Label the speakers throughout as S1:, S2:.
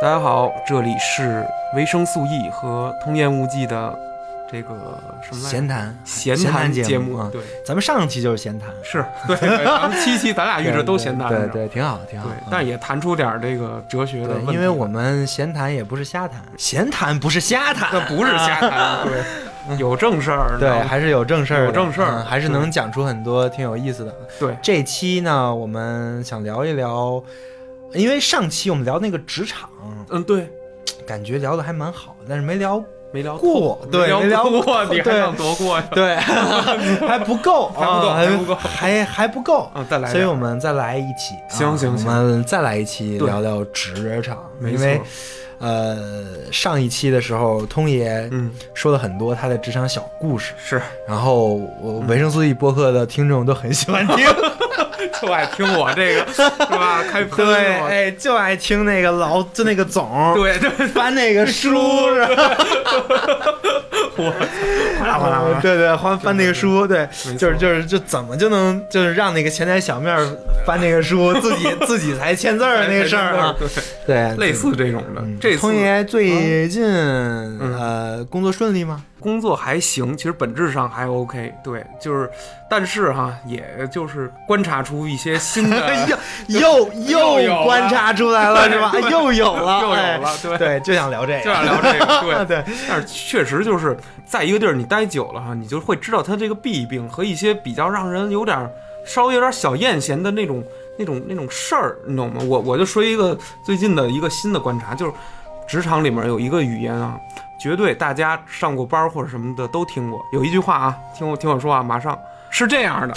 S1: 大家好，这里是维生素 E 和童言无忌的这个什么来着
S2: 闲谈，
S1: 闲
S2: 闲
S1: 谈
S2: 谈节
S1: 目
S2: 目啊
S1: 对，
S2: 咱们上期就是闲谈，
S1: 是对，对咱们七期咱俩遇着都闲谈
S2: 对
S1: 着，
S2: 对对，挺好，挺好
S1: 对。
S2: 嗯，
S1: 但也谈出点儿这个哲学的问题，啊
S2: 对，因为我们闲谈也不是瞎谈，闲谈不是瞎谈，
S1: 那不是瞎谈，对，有正事儿，
S2: 对，
S1: 然后
S2: 还是有正事儿的，
S1: 有正事儿
S2: 嗯还是能讲出很多挺有意思的。
S1: 对，
S2: 这期呢，我们想聊一聊，因为上期我们聊那个职场，
S1: 嗯，对，
S2: 感觉聊的还蛮好，但是没聊
S1: 没聊透
S2: 过，对，没
S1: 没
S2: 聊
S1: 过，你还
S2: 对
S1: 想夺过呀？
S2: 对，还不够，
S1: 还不够
S2: 啊
S1: 还不够
S2: 还还不 够，
S1: 嗯，再来
S2: 所
S1: 点儿，
S2: 以我们再来一期，啊
S1: 行行行
S2: 我们再来一期
S1: 对
S2: 聊聊职场，
S1: 没
S2: 因
S1: 错
S2: 为，呃，上一期的时候，通爷
S1: 嗯，
S2: 说了很多他的职场小故事，
S1: 是，
S2: 然后我
S1: 嗯
S2: 维生素 E 播客的听众都很喜 欢听，
S1: 就爱听我这个是吧？开喷
S2: 对，
S1: 我
S2: 哎，就爱听那个老就那个总
S1: 对对，
S2: 翻那个书 是吧？
S1: 哗啦哗啦哗啦，
S2: 对对，翻翻那个书，对，
S1: 没
S2: 就
S1: 错
S2: 是就是就怎么就能就是让那个前台小面儿翻那个书，自己自己才签字 儿那个事儿啊，
S1: 对，
S2: 对，
S1: 类似这种的。这次
S2: 通爷最近、呃工作顺利吗？
S1: 工作还行，其实本质上还 OK。对，就是，但是哈，也就是观察出一些新
S2: 哎
S1: 的，
S2: 又 又
S1: 又有了
S2: 观察出来了是吧？又有 了，
S1: 又有
S2: 哎
S1: 了对
S2: 对，就想聊这
S1: 就
S2: 个。
S1: 想聊这个，
S2: 啊
S1: 对。
S2: 对，
S1: 但是确实就是在一个地儿你待久了哈，你就会知道它这个弊病和一些比较让人有点儿稍微有点小艳嫌的那种那种那种事儿，你懂吗？我我就说一个最近的一个新的观察，就是职场里面有一个语言啊，绝对大家上过班儿或者什么的都听过，有一句话啊，听我听我说啊，马上是这样的，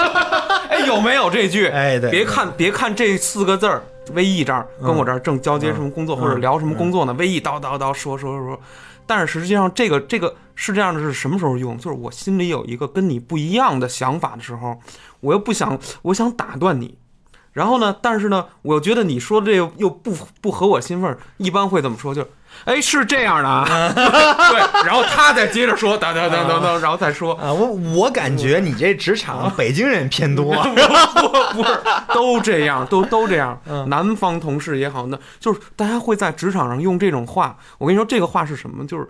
S1: 哎，有没有这句？
S2: 哎对，
S1: 别看别看这四个字儿，VE 这儿跟我这儿正交接什么工作、
S2: 嗯
S1: 或者聊什么工作呢、v e 叨叨叨说说说，但是实际上这个这个是这样的，是什么时候用？就是我心里有一个跟你不一样的想法的时候，我又不想我想打断你。然后呢？但是呢，我觉得你说的这个又不不合我心味儿。一般会怎么说？就是，哎，是这样的啊。 对，然后他再接着说，等等等等等，然后再说，
S2: 啊，我我感觉你这职
S1: 嗯
S2: 场北京人偏多，
S1: 不是都这样，都都这样。
S2: 嗯
S1: 南方同事也好，那就是大家会在职场上用这种话。我跟你说，这个话是什么？就是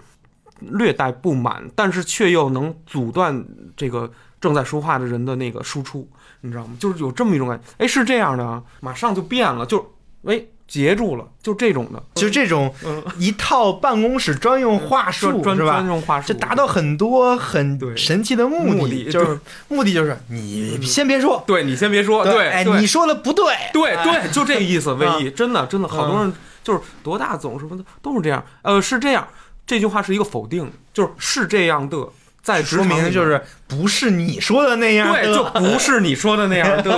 S1: 略带不满，但是却又能阻断这个正在说话的人的那个输出，你知道吗？就是有这么一种感觉，哎，是这样的啊，马上就变了，就哎截住了，就这种的，
S2: 就这种
S1: 嗯
S2: 一套办公室专用话
S1: 专
S2: 术
S1: 专
S2: 是
S1: 专
S2: 吧？
S1: 用话术，
S2: 这达到很多
S1: 对
S2: 很神奇的
S1: 目
S2: 目
S1: 的
S2: 的，就是目的就是你先别说，
S1: 对你先别说，
S2: 哎，
S1: 对
S2: 你说的不对，
S1: 对
S2: 哎
S1: 对，就这意思。魏
S2: 啊嗯
S1: 毅，真的真的，好多人就是多大总什么的都是这样。呃，是这样，这句话是一个否定，就是是这样的，在职
S2: 说
S1: 场里
S2: 明
S1: 面
S2: 就是不是你说的那样的。
S1: 对，就不是你说的那 样的。对，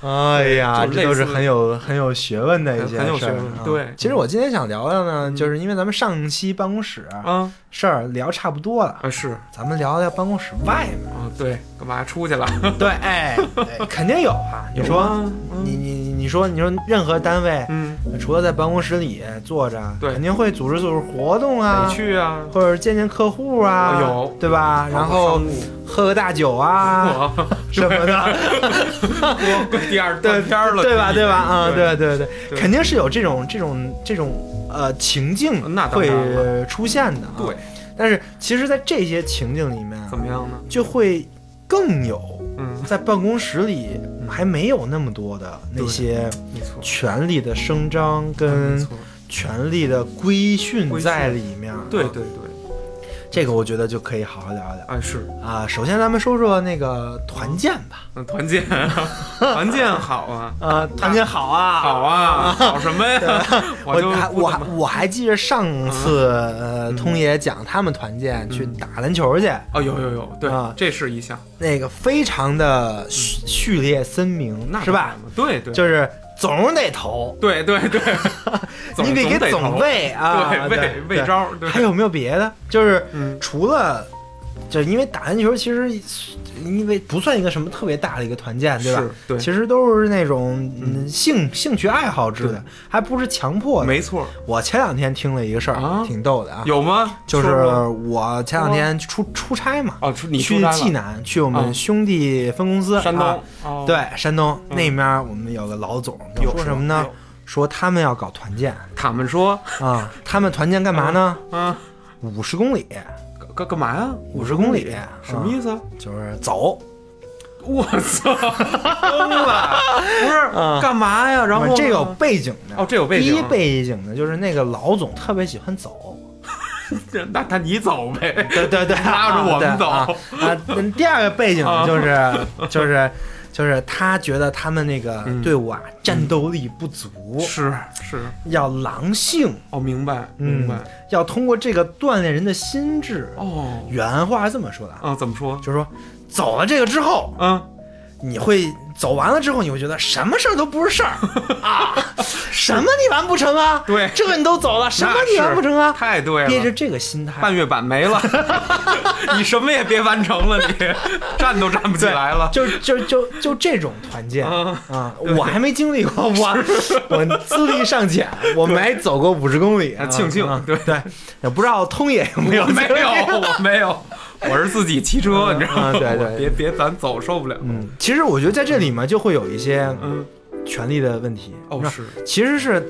S1: 我
S2: 哎呀，
S1: 就类似
S2: 这都是很有很有学问的一
S1: 很
S2: 些
S1: 很有
S2: 事
S1: 学
S2: 儿
S1: 问
S2: 啊。嗯
S1: 对
S2: 其实我今天想聊聊呢，就是因为咱们上期办公室
S1: 操啊
S2: 事儿聊差不多了，
S1: 啊是啊，
S2: 咱们聊聊办公室外面。
S1: 对，干嘛出去了？
S2: 对，哎，哎肯定有啊。你说，
S1: 吗
S2: 你你你你说，你说任何单位
S1: 嗯，
S2: 除了在办公室里坐着，
S1: 对
S2: 肯定会组织组织活动
S1: 得
S2: 啊，
S1: 去啊。
S2: 或者见见客户啊，
S1: 啊有
S2: 对吧？然后
S1: 商务
S2: 喝个大酒啊
S1: 我
S2: 什么的。
S1: 我跟 第二
S2: 对
S1: 断片儿了，
S2: 对
S1: 这
S2: 吧？
S1: 已经
S2: 对吧？啊，
S1: 对
S2: 对对对，
S1: 对
S2: 肯定是有这种这种这种呃情境
S1: 那当
S2: 会
S1: 然了
S2: 呃出现的、啊。
S1: 对，，
S2: 但是其实，在这些情境里面啊，
S1: 怎么样呢？
S2: 就会更有
S1: 嗯，
S2: 在办公室里还没有那么多的那些
S1: 没错，
S2: 权力的声张
S1: 嗯没
S2: 跟
S1: 错，
S2: 权力的规训
S1: 规训
S2: 在里面啊。
S1: 对对对，
S2: 这个我觉得就可以好好聊一聊
S1: 啊是。
S2: 啊。首先，咱们说说那个团建吧。
S1: 嗯，团建， 团建好啊，
S2: 啊，团建好啊，
S1: 好 啊，好什么呀？
S2: 我
S1: 就
S2: 还
S1: 不
S2: 我
S1: 怎
S2: 还
S1: 么
S2: 我还记着上次呃
S1: 嗯
S2: 通爷讲他们团建去
S1: 嗯
S2: 打篮球去，
S1: 哦，有有有，对
S2: 啊，
S1: 这是一项，
S2: 那个非常的序序列分明，
S1: 嗯那
S2: 是吧？？
S1: 对对，
S2: 就是总得投，
S1: 对对对，总
S2: 你得给
S1: 总
S2: 总
S1: 投
S2: 喂啊，
S1: 对
S2: 对
S1: 喂喂。招，对，
S2: 对还有没有别的？就是
S1: 嗯
S2: 除了，就是因为打篮球其实因为不算一个什么特别大的一个团建，对吧
S1: 是？对
S2: 其实都是那种嗯兴兴趣爱好制
S1: 对
S2: 的，还不是强迫的。
S1: 没错，
S2: 我前两天听了一个事
S1: 啊
S2: 儿，挺逗的啊，
S1: 有吗？
S2: 就是
S1: 说说
S2: 我前两天出出差嘛，
S1: 哦，出你出
S2: 去
S1: 山
S2: 济
S1: 了，
S2: 南，去我
S1: 啊
S2: 们兄弟分公司，
S1: 山
S2: 啊
S1: 东，哦，
S2: 对山东
S1: 嗯
S2: 那面，我们有个老总，
S1: 有
S2: 说什么呢？？说他们要搞团建，
S1: 他们说
S2: 啊，他们团建干嘛呢？
S1: 啊，
S2: 五十公里，
S1: 干干干嘛呀？
S2: 五十公里，
S1: 什么意
S2: 思？
S1: 思 啊？
S2: 就是走。
S1: 我操，疯了！不是
S2: 啊
S1: 干嘛呀？然后呢
S2: 这有背景的
S1: 哦这有背景啊
S2: 第一背景的就是那个老总特别喜欢走，
S1: 那那你走呗。
S2: 对 对对，
S1: 拉着我们走 啊
S2: 啊对啊。啊嗯第二个背景呢就是就是就是他觉得他们那个
S1: 嗯
S2: 队伍啊战斗力不足，
S1: 是是，
S2: 要狼性，
S1: 哦，明白明
S2: 嗯
S1: 白。，
S2: 要通过这个锻炼人的心智。
S1: 哦，
S2: 原话是这么说的啊，
S1: 啊，怎么说？
S2: 就是说走了这个之后，
S1: 嗯，
S2: 你会走完了之后，你会觉得什么事儿都不是事儿 啊，什么你完不成啊？
S1: 对
S2: 这个你都走了，什么
S1: 那
S2: 你
S1: 是
S2: 完不成啊？
S1: 太对了。
S2: 憋着这个心态
S1: 半，月板没 了，你什么也别完成了，你站都站不起来了。
S2: 就就就就这种团建
S1: 嗯
S2: 啊，我还没经历过， 我我资历尚浅，我没走过五十公里啊，
S1: 庆幸
S2: 啊
S1: 对
S2: 对，也不知道通野有没有
S1: 我没
S2: 经历
S1: 有，我没有，我是自己骑车，
S2: 嗯
S1: 你知道吗？
S2: 嗯对对
S1: 我别别，咱走受不了。
S2: 嗯，其实我觉得在这里嘛，就会有一些
S1: 嗯，
S2: 权利的问题。
S1: 哦
S2: 那
S1: 是
S2: 其实是，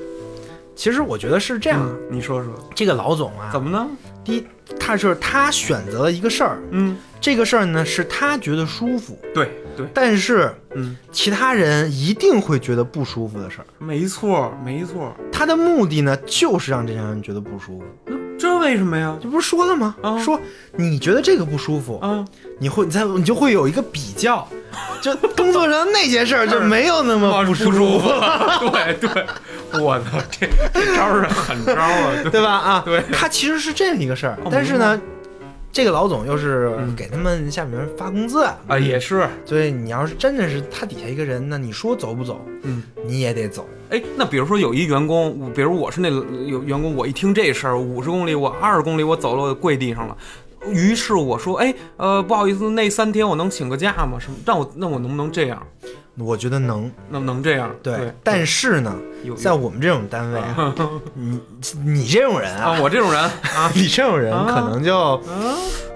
S2: 其实我觉得是这样，
S1: 嗯你说说
S2: 这个老总啊，
S1: 怎么呢？
S2: 第一，他是他选择了一个事儿，
S1: 嗯，
S2: 这个事儿呢是他觉得舒服，
S1: 对对，
S2: 但是
S1: 嗯，
S2: 其他人一定会觉得不舒服的事儿。
S1: 没错没错。
S2: 他的目的呢就是让这些人觉得不舒服。
S1: 那这为什么呀？
S2: 这不是说了吗？
S1: 啊
S2: 说你觉得这个不舒服，
S1: 啊，
S2: 你会你才你就会有一个比较，就工作上那件事 儿就没有那么呃不舒
S1: 舒
S2: 服，
S1: 了。对对，我操，这这招儿是狠招啊！对
S2: 对吧？啊，
S1: 对
S2: 他其实是这样一个事儿
S1: 哦，
S2: 但是呢。这个老总又是
S1: 嗯
S2: 给他们下面人发工资
S1: 啊，也是，
S2: 所以你要是真的是他底下一个人，那你说走不走，
S1: 嗯。
S2: 你也得走。
S1: 哎，那比如说有一员工，比如我是那有员工，我一听这事儿，五十公里，我二十公里，我走了，我跪地上了。于是我说，哎，呃，不好意思，那三天我能请个假吗？什么？让我那我能不能这样？
S2: 我觉得能，
S1: 能不能这样？
S2: 对。
S1: 对，
S2: 但是呢，
S1: 有
S2: 在我们这种单位啊， 你你这种人啊，，
S1: 啊，我这种人啊
S2: 你这种人
S1: 啊
S2: 可能就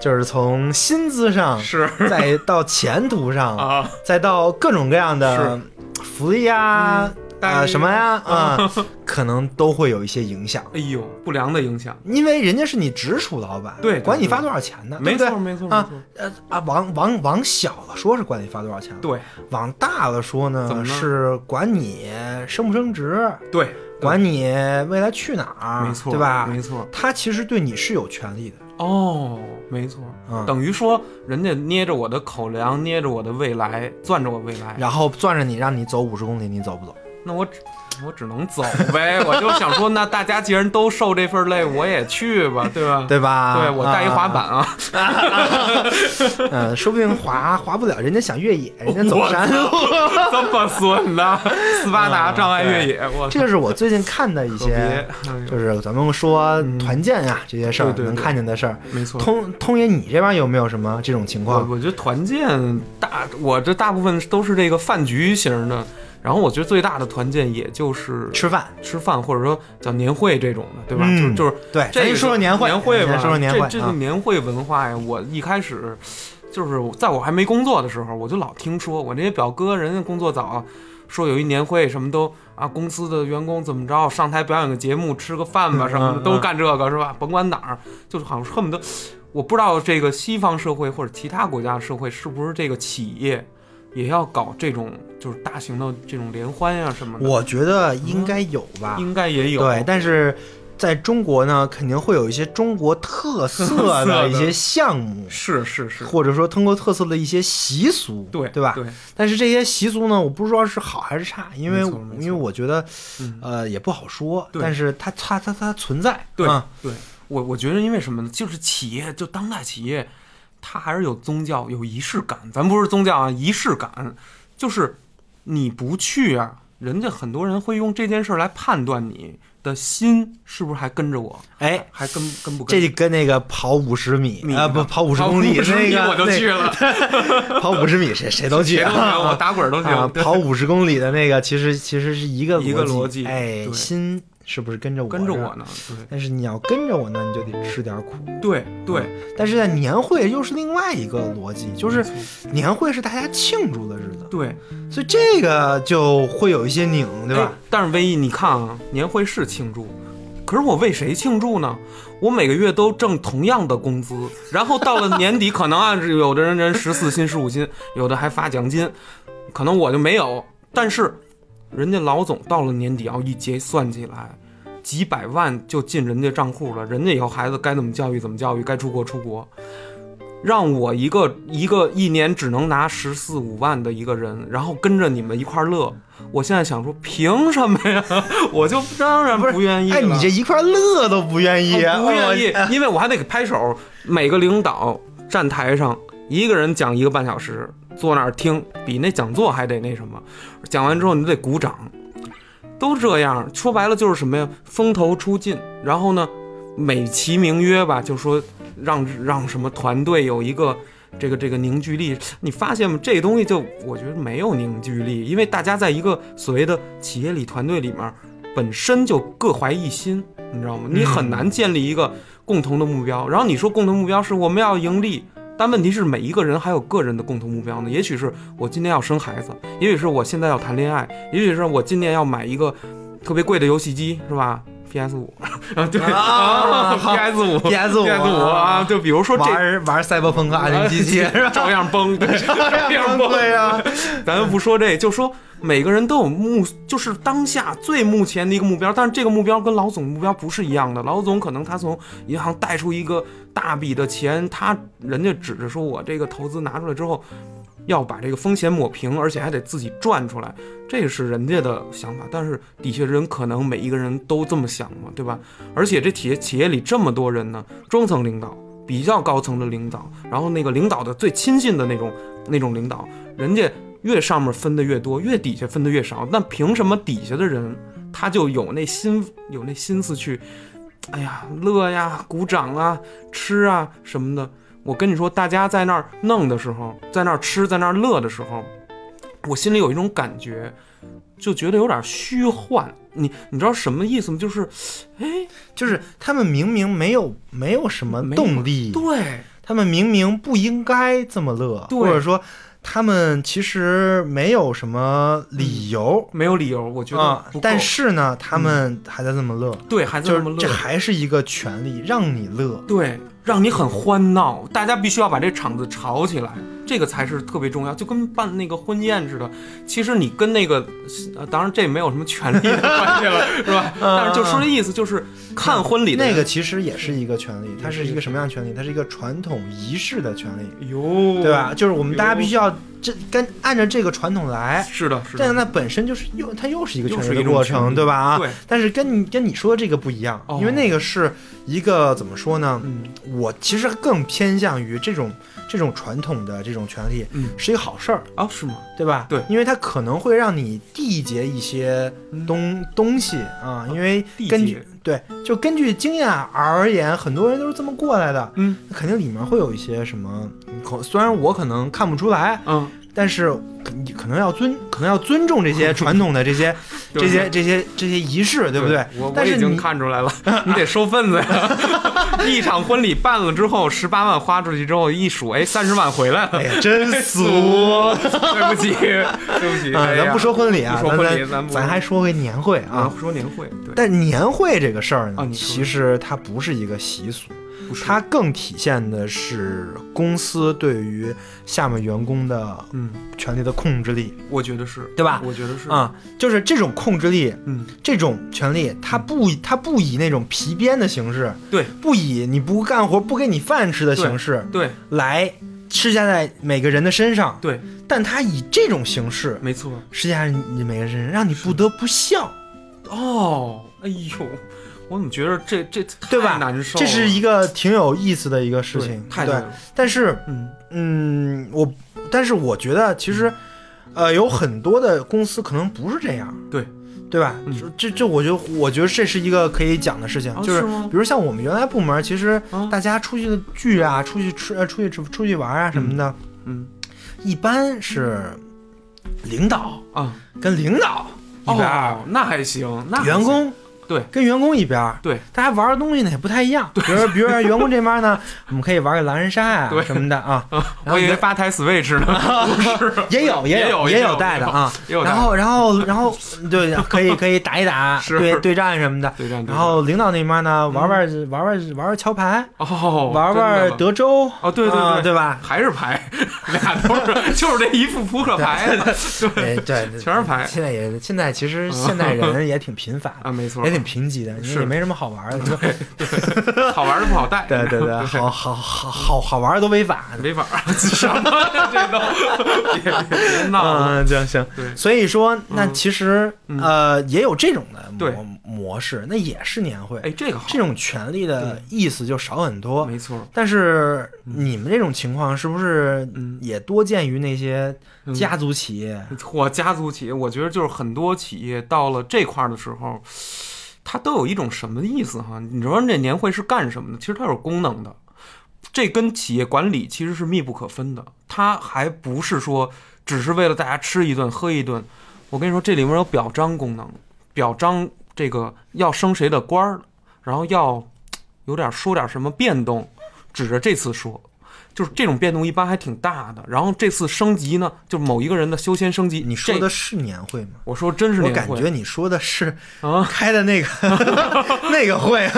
S2: 就是从薪资上，
S1: 是
S2: 再到前途 上，
S1: 啊，
S2: 再到各种各样的福利啊
S1: 待遇
S2: 啊
S1: 啊
S2: 什么 呀啊，可能都会有一些影响。
S1: 哎呦，不良的影响，
S2: 因为人家是你直属老板，
S1: 对对
S2: 管你
S1: 对
S2: 发多少钱呢？
S1: 没
S2: 对不对
S1: 错没错没
S2: 啊
S1: 错，
S2: 呃啊，往往往小了说是管你发多少钱，
S1: 对
S2: 往大了说
S1: 怎么
S2: 呢，
S1: 呢
S2: 是管你升不升职，
S1: 对，
S2: 管你未来去哪儿，
S1: 没错，
S2: 啊对吧？
S1: 没错，
S2: 他其实对你是有权利的，
S1: 哦，没错，
S2: 嗯
S1: 等于说人家捏着我的口粮，捏着我的未来，攥着我未来，
S2: 然后攥着你让你走五十公里，你走不走？
S1: 那我只我只能走呗，我就想说，那大家既然都受这份累，我也去吧，对吧？
S2: 对吧？
S1: 对我带一滑板
S2: 啊，
S1: 啊，
S2: 嗯、说不定滑滑不了，人家想越野，人家走山路。
S1: 这么损的，斯巴达障碍越野，我
S2: 啊这个是我最近看的一
S1: 特别，
S2: 些，
S1: 哎呦
S2: 就是咱们说团建啊、这些事儿
S1: 对对对
S2: 能看见的事儿。
S1: 没错。
S2: 通通爷，你这边有没有什么这种情
S1: 我
S2: 况？
S1: 我觉得团建大，我这大部分都是这个饭局型的，然后我觉得最大的团建也就是
S2: 吃饭，
S1: 吃饭或者说叫年会这种的，对吧？
S2: 嗯
S1: 就就是
S2: 对，
S1: 这
S2: 咱
S1: 个
S2: 说说年
S1: 年
S2: 会，
S1: 会吧，
S2: 咱说说年会
S1: 这这
S2: 啊
S1: 是年会文化呀。我一开始就是在我还没工作的时候，我就老听说我那些表哥人家工作早，说有一年会什么都啊，公司的员工怎么着上台表演个节目，吃个饭吧
S2: 嗯
S1: 什么的，
S2: 嗯
S1: 都
S2: 嗯
S1: 干这个是吧？甭管哪儿，就是好像恨不得。我不知道这个西方社会或者其他国家社会是不是这个企业也要搞这种就是大型的这种联欢呀、什么的，
S2: 我觉得应该有吧。
S1: 应该嗯也有
S2: 对，但是在中国呢，肯定会有一些中国特色的一些项目，
S1: 是是是，
S2: 或者说通过特色的一些习俗，
S1: 对
S2: 对吧？
S1: 对，
S2: 但是这些习俗呢，我不知道是好还是差，因为
S1: 没错没错
S2: 因为我觉得
S1: 嗯。
S2: 呃也不好说，
S1: 对
S2: 但是它它它它存在，
S1: 对、
S2: 啊
S1: 对，我我觉得因为什么呢？就是企业，就当代企业，它还是有宗教、有仪式感。咱不是宗教啊，仪式感就是你不去啊，人家很多人会用这件事儿来判断你的心是不是还跟着我，
S2: 哎。
S1: 还跟跟不跟
S2: 这就跟那个跑五十米
S1: 你
S2: 啊，不跑五十公里
S1: 50
S2: 那个，
S1: 我就去了，
S2: 那跑五十米谁谁都去
S1: 别
S2: 啊
S1: 动我我打滚儿都
S2: 啊，
S1: 行。对
S2: 跑五十公里的那个其实其实是一个
S1: 一个
S2: 逻
S1: 逻辑
S2: 哎，
S1: 对
S2: 心是不是跟着我？
S1: 跟着我。呢，
S2: 但是你要跟着我呢，你就得吃点苦。
S1: 对对对，
S2: 但是在年会又是另外一个逻辑，啊就是
S1: 没
S2: 年会是大家庆祝的日子，
S1: 对
S2: 所以这个就会有一些拧，对吧
S1: 哎？但是唯一你看啊，年会是庆祝，可是我为谁庆祝呢？我每个月都挣同样的工资，然后到了年底，可能啊，有的人人十四薪、十五薪，有的还发奖金，可能我就没有。但是人家老总到了年底要哦一结算起来，几百万就进人家账户了，人家以后孩子该怎么教育怎么教育，该出国出国。让我一个一个一年只能拿十四五万的一个人，然后跟着你们一块儿乐。我现在想说，凭什么呀？我就当然不愿意了。
S2: 哎，你这一块乐都不愿意，
S1: 我不愿意
S2: 哎呦，
S1: 哦 因为我还得给拍手。每个领导站台上，一个人讲一个半小时，坐那儿听，比那讲座还得那什么。讲完之后，你得鼓掌，都这样。说白了就是什么呀？风头出尽，然后呢，美其名曰吧，就说让让什么团队有一个。这个这个凝聚力，你发现吗？这东西就我觉得没有凝聚力，因为大家在一个所谓的企业里、团队里面，本身就各怀一心，你知道吗？你很难建立一个共同的目标。然后你说共同目标是我们要盈利，但问题是每一个人还有个人的共同目标呢？也许是我今年要生孩子，也许是我现在要谈恋爱，也许是我今年要买一个特别贵的游戏机，是吧？PS 五，啊对
S2: 啊好
S1: ，PS 五
S2: PS5
S1: PS 五啊，就比如说这
S2: 玩玩赛博朋克 RPG 是吧？
S1: 照样崩，对，照样崩。
S2: 对呀，
S1: 咱们不说这，就说每个人都有目，就是当下最目前的一个目标，但是这个目标跟老总目标不是一样的。老总可能他从银行贷出一个大笔的钱，他人家指着说我这个投资拿出来之后，要把这个风险抹平，而且还得自己赚出来，这是人家的想法。但是底下人可能每一个人都这么想嘛，对吧？而且这企业企业里这么多人呢，中层领导。比较高层的领导，然后那个领导的最亲信的那种那种领导，人家越上面分的越多，越底下分的越少。那凭什么底下的人他就有那心有那心思去，哎呀乐呀、鼓掌啊、吃啊什么的？我跟你说，大家在那儿弄的时候，在那儿吃，在那儿乐的时候，我心里有一种感觉，就觉得有点虚幻。你你知道什么意思吗？就是，哎，
S2: 就是他们明明没有没有什么动力，
S1: 对，
S2: 他们明明不应该这么乐，
S1: 对
S2: 或者说他们其实没有什么理由
S1: 没有理由，我觉得
S2: 啊
S1: 不够、，
S2: 但是呢，他们嗯还在这么乐，
S1: 对孩子
S2: 就
S1: 那么
S2: 是
S1: 乐，
S2: 这还是一个权利，让你乐。
S1: 对，让你很欢闹，大家必须要把这场子吵起来，这个才是特别重要，就跟办那个婚宴似的。其实你跟那个，呃、当然这没有什么权利的 关系了，是吧？啊
S2: 呃
S1: 但是就说这意思，就是看婚礼的嗯
S2: 那
S1: 人
S2: 个其实也是一个权利，它是一个什么样的权利？它是一个传统仪式的权利，
S1: 哟，
S2: 对吧？？就是我们大家
S1: 比如
S2: 必须要这跟按照这个传统来，
S1: 是的，是
S2: 这样
S1: 的，
S2: 那本身就是又它又是一个
S1: 又
S2: 权
S1: 是
S2: 利
S1: 一
S2: 的
S1: 种
S2: 过
S1: 权
S2: 程，
S1: 利
S2: 对吧？啊，
S1: 对，
S2: 但是跟你跟你说的这个不一样，
S1: 哦
S2: 因为那个是一个怎么说呢？
S1: 嗯
S2: 我其实更偏向于这种这种传统的这种权利
S1: 嗯
S2: 是一个好事儿，
S1: 啊，是吗？
S2: 对吧？
S1: 对
S2: 因为它可能会让你缔结一些
S1: 嗯
S2: 东、东西啊，因为
S1: 缔
S2: 根据
S1: 结
S2: 对，就根据经验而言，很多人都是这么过来的，
S1: 嗯
S2: 肯定里面会有一些什么，可虽然我可能看不出来，
S1: 嗯，
S2: 但是可你可能要尊，可能要尊重这些传统的这 些这些这些这些仪式，对不对？
S1: 我我
S2: 但是
S1: 已经
S2: 你
S1: 看出来了， 你得收份子呀。 一场婚礼办了之后，十八万花出去之后，一数，哎，三十万回来了
S2: 哎。呀，真
S1: 俗，
S2: 俗。
S1: 对不起， 对不起，
S2: 啊，
S1: 哎呀
S2: 咱不说婚礼啊，
S1: 不说婚礼
S2: 咱
S1: 咱不
S2: 咱还说回年会啊
S1: 啊。，说年会，对，
S2: 但年会这个事儿
S1: 啊
S2: 呢，
S1: 你说
S2: 其实它不是一个习俗，
S1: 不是
S2: 它更体现的是公司对于下面员工的
S1: 嗯，
S2: 权利的控制力
S1: 我觉得是，
S2: 对吧
S1: 我觉得是，
S2: 啊，就是这种控制力，
S1: 嗯，
S2: 这种权利，它不以它不以那种皮鞭的形式，
S1: 对，
S2: 不以你不干活不给你饭吃的形式
S1: 对
S2: 来施加在每个人的身上，
S1: 对，
S2: 但它以这种形式
S1: 没错。
S2: 施加在你每个人身上，让你不得不笑。
S1: 哦，哎呦，我怎么觉得这这
S2: 对吧
S1: 太难受了，
S2: 这是一个挺有意思的一个事
S1: 哦对
S2: 情，
S1: 太
S2: 对
S1: 难。了，
S2: 但是，
S1: 嗯，
S2: 嗯，我但是我觉得其实，呃，有很多的公司可能不是这样，
S1: 对
S2: 对吧？
S1: 嗯
S2: 这这这，我觉得我觉得这是一个可以讲的事情，
S1: 啊
S2: 就是
S1: 是吗
S2: 比如像我们原来部门，其实
S1: 啊
S2: 大家出去的聚啊，出去吃、呃出去吃、出去玩啊什么的，
S1: 嗯
S2: 一般是领导
S1: 啊，
S2: 跟领导一边儿，
S1: 哦哦，那还行，那还行
S2: 员工
S1: 对，
S2: 跟员工一边儿，
S1: 对，
S2: 大家玩的东西呢也不太一样。比如说，比如说员工这 边呢，我们可以玩个狼人杀啊
S1: 对
S2: 什么 的啊，然
S1: 我
S2: 后
S1: 以
S2: 你
S1: 为
S2: 的
S1: 吧台 Switch 呢， 不是，
S2: 也有
S1: 也
S2: 有
S1: 有
S2: 也
S1: 也有
S2: 带的啊。
S1: 也有
S2: 然后然后然后对， 可以可以打一 打，
S1: 是
S2: 对对战什么的。
S1: 对战，
S2: 然后领导那边呢，玩玩玩玩玩玩桥牌，
S1: 哦，
S2: 玩
S1: 真的
S2: 玩
S1: 吗
S2: 德州，
S1: 哦，对对
S2: 啊
S1: 对，
S2: 对吧？
S1: 还是牌，俩都是，就是这一副扑克牌啊
S2: 哎对哎对，
S1: 全是牌
S2: 现在也现在其实
S1: 嗯
S2: 现代人也挺贫乏的，
S1: 啊，没错
S2: 也，挺贫瘠的，
S1: 是
S2: 也没什么好玩的。你 说
S1: 好玩的不好带，
S2: 对对对，好好好好好玩的都违法。
S1: 没法儿，什么呀这都，别别别闹了，
S2: 嗯，行行，
S1: 对
S2: 所以说那其实
S1: 嗯
S2: 呃也有这种的
S1: 对
S2: 模模式，那也是年会，
S1: 哎，这个好
S2: 这，种权利的意思就少很多。
S1: 没错，
S2: 但是你们这种情况是不是
S1: 嗯
S2: 也多见于那些
S1: 嗯
S2: 家族企业？
S1: 我家族企业，我觉得就是很多企业到了这块儿的时候，它都有一种什么意思哈？你说这年会是干什么的？其实它有功能的，这跟企业管理其实是密不可分的。它还不是说只是为了大家吃一顿喝一顿。我跟你说，这里面有表彰功能，表彰这个要升谁的官儿，然后要有点说点什么变动，指着这次说。就是这种变动一般还挺大的，然后这次升级呢，就某一个人的修仙升级，
S2: 你说
S1: 这
S2: 的是年会吗？
S1: 我说真是
S2: 我
S1: 年
S2: 感
S1: 会
S2: 觉你说的是
S1: 啊
S2: 开的 那个 那个会，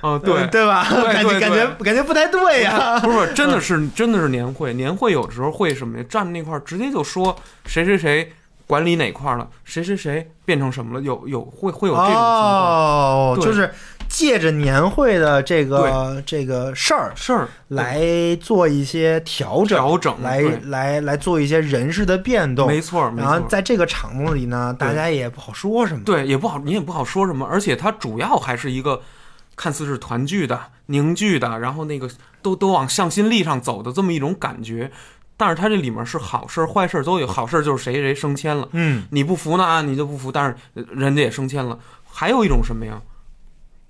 S1: 啊，对，
S2: 对吧？
S1: 对
S2: 感觉
S1: 对
S2: 感觉感觉不太对呀。
S1: 不是真的是真的是年会，年会有时候会什么呀？站那块儿直接就说谁谁谁管理哪块儿了，谁谁谁变成什么了，有有会会有这种情况
S2: 哦，
S1: 对
S2: 就是借着年会的这个这个事儿
S1: 事儿
S2: 来做一些调整，
S1: 调整
S2: 来
S1: 对
S2: 来来做一些人事的变动。
S1: 没错儿没
S2: 然
S1: 错
S2: 后
S1: 儿，
S2: 在这个场子里呢，
S1: 对
S2: 大家也不好说什么。
S1: 对也不好你也不好说什么，而且它主要还是一个看似是团聚的、凝聚的，然后那个都都往向心力上走的这么一种感觉。但是它这里面是好事儿、坏事儿都有，好事儿就是谁谁升迁了。
S2: 嗯，
S1: 你不服呢，啊你就不服，但是呃人家也升迁了。还有一种什么呀？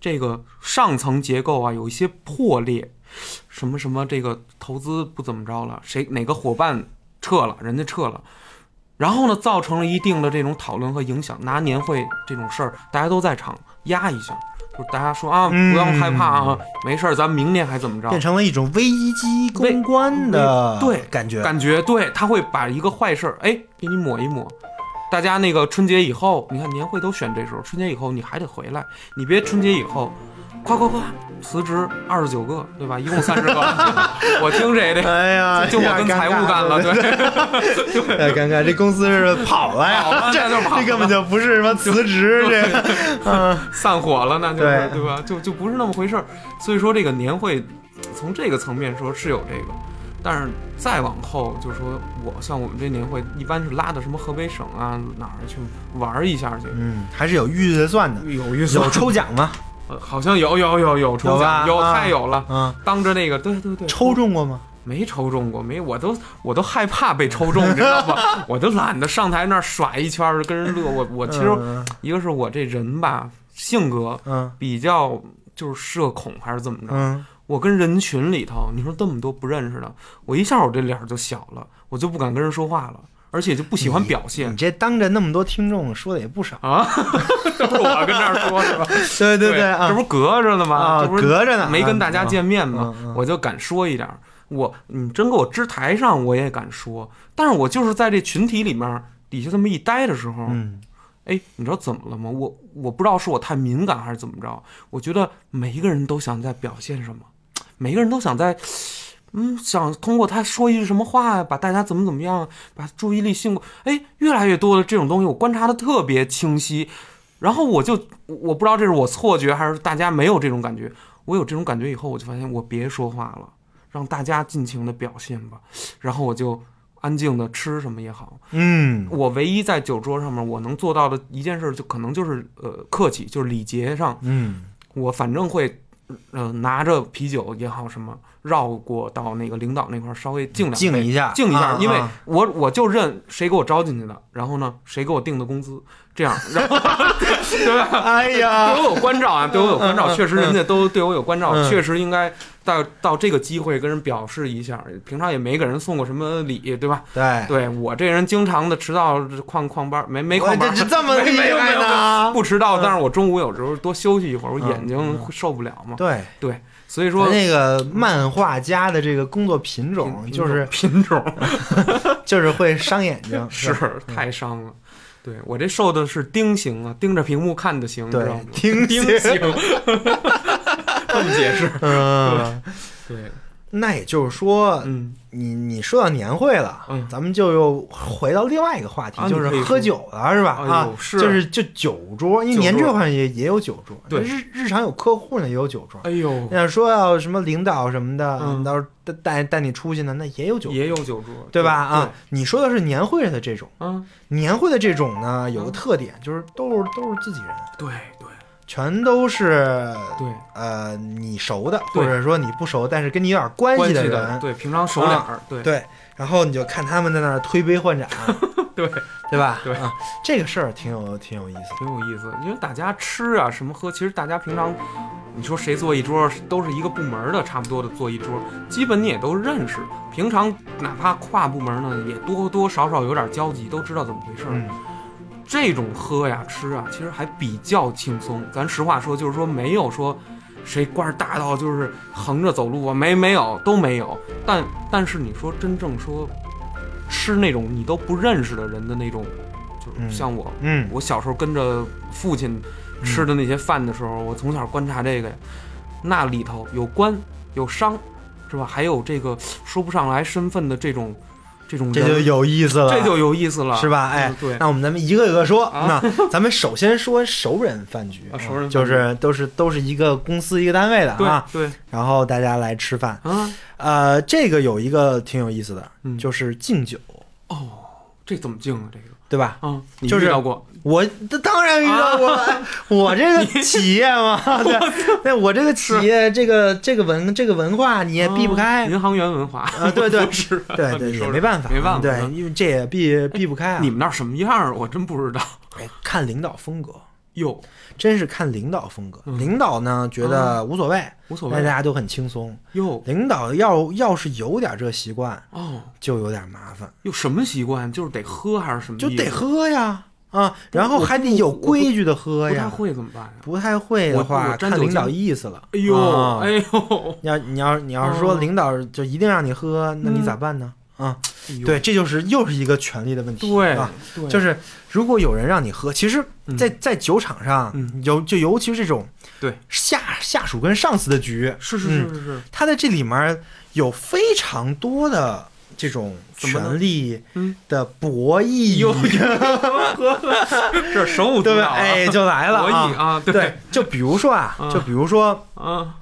S1: 这个上层结构啊，有一些破裂，什么什么这个投资不怎么着了，谁哪个伙伴撤了，人家撤了，然后呢，造成了一定的这种讨论和影响。拿年会这种事儿，大家都在场压一下，就是大家说啊，
S2: 嗯
S1: 不要害怕啊，没事儿，咱明年还怎么着？
S2: 变成了一种危机公关的
S1: 嗯危对
S2: 感觉。
S1: 感觉对，他会把一个坏事儿，哎，给你抹一抹。大家那个春节以后，你看年会都选这时候，春节以后你还得回来，你别春节以后，夸夸夸辞职二十九个，对吧？一共三十个，我听谁 的？
S2: 哎呀，
S1: 就我跟财务干了，对，
S2: 有 点尴尬。这公 司是跑了
S1: 跑
S2: 呀，
S1: 了
S2: 这
S1: 那就跑了
S2: 这根本就不是什么辞职， 这个嗯
S1: 散伙了，那就是
S2: 对
S1: 对吧？就就不是那么回事儿。所以说这个年会，从这个层面说是有这个，但是再往后就说我像我们这年会一般是拉到什么河北省啊哪儿去玩儿一下去，
S2: 嗯，还是有预算的，
S1: 有预
S2: 有抽奖吗？
S1: 呃，好像有有有有抽
S2: 有吧
S1: 奖，有
S2: 啊
S1: 太有了。
S2: 嗯，
S1: 当着那个，对对对，
S2: 抽中过吗？
S1: 没抽中过，没，我都我都害怕被抽中，你知道吧？ 我都懒得上台那儿耍一圈儿跟人乐。我我其实
S2: 嗯
S1: 一个是我这人吧，性格
S2: 嗯
S1: 比较就是社恐还是怎么着，
S2: 嗯，
S1: 我跟人群里头，你说这么多不认识的，我一下我这脸儿就小了，我就不敢跟人说话了，而且就不喜欢表现
S2: 嗯你这当着那么多听众说的也不少。
S1: 啊。都是我跟这儿说是吧？
S2: 对对
S1: 对
S2: 啊
S1: 这不是隔着呢吗？
S2: 啊，
S1: 这不是
S2: 隔着呢，
S1: 没跟大家见面嘛，
S2: 嗯嗯嗯
S1: 我就敢说一点儿。我你真给我支台上，我也敢说。但是我就是在这群体里面儿底下这么一待的时候，
S2: 嗯。
S1: 哎，你知道怎么了吗？我我不知道是我太敏感还是怎么着，我觉得每一个人都想在表现什么，每一个人都想在，嗯，想通过他说一句什么话呀，把大家怎么怎么样，把注意力吸过。哎，越来越多的这种东西，我观察的特别清晰。然后我就我不知道这是我错觉还是大家没有这种感觉，我有这种感觉以后，我就发现我别说话了，让大家尽情的表现吧。然后我就安静的吃什么也好，
S2: 嗯
S1: 我唯一在酒桌上面我能做到的一件事，就可能就是呃客气，就是礼节上，
S2: 嗯
S1: 我反正会呃拿着啤酒也好什么，绕过到那个领导那块儿稍微敬两杯
S2: 敬一下，
S1: 敬一下，
S2: 啊
S1: 因为
S2: 啊
S1: 我我就认谁给我招进去的，然后呢谁给我定的工资，这样，然后 对吧？
S2: 哎呀，
S1: 对我有关照啊，对我有关
S2: 嗯
S1: 照，
S2: 嗯
S1: 确实人家都对我有关照，
S2: 嗯
S1: 确实应该到到这个机会跟人表示一下。平常也没给人送过什么礼，对吧？
S2: 对，
S1: 对我这人经常的迟到，旷旷班儿没没
S2: 我
S1: 旷班
S2: 这
S1: 儿，
S2: 这这么
S1: 没
S2: 厉
S1: 没有没
S2: 害
S1: 有没有
S2: 呢？
S1: 不啊迟
S2: 嗯
S1: 到，但是我中午有时候多休息一会儿，我
S2: 嗯
S1: 眼睛会受不了嘛。
S2: 对，
S1: 所以说
S2: 咱，那个漫画家的这个工作品种
S1: 品
S2: 就是
S1: 品种
S2: 就是会伤眼睛，
S1: 是
S2: 嗯
S1: 太伤了。对我这受的是盯刑啊，盯着屏幕看的刑，你知道
S2: 对
S1: 吗，？
S2: 听
S1: 盯
S2: 起
S1: 刑， 这么解释。
S2: 嗯，
S1: 对，
S2: 那也就是说，
S1: 嗯，
S2: 你你说到年会了，
S1: 嗯
S2: 咱们就又回到另外一个话题，
S1: 啊
S2: 就是喝酒了，是吧？
S1: 哎呦
S2: 啊，
S1: 是
S2: 就是就酒桌，因为
S1: 酒桌
S2: 年这块也也有酒桌，
S1: 对
S2: 日日常有客户呢也有酒桌。
S1: 哎呦，
S2: 那说要什么领导什么的，
S1: 嗯
S2: 到时候带带你出去呢，那也有酒桌，
S1: 也有酒桌，
S2: 对吧？啊，，你说的是年会的这种，
S1: 对嗯，
S2: 年会的这种呢，有个特点就是都是都是自己人，
S1: 对对
S2: 全都是
S1: 对，
S2: 呃你熟的，或
S1: 对
S2: 者说你不熟但是跟你有点关系
S1: 系
S2: 的人，啊
S1: 的对，平常熟脸儿，对
S2: 对，然后你就看他们在那儿推杯换盏，啊
S1: 对，
S2: 对吧？
S1: 对
S2: 啊，这个事儿挺有挺有意思的。
S1: 挺有意思。因为大家吃啊什么喝，其实大家平常，你说谁坐一桌，都是一个部门儿的，差不多的坐一桌，基本你也都认识。平常哪怕跨部门儿呢，也多多少少有点交集，都知道怎么回事儿。
S2: 嗯，
S1: 这种喝呀吃啊，其实还比较轻松。咱实话说，就是说没有说谁官儿大到就是横着走路啊，没没有都没有。但但是你说真正说吃那种你都不认识的人的那种，就是
S2: 嗯
S1: 像我，
S2: 嗯，
S1: 我小时候跟着父亲吃的那些饭的时候，我从小观察这个呀，那里头有官有商，是吧？还有这个说不上来身份的这种这种人，
S2: 嗯这就有意思了，
S1: 这就有意思了，
S2: 是吧？哎
S1: 嗯，， 对。
S2: 那我们咱们一个一个说。
S1: 啊
S2: 那咱们首先说熟人饭局，
S1: 啊熟人饭局
S2: 就是都是都是一个公司一个单位的
S1: 对
S2: 啊，
S1: 对
S2: 然后大家来吃饭。
S1: 啊，
S2: 呃，这个有一个挺有意思的，
S1: 嗯
S2: 就是敬酒，
S1: 这怎么敬啊？这个
S2: 对吧？
S1: 啊，你
S2: 就是
S1: 遇到过？
S2: 我这当然遇到过，哎
S1: 啊
S2: 我这个企业嘛，对，对我这个企业，这个这个文这个文化你也哎避不开
S1: 啊，银行员文化
S2: 啊对对
S1: 不是啊
S2: 对对，
S1: 你
S2: 也
S1: 说
S2: 没办法，
S1: 没办法
S2: 对
S1: 啊，
S2: 因为这也避避不开啊。
S1: 你们那儿什么样儿？我真不知道。
S2: 哎看领导风格，
S1: 哟，
S2: 真是看领导风格。
S1: 嗯啊
S2: 领导呢觉得无所谓，
S1: 无所
S2: 大
S1: 谓。
S2: 家都很轻松。
S1: 哟
S2: 领导要要是有点这习惯，
S1: 哦，
S2: 就有点麻烦，
S1: 哟，什么习惯？就是得喝还是什么意
S2: 就
S1: 思？
S2: 得喝呀啊，然后
S1: 我
S2: 还得有
S1: 我不
S2: 规矩的喝
S1: 不太
S2: 呀。
S1: 会怎么办呀？
S2: 不太会的
S1: 我
S2: 话，
S1: 我沾
S2: 看
S1: 酒
S2: 领导
S1: 精
S2: 意思了。
S1: 哎呦，
S2: 啊
S1: 哎呦，
S2: 要你要你要是说
S1: 哦
S2: 领导就一定让你喝，那你
S1: 嗯
S2: 咋办呢？啊，
S1: 哎呦
S2: 对，这就是又是一个权利的问题。
S1: 对
S2: 啊，，
S1: 对
S2: 就是如果有人让你喝，其实
S1: 嗯
S2: 在，在酒场上
S1: 嗯
S2: 尤就尤其是这种
S1: 对
S2: 下下属跟上司的局，
S1: 是是是是 是，
S2: 他在这里面有非常多的这种
S1: 怎么呢
S2: 权利
S1: 嗯
S2: 的博弈，
S1: 哟，这是手舞足
S2: 对
S1: 蹈
S2: 吧？
S1: 啊，
S2: 哎，就来了
S1: 博弈
S2: 啊！
S1: 啊，
S2: 对， 就比如说啊，
S1: 啊
S2: 就比如说
S1: 啊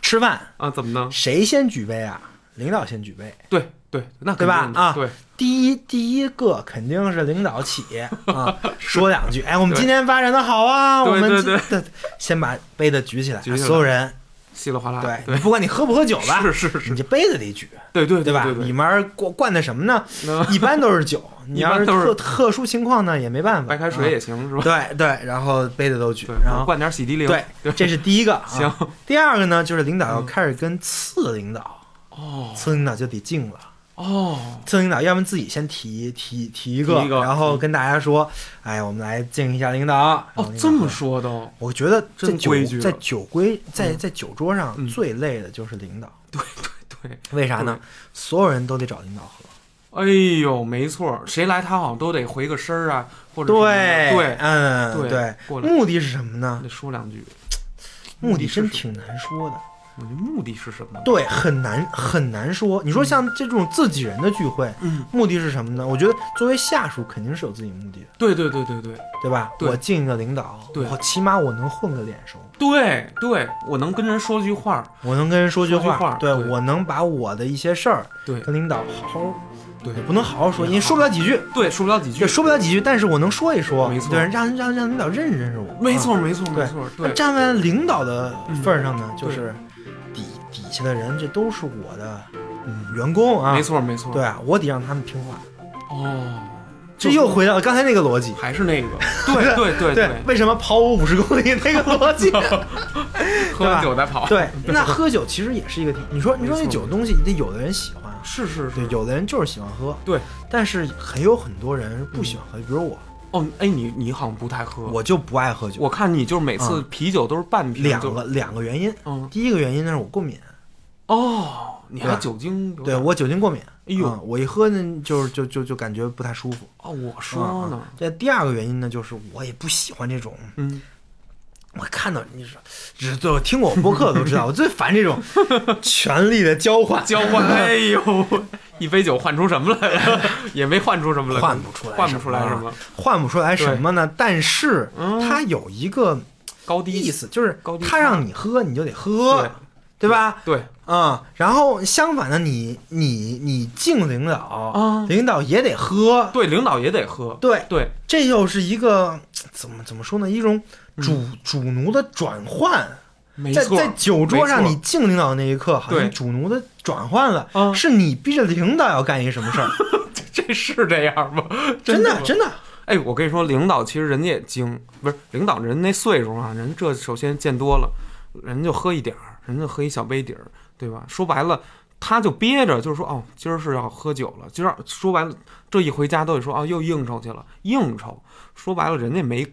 S2: 吃饭，
S1: 啊，怎么呢？
S2: 谁先举杯啊？领导先举杯。
S1: 对对，那
S2: 对吧
S1: 肯定的
S2: 啊
S1: 对，
S2: 第一第一个肯定是领导起 啊，说两句，哎，我们今天发展的好啊，
S1: 对
S2: 我们
S1: 对
S2: 今先把杯子举起来，
S1: 举起来
S2: 所有人，
S1: 稀里哗啦，
S2: 对
S1: 对
S2: 你不管你喝不喝酒吧，
S1: 是是
S2: 你
S1: 是，
S2: 这杯子得举，
S1: 对对
S2: 对吧？
S1: 对
S2: 里面灌灌的什么呢？
S1: 那
S2: 一般都 是酒，你要
S1: 一般都
S2: 特
S1: 是
S2: 特殊情况呢，也没办法，
S1: 白开水
S2: 啊
S1: 也行是吧？
S2: 对对，然后杯子都举
S1: 对，，
S2: 然后
S1: 灌点洗涤灵，
S2: 对，这是第一个啊。
S1: 行，
S2: 第二个呢，就是领导要
S1: 嗯
S2: 开始跟次领导，
S1: 哦
S2: 次领导就得敬了。
S1: 哦，
S2: 测领导，要么自己先提提提一个，
S1: 提一个嗯
S2: 然后跟大家说，哎，我们来敬一下领导。然后
S1: 哦
S2: 领，导
S1: 这么说
S2: 说，
S1: 哦都
S2: 我觉得在
S1: 真
S2: 酒
S1: 规矩了啊
S2: 在酒规在在酒桌上
S1: 嗯
S2: 最累的就是领导，
S1: 对，
S2: 为啥呢？所有人都得找领导喝。
S1: 哎呦，没错，谁来他好像都得回个身儿啊，或者什么的
S2: 对，
S1: 对
S2: 嗯，对
S1: 对，过来
S2: 目的是什么呢？
S1: 得说两句，
S2: 目的
S1: 的
S2: 真
S1: 是什么
S2: 挺难说的，
S1: 我的目的是什么？
S2: 对，很难很难说。你说像这种自己人的聚会，
S1: 嗯，
S2: 目的是什么呢？我觉得作为下属肯定是有自己目的的，
S1: 对对对对对
S2: 对吧？
S1: 对
S2: 我敬一个领导，
S1: 对
S2: 我起码我能混个脸熟。
S1: 对对，我能跟人说句话儿，
S2: 我能跟人说句
S1: 说句话
S2: 对
S1: 对
S2: 我能把我的一些事儿
S1: 对
S2: 跟领导好好，哎
S1: 对
S2: 也不能好好说，因为说不了几句，
S1: 对，说不了几句
S2: 也，说不了几句，但是我能说一说，
S1: 没错
S2: 对，让让让领导认识认识我，
S1: 没
S2: 啊。
S1: 错没错
S2: 对
S1: 没错，
S2: 那
S1: 对，
S2: 站在领导的份儿上呢，
S1: 嗯
S2: 就是底底下的人，这都是我的
S1: 嗯
S2: 员工啊
S1: 没，错没错，
S2: 对，啊，我得让他们听话，
S1: 哦，
S2: 这 又回到刚才那个逻辑。
S1: 还是那个， 对对对
S2: 对，为什么跑我五十公里 那个逻辑？
S1: 喝完酒再跑，
S2: 对，那喝酒其实也是一个挺，你说你说那
S1: 没错
S2: 酒东西，那有的人喜欢，啊
S1: 是是
S2: 对
S1: 是，，
S2: 有的人就是喜欢喝，
S1: 对。
S2: 但是很有很多人不喜欢喝，比如我，
S1: 哦，哎，你你好像不太喝，
S2: 我就不爱喝酒，
S1: 我嗯看你就是每次啤酒都是半瓶，
S2: 两
S1: 就
S2: 个两个原因，
S1: 嗯
S2: 第一个原因呢是我过敏，
S1: 哦，你
S2: 对
S1: 还
S2: 吧
S1: 酒精有
S2: 对
S1: 点
S2: 我酒精过敏，
S1: 哎呦
S2: 嗯我一喝呢就是就就就感觉不太舒服。
S1: 哦，我说呢，
S2: 这第二个原因呢，就是我也不喜欢这种，
S1: 嗯，
S2: 我看到你说，只是我听过我播客都知 道，我最烦这种权力的交换，
S1: 交换， 哎呦，一杯酒换出什么来了？也没换出什么来，嗯
S2: 换不出来，
S1: 换不出来什么，
S2: 换不出来什么呢？但是
S1: 嗯
S2: 它有一个
S1: 高低
S2: 意思，就是
S1: 高低
S2: 它让你喝，你就得喝
S1: 对，
S2: 对吧？
S1: 对，
S2: 嗯，然后相反的，你你你敬领导
S1: 啊，
S2: 领导也得喝，
S1: 对，领导也得喝，
S2: 对，
S1: 对，
S2: 这又是一个怎么怎么说呢？一种主主奴的转换。
S1: 嗯没
S2: 在
S1: 错
S2: 在，酒桌上，
S1: 没错
S2: 你敬领导那一刻，好像
S1: 对
S2: 主奴的转换了，
S1: 啊
S2: 是你逼着领导要干一什么 事儿，
S1: 这是这样 吗？
S2: 真
S1: 的
S2: 的
S1: 吗
S2: 真的，
S1: 哎，我跟你说，领导其实人家也精，不是领导人那岁数啊，人这首先见多了，人就喝一点儿，人就喝一小杯底儿，对吧？说白了，他就憋着，就是说，哦，今儿是要喝酒了，今儿说白了，这一回家都得说，哦，又应酬去了，应酬。说白了，人家没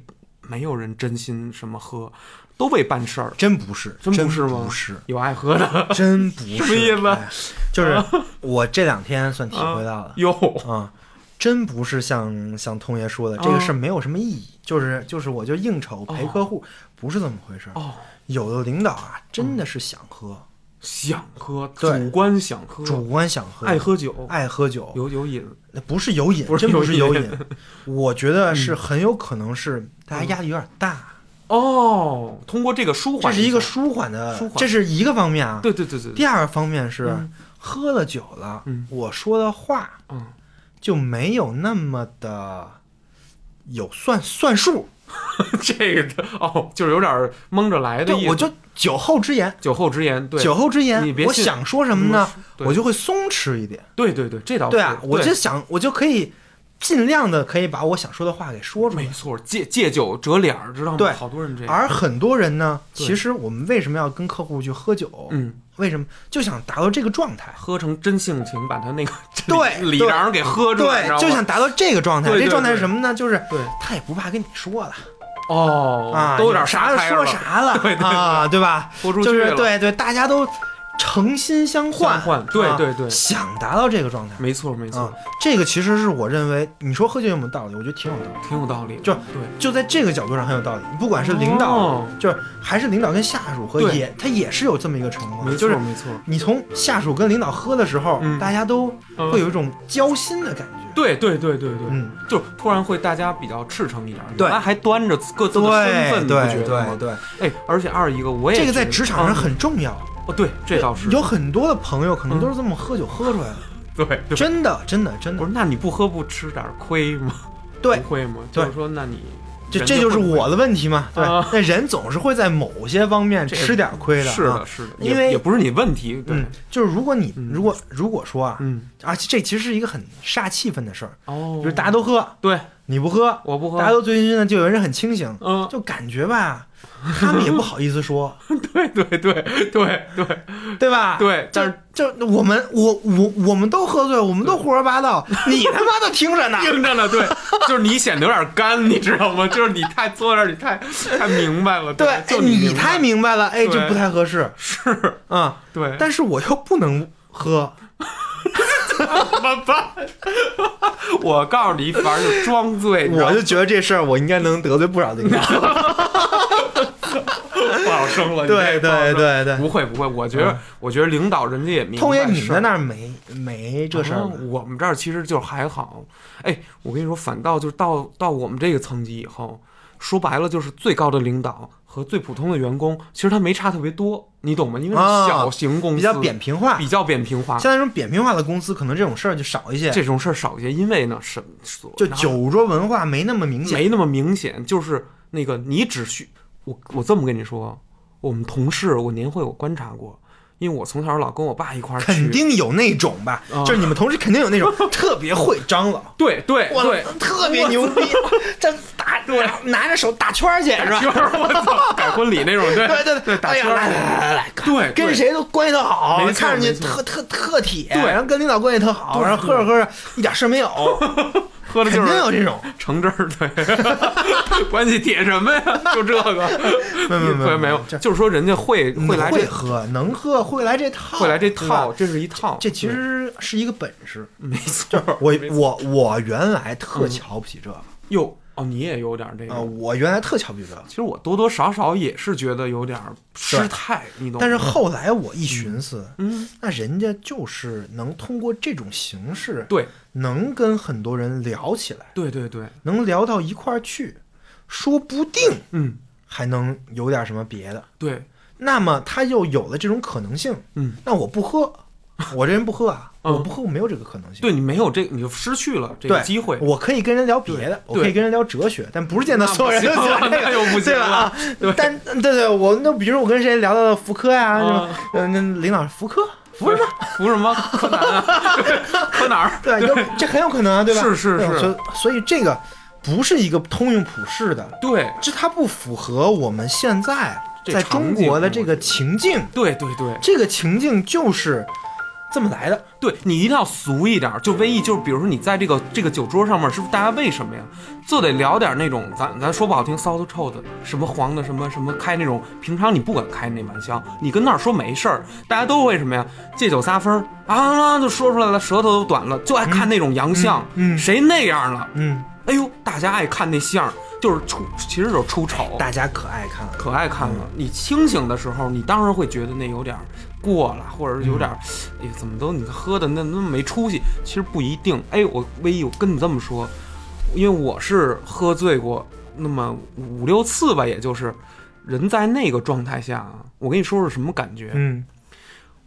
S1: 没有人真心什么喝，都被办事儿，
S2: 真不是，
S1: 真
S2: 真
S1: 不是吗
S2: 不是，
S1: 有爱喝的，
S2: 真不是，
S1: 什么意思啊
S2: 哎就是我这两天算体会到了，
S1: 哟，
S2: 啊，真不是像像通爷说的，这个
S1: 啊
S2: 事儿没有什么意义，就是就是我就应酬陪客户，不是这么回事儿。
S1: 哦，嗯
S2: 有的领导啊，真的是想喝，
S1: 想喝，
S2: 对
S1: 主观想喝，
S2: 主观想喝，
S1: 爱喝酒，
S2: 爱喝酒，
S1: 有有瘾，
S2: 那不是有瘾
S1: 不，是
S2: 真不是有
S1: 有
S2: 瘾
S1: 瘾，嗯
S2: 我觉得是很有可能是大家压力有点大，
S1: 哦，通过这个舒
S2: 这
S1: 缓下，
S2: 是一个舒缓的，
S1: 舒缓
S2: 这是一个方面啊。
S1: 对对对对，
S2: 第二个方面是、
S1: 嗯
S2: 喝了酒了，
S1: 嗯
S2: 我说的话
S1: 嗯，
S2: 就没有那么的有算算数，
S1: 这个哦，就是有点蒙着来的意
S2: 对，
S1: 思。
S2: 我就酒后之言。
S1: 酒后之言，对，
S2: 酒后之
S1: 你
S2: 言，
S1: 别
S2: 我
S1: 信嗯
S2: 想说什么呢？
S1: 对
S2: 我就会松弛一点。
S1: 对对对，这倒是
S2: 对啊，我就
S1: 这
S2: 想，我就可以尽量的可以把我想说的话给说出来
S1: 没。错，借借酒折脸儿，知道吗？
S2: 对
S1: 好多人这样。
S2: 而很多人呢，
S1: 对
S2: 其实我们为什么要跟客户去喝酒？
S1: 嗯，
S2: 为什么就想达到这个状态？
S1: 喝成真性情，把他那个
S2: 对
S1: 里
S2: 对
S1: 瓤给喝出来，
S2: 对
S1: 你知道，吗
S2: 就想达到这个状态。
S1: 对对
S2: 这状态是什么呢？就是
S1: 对
S2: 他也不怕跟你说了
S1: 哦，
S2: 啊，
S1: 都有点
S2: 啥
S1: 撒开
S2: 说
S1: 了，
S2: 啥了
S1: 对对对
S2: 啊，对吧？
S1: 豁出去
S2: 就是
S1: 了
S2: 对对，大家都诚心相换，
S1: 相换对
S2: 啊
S1: 对对
S2: 想达到这个状态。
S1: 没错没
S2: 啊
S1: 错，，
S2: 这个其实是我认为，你说喝酒有没有道理？我觉得挺有道理，
S1: 挺有道理的。
S2: 嗯就
S1: 对，
S2: 就在这个角度上很有道理。不管是领导，
S1: 哦
S2: 就是还是领导跟下属喝，
S1: 对
S2: 也他也是有这么一个成
S1: 没
S2: 分，
S1: 错
S2: 啊就是
S1: 没错，
S2: 你从下属跟领导喝的时候，
S1: 嗯
S2: 大家都
S1: 嗯
S2: 会有一种交心的感觉。
S1: 对对对对对，
S2: 嗯，
S1: 就突然会大家比较赤诚一点儿，
S2: 对
S1: 原来还端着各自的身份，你不觉得吗？
S2: 对，
S1: 哎，而且二一个我也
S2: 这个在
S1: 觉得
S2: 职场上
S1: 嗯
S2: 很重要。
S1: 哦，对，这倒是
S2: 有很多的朋友可能都是这么喝酒喝出来的，
S1: 对，对
S2: 真的，真的，真
S1: 不
S2: 的。
S1: 是，那你不喝不吃点儿亏吗？
S2: 对
S1: 不会吗？
S2: 对
S1: 就是说，那你
S2: 这
S1: 人
S2: 这就是
S1: 会不会
S2: 我的问题嘛，对
S1: 啊，
S2: 那人总是会在某些方面
S1: 这
S2: 吃点亏的，
S1: 是
S2: 啊
S1: 的，，是的，
S2: 因
S1: 也
S2: 为
S1: 也不是你问题，对
S2: 嗯，，就是如果你
S1: 嗯
S2: 如果如果说啊，
S1: 嗯，
S2: 而且这其实是一个很煞气氛的事儿，
S1: 哦，
S2: 就是大家都喝，
S1: 对，
S2: 你不喝，
S1: 我不喝，
S2: 大家都醉醺醺的，就有人很清醒，
S1: 嗯，
S2: 就感觉吧，他们也不好意 思说，
S1: 对对对对对
S2: 对吧？
S1: 对，
S2: 就
S1: 但是
S2: 就我们我我我们都喝醉，我们都胡说八道，你他妈的 听着呢，
S1: 硬着呢，对，就是你显得有点干，你知道吗？就是你太坐那儿，你太太明白了，
S2: 对，
S1: 对，
S2: 哎
S1: 就
S2: 你
S1: 明白
S2: 太明白了，哎，
S1: 对
S2: 这不太合适
S1: 是，
S2: 啊、
S1: 对，
S2: 但是我又不能喝，
S1: 怎么办？ 我告诉你，反正就装醉，你知道
S2: 我
S1: 吗
S2: 就觉得这事儿我应该能得罪不少领导。
S1: 不好生了，你
S2: 对
S1: 这不好
S2: 对
S1: 生
S2: 对嗯对
S1: 不会不会，我觉得我觉得领导人家也明白事儿。
S2: 通爷，你们那儿没没这事儿
S1: 啊
S2: 吧？
S1: 我们这儿其实就还好。哎，我跟你说，反倒就是到到我们这个层级以后，说白了就是最高的领导和最普通的员工，其实他没差特别多，你懂吗？因为
S2: 啊
S1: 是小型公司
S2: 比较扁平化，
S1: 比较扁平化，
S2: 像那种扁平化的公司，可能这种事儿就少一些，
S1: 这种事儿少一些，因为呢什所
S2: 就
S1: 哪
S2: 酒桌文化没那么明显。
S1: 没那么明显，就是那个你只需我我这么跟你说，我们同事我年会我观察过，因为我从小老跟我爸一块儿去，
S2: 肯定有那种吧，
S1: 啊
S2: 就是你们同事肯定有那种 特别会张罗，
S1: 对对
S2: 哇
S1: 对，，
S2: 特别牛逼， 这打
S1: 对
S2: 拿着手打圈儿去是吧？
S1: 就是我操，改婚礼那种，对
S2: 对对
S1: 对，打
S2: 哎呀
S1: 圈儿
S2: 来来来来，
S1: 对，对
S2: 跟谁都关系特好
S1: 没，错
S2: 看上去
S1: 没错
S2: 特特特铁，
S1: 对
S2: 然后跟领导关系特好，
S1: 对
S2: 然后喝着喝着一点事儿 没有，
S1: 喝的
S2: 肯
S1: 就
S2: 定有
S1: 是
S2: 这种。
S1: 橙汁儿，对， 关系铁什么呀？就这个，
S2: 没有没有没有
S1: 没有
S2: 这，
S1: 就是说人家会会来
S2: 会
S1: 这
S2: 喝，能喝，会来这套，
S1: 会来这
S2: 对吧
S1: 套，，这是一套，
S2: 这其实是一个本事。
S1: 对没错。
S2: 我
S1: 没错嗯
S2: 我我原来特瞧不起这个
S1: 哟哦，你也有点这
S2: 啊，
S1: 个。
S2: 我原来特瞧不起这个，
S1: 其实我多多少少也是觉得有点失态，你懂吗？
S2: 但是后来我一寻思，
S1: 嗯，
S2: 那人家就是能通过这种形式，
S1: 对
S2: 能跟很多人聊起来，
S1: 对对对，
S2: 能聊到一块儿去，说不定
S1: 嗯
S2: 还能有点什么别的。
S1: 对，
S2: 那么他又有了这种可能性，
S1: 嗯，
S2: 那我不喝，我这人不 喝啊，
S1: 嗯
S2: 我不喝，我没有这个可能性。
S1: 对你没有这，你就失去了这
S2: 对
S1: 个机会。
S2: 我可以跟人聊别的，我可以跟人聊哲学，但不是见到所有人都喜欢这
S1: 那
S2: 个。
S1: 又啊不行
S2: 对吧？
S1: 了
S2: 啊，
S1: 对
S2: 但对对，我那比如我跟谁聊到了福柯呀、什么
S1: 啊，
S2: 嗯，那领导福柯，福什么？
S1: 服什么？ 柯南啊，柯哪儿？
S2: 对，有这很有可能啊，对吧？
S1: 是是
S2: 对
S1: 是
S2: 所以所以这个不是一个通用普世的，
S1: 对
S2: 这它不符合我们现在
S1: 这
S2: 在
S1: 场
S2: 中
S1: 景
S2: 国的
S1: 我
S2: 这
S1: 觉
S2: 个
S1: 得
S2: 情境，
S1: 对对对
S2: 这个情境就是这么来的。
S1: 对，你一定要俗一点儿，就唯一就是，比如说你在这个这个酒桌上面，是不是大家为什么呀，就得聊点那种咱咱说不好听，骚的臭的，什么黄的，什么什么开那种，平常你不敢开那玩笑，你跟那儿说没事儿，大家都会什么呀，借酒撒疯儿啊啊就说出来了，舌头都短了，就爱看那种洋相，
S2: 嗯嗯
S1: 谁那样了，
S2: 嗯，
S1: 哎呦，大家爱看那相儿，就是出，其实就是出丑，
S2: 大家可爱看了。
S1: 可爱看了。你清醒的时候，你当然会觉得那有点儿过了，或者是有点儿，哎，怎么都你喝的那那么没出息？其实不一定。哎，我唯一我跟你这么说，因为我是喝醉过那么五六次吧，也就是人在那个状态下啊，我跟你说说什么感觉。
S2: 嗯，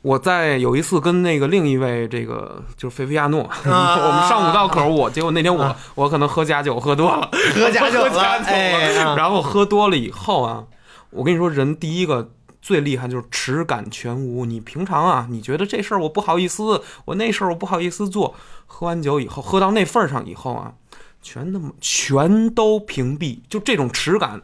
S1: 我在有一次跟那个另一位这个就是菲菲亚 诺，
S2: 啊
S1: 我们上五道口我，结果那天我、
S2: 啊
S1: 我可能喝假酒喝多了，
S2: 喝假酒
S1: 喝
S2: 了，
S1: 假酒
S2: 哎，啊
S1: 然后喝多了以后啊，我跟你说，人第一个最厉害就是耻感全无。你平常啊，你觉得这事儿我不好意思，我那事儿我不好意思做。喝完酒以后，喝到那份儿上以后啊，全他妈全都屏蔽，就这种耻感，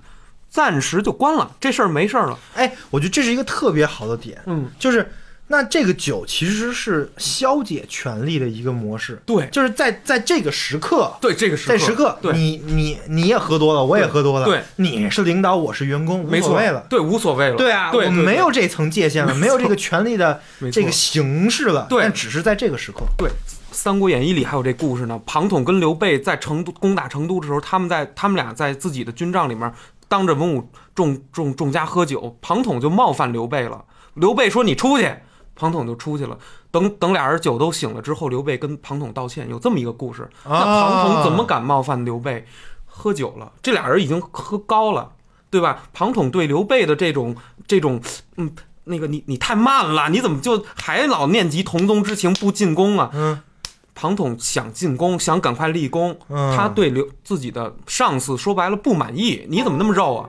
S1: 暂时就关了，这事儿没事儿了。
S2: 哎，我觉得这是一个特别好的点，
S1: 嗯，
S2: 就是那这个酒其实是消解权力的一个模式，
S1: 对
S2: 就是在在这个时刻。
S1: 对，这个时
S2: 在时刻，
S1: 对，
S2: 你你你也喝多了，我也喝多了，
S1: 对，
S2: 你是领导，我是员工，无
S1: 没
S2: 所
S1: 错
S2: 谓了，，
S1: 对，无所谓了。
S2: 对啊，
S1: 对，
S2: 我
S1: 对
S2: 没有这层界限了，没有这个权利的
S1: 没错
S2: 这个形式了，
S1: 对
S2: 但只是在这个时刻，
S1: 对，《三国演义》里还有这故事呢。庞统跟刘备在成都攻打成都的时候，他们在他们俩在自己的军帐里面当着文武众众众家喝酒，庞统就冒犯刘备了。刘备说：“你出去。”庞统就出去了。等等，俩人酒都醒了之后，刘备跟庞统道歉，有这么一个故事。
S2: 啊
S1: 那庞统怎么敢冒犯刘备？喝酒了，这俩人已经喝高了，对吧？庞统对刘备的这种这种，嗯，那个你你太慢了，你怎么就还老念及同宗之情不进宫啊？
S2: 嗯，
S1: 庞统想进宫，想赶快立功，
S2: 嗯
S1: 他对刘自己的上司说白了不满意，你怎么那么肉啊？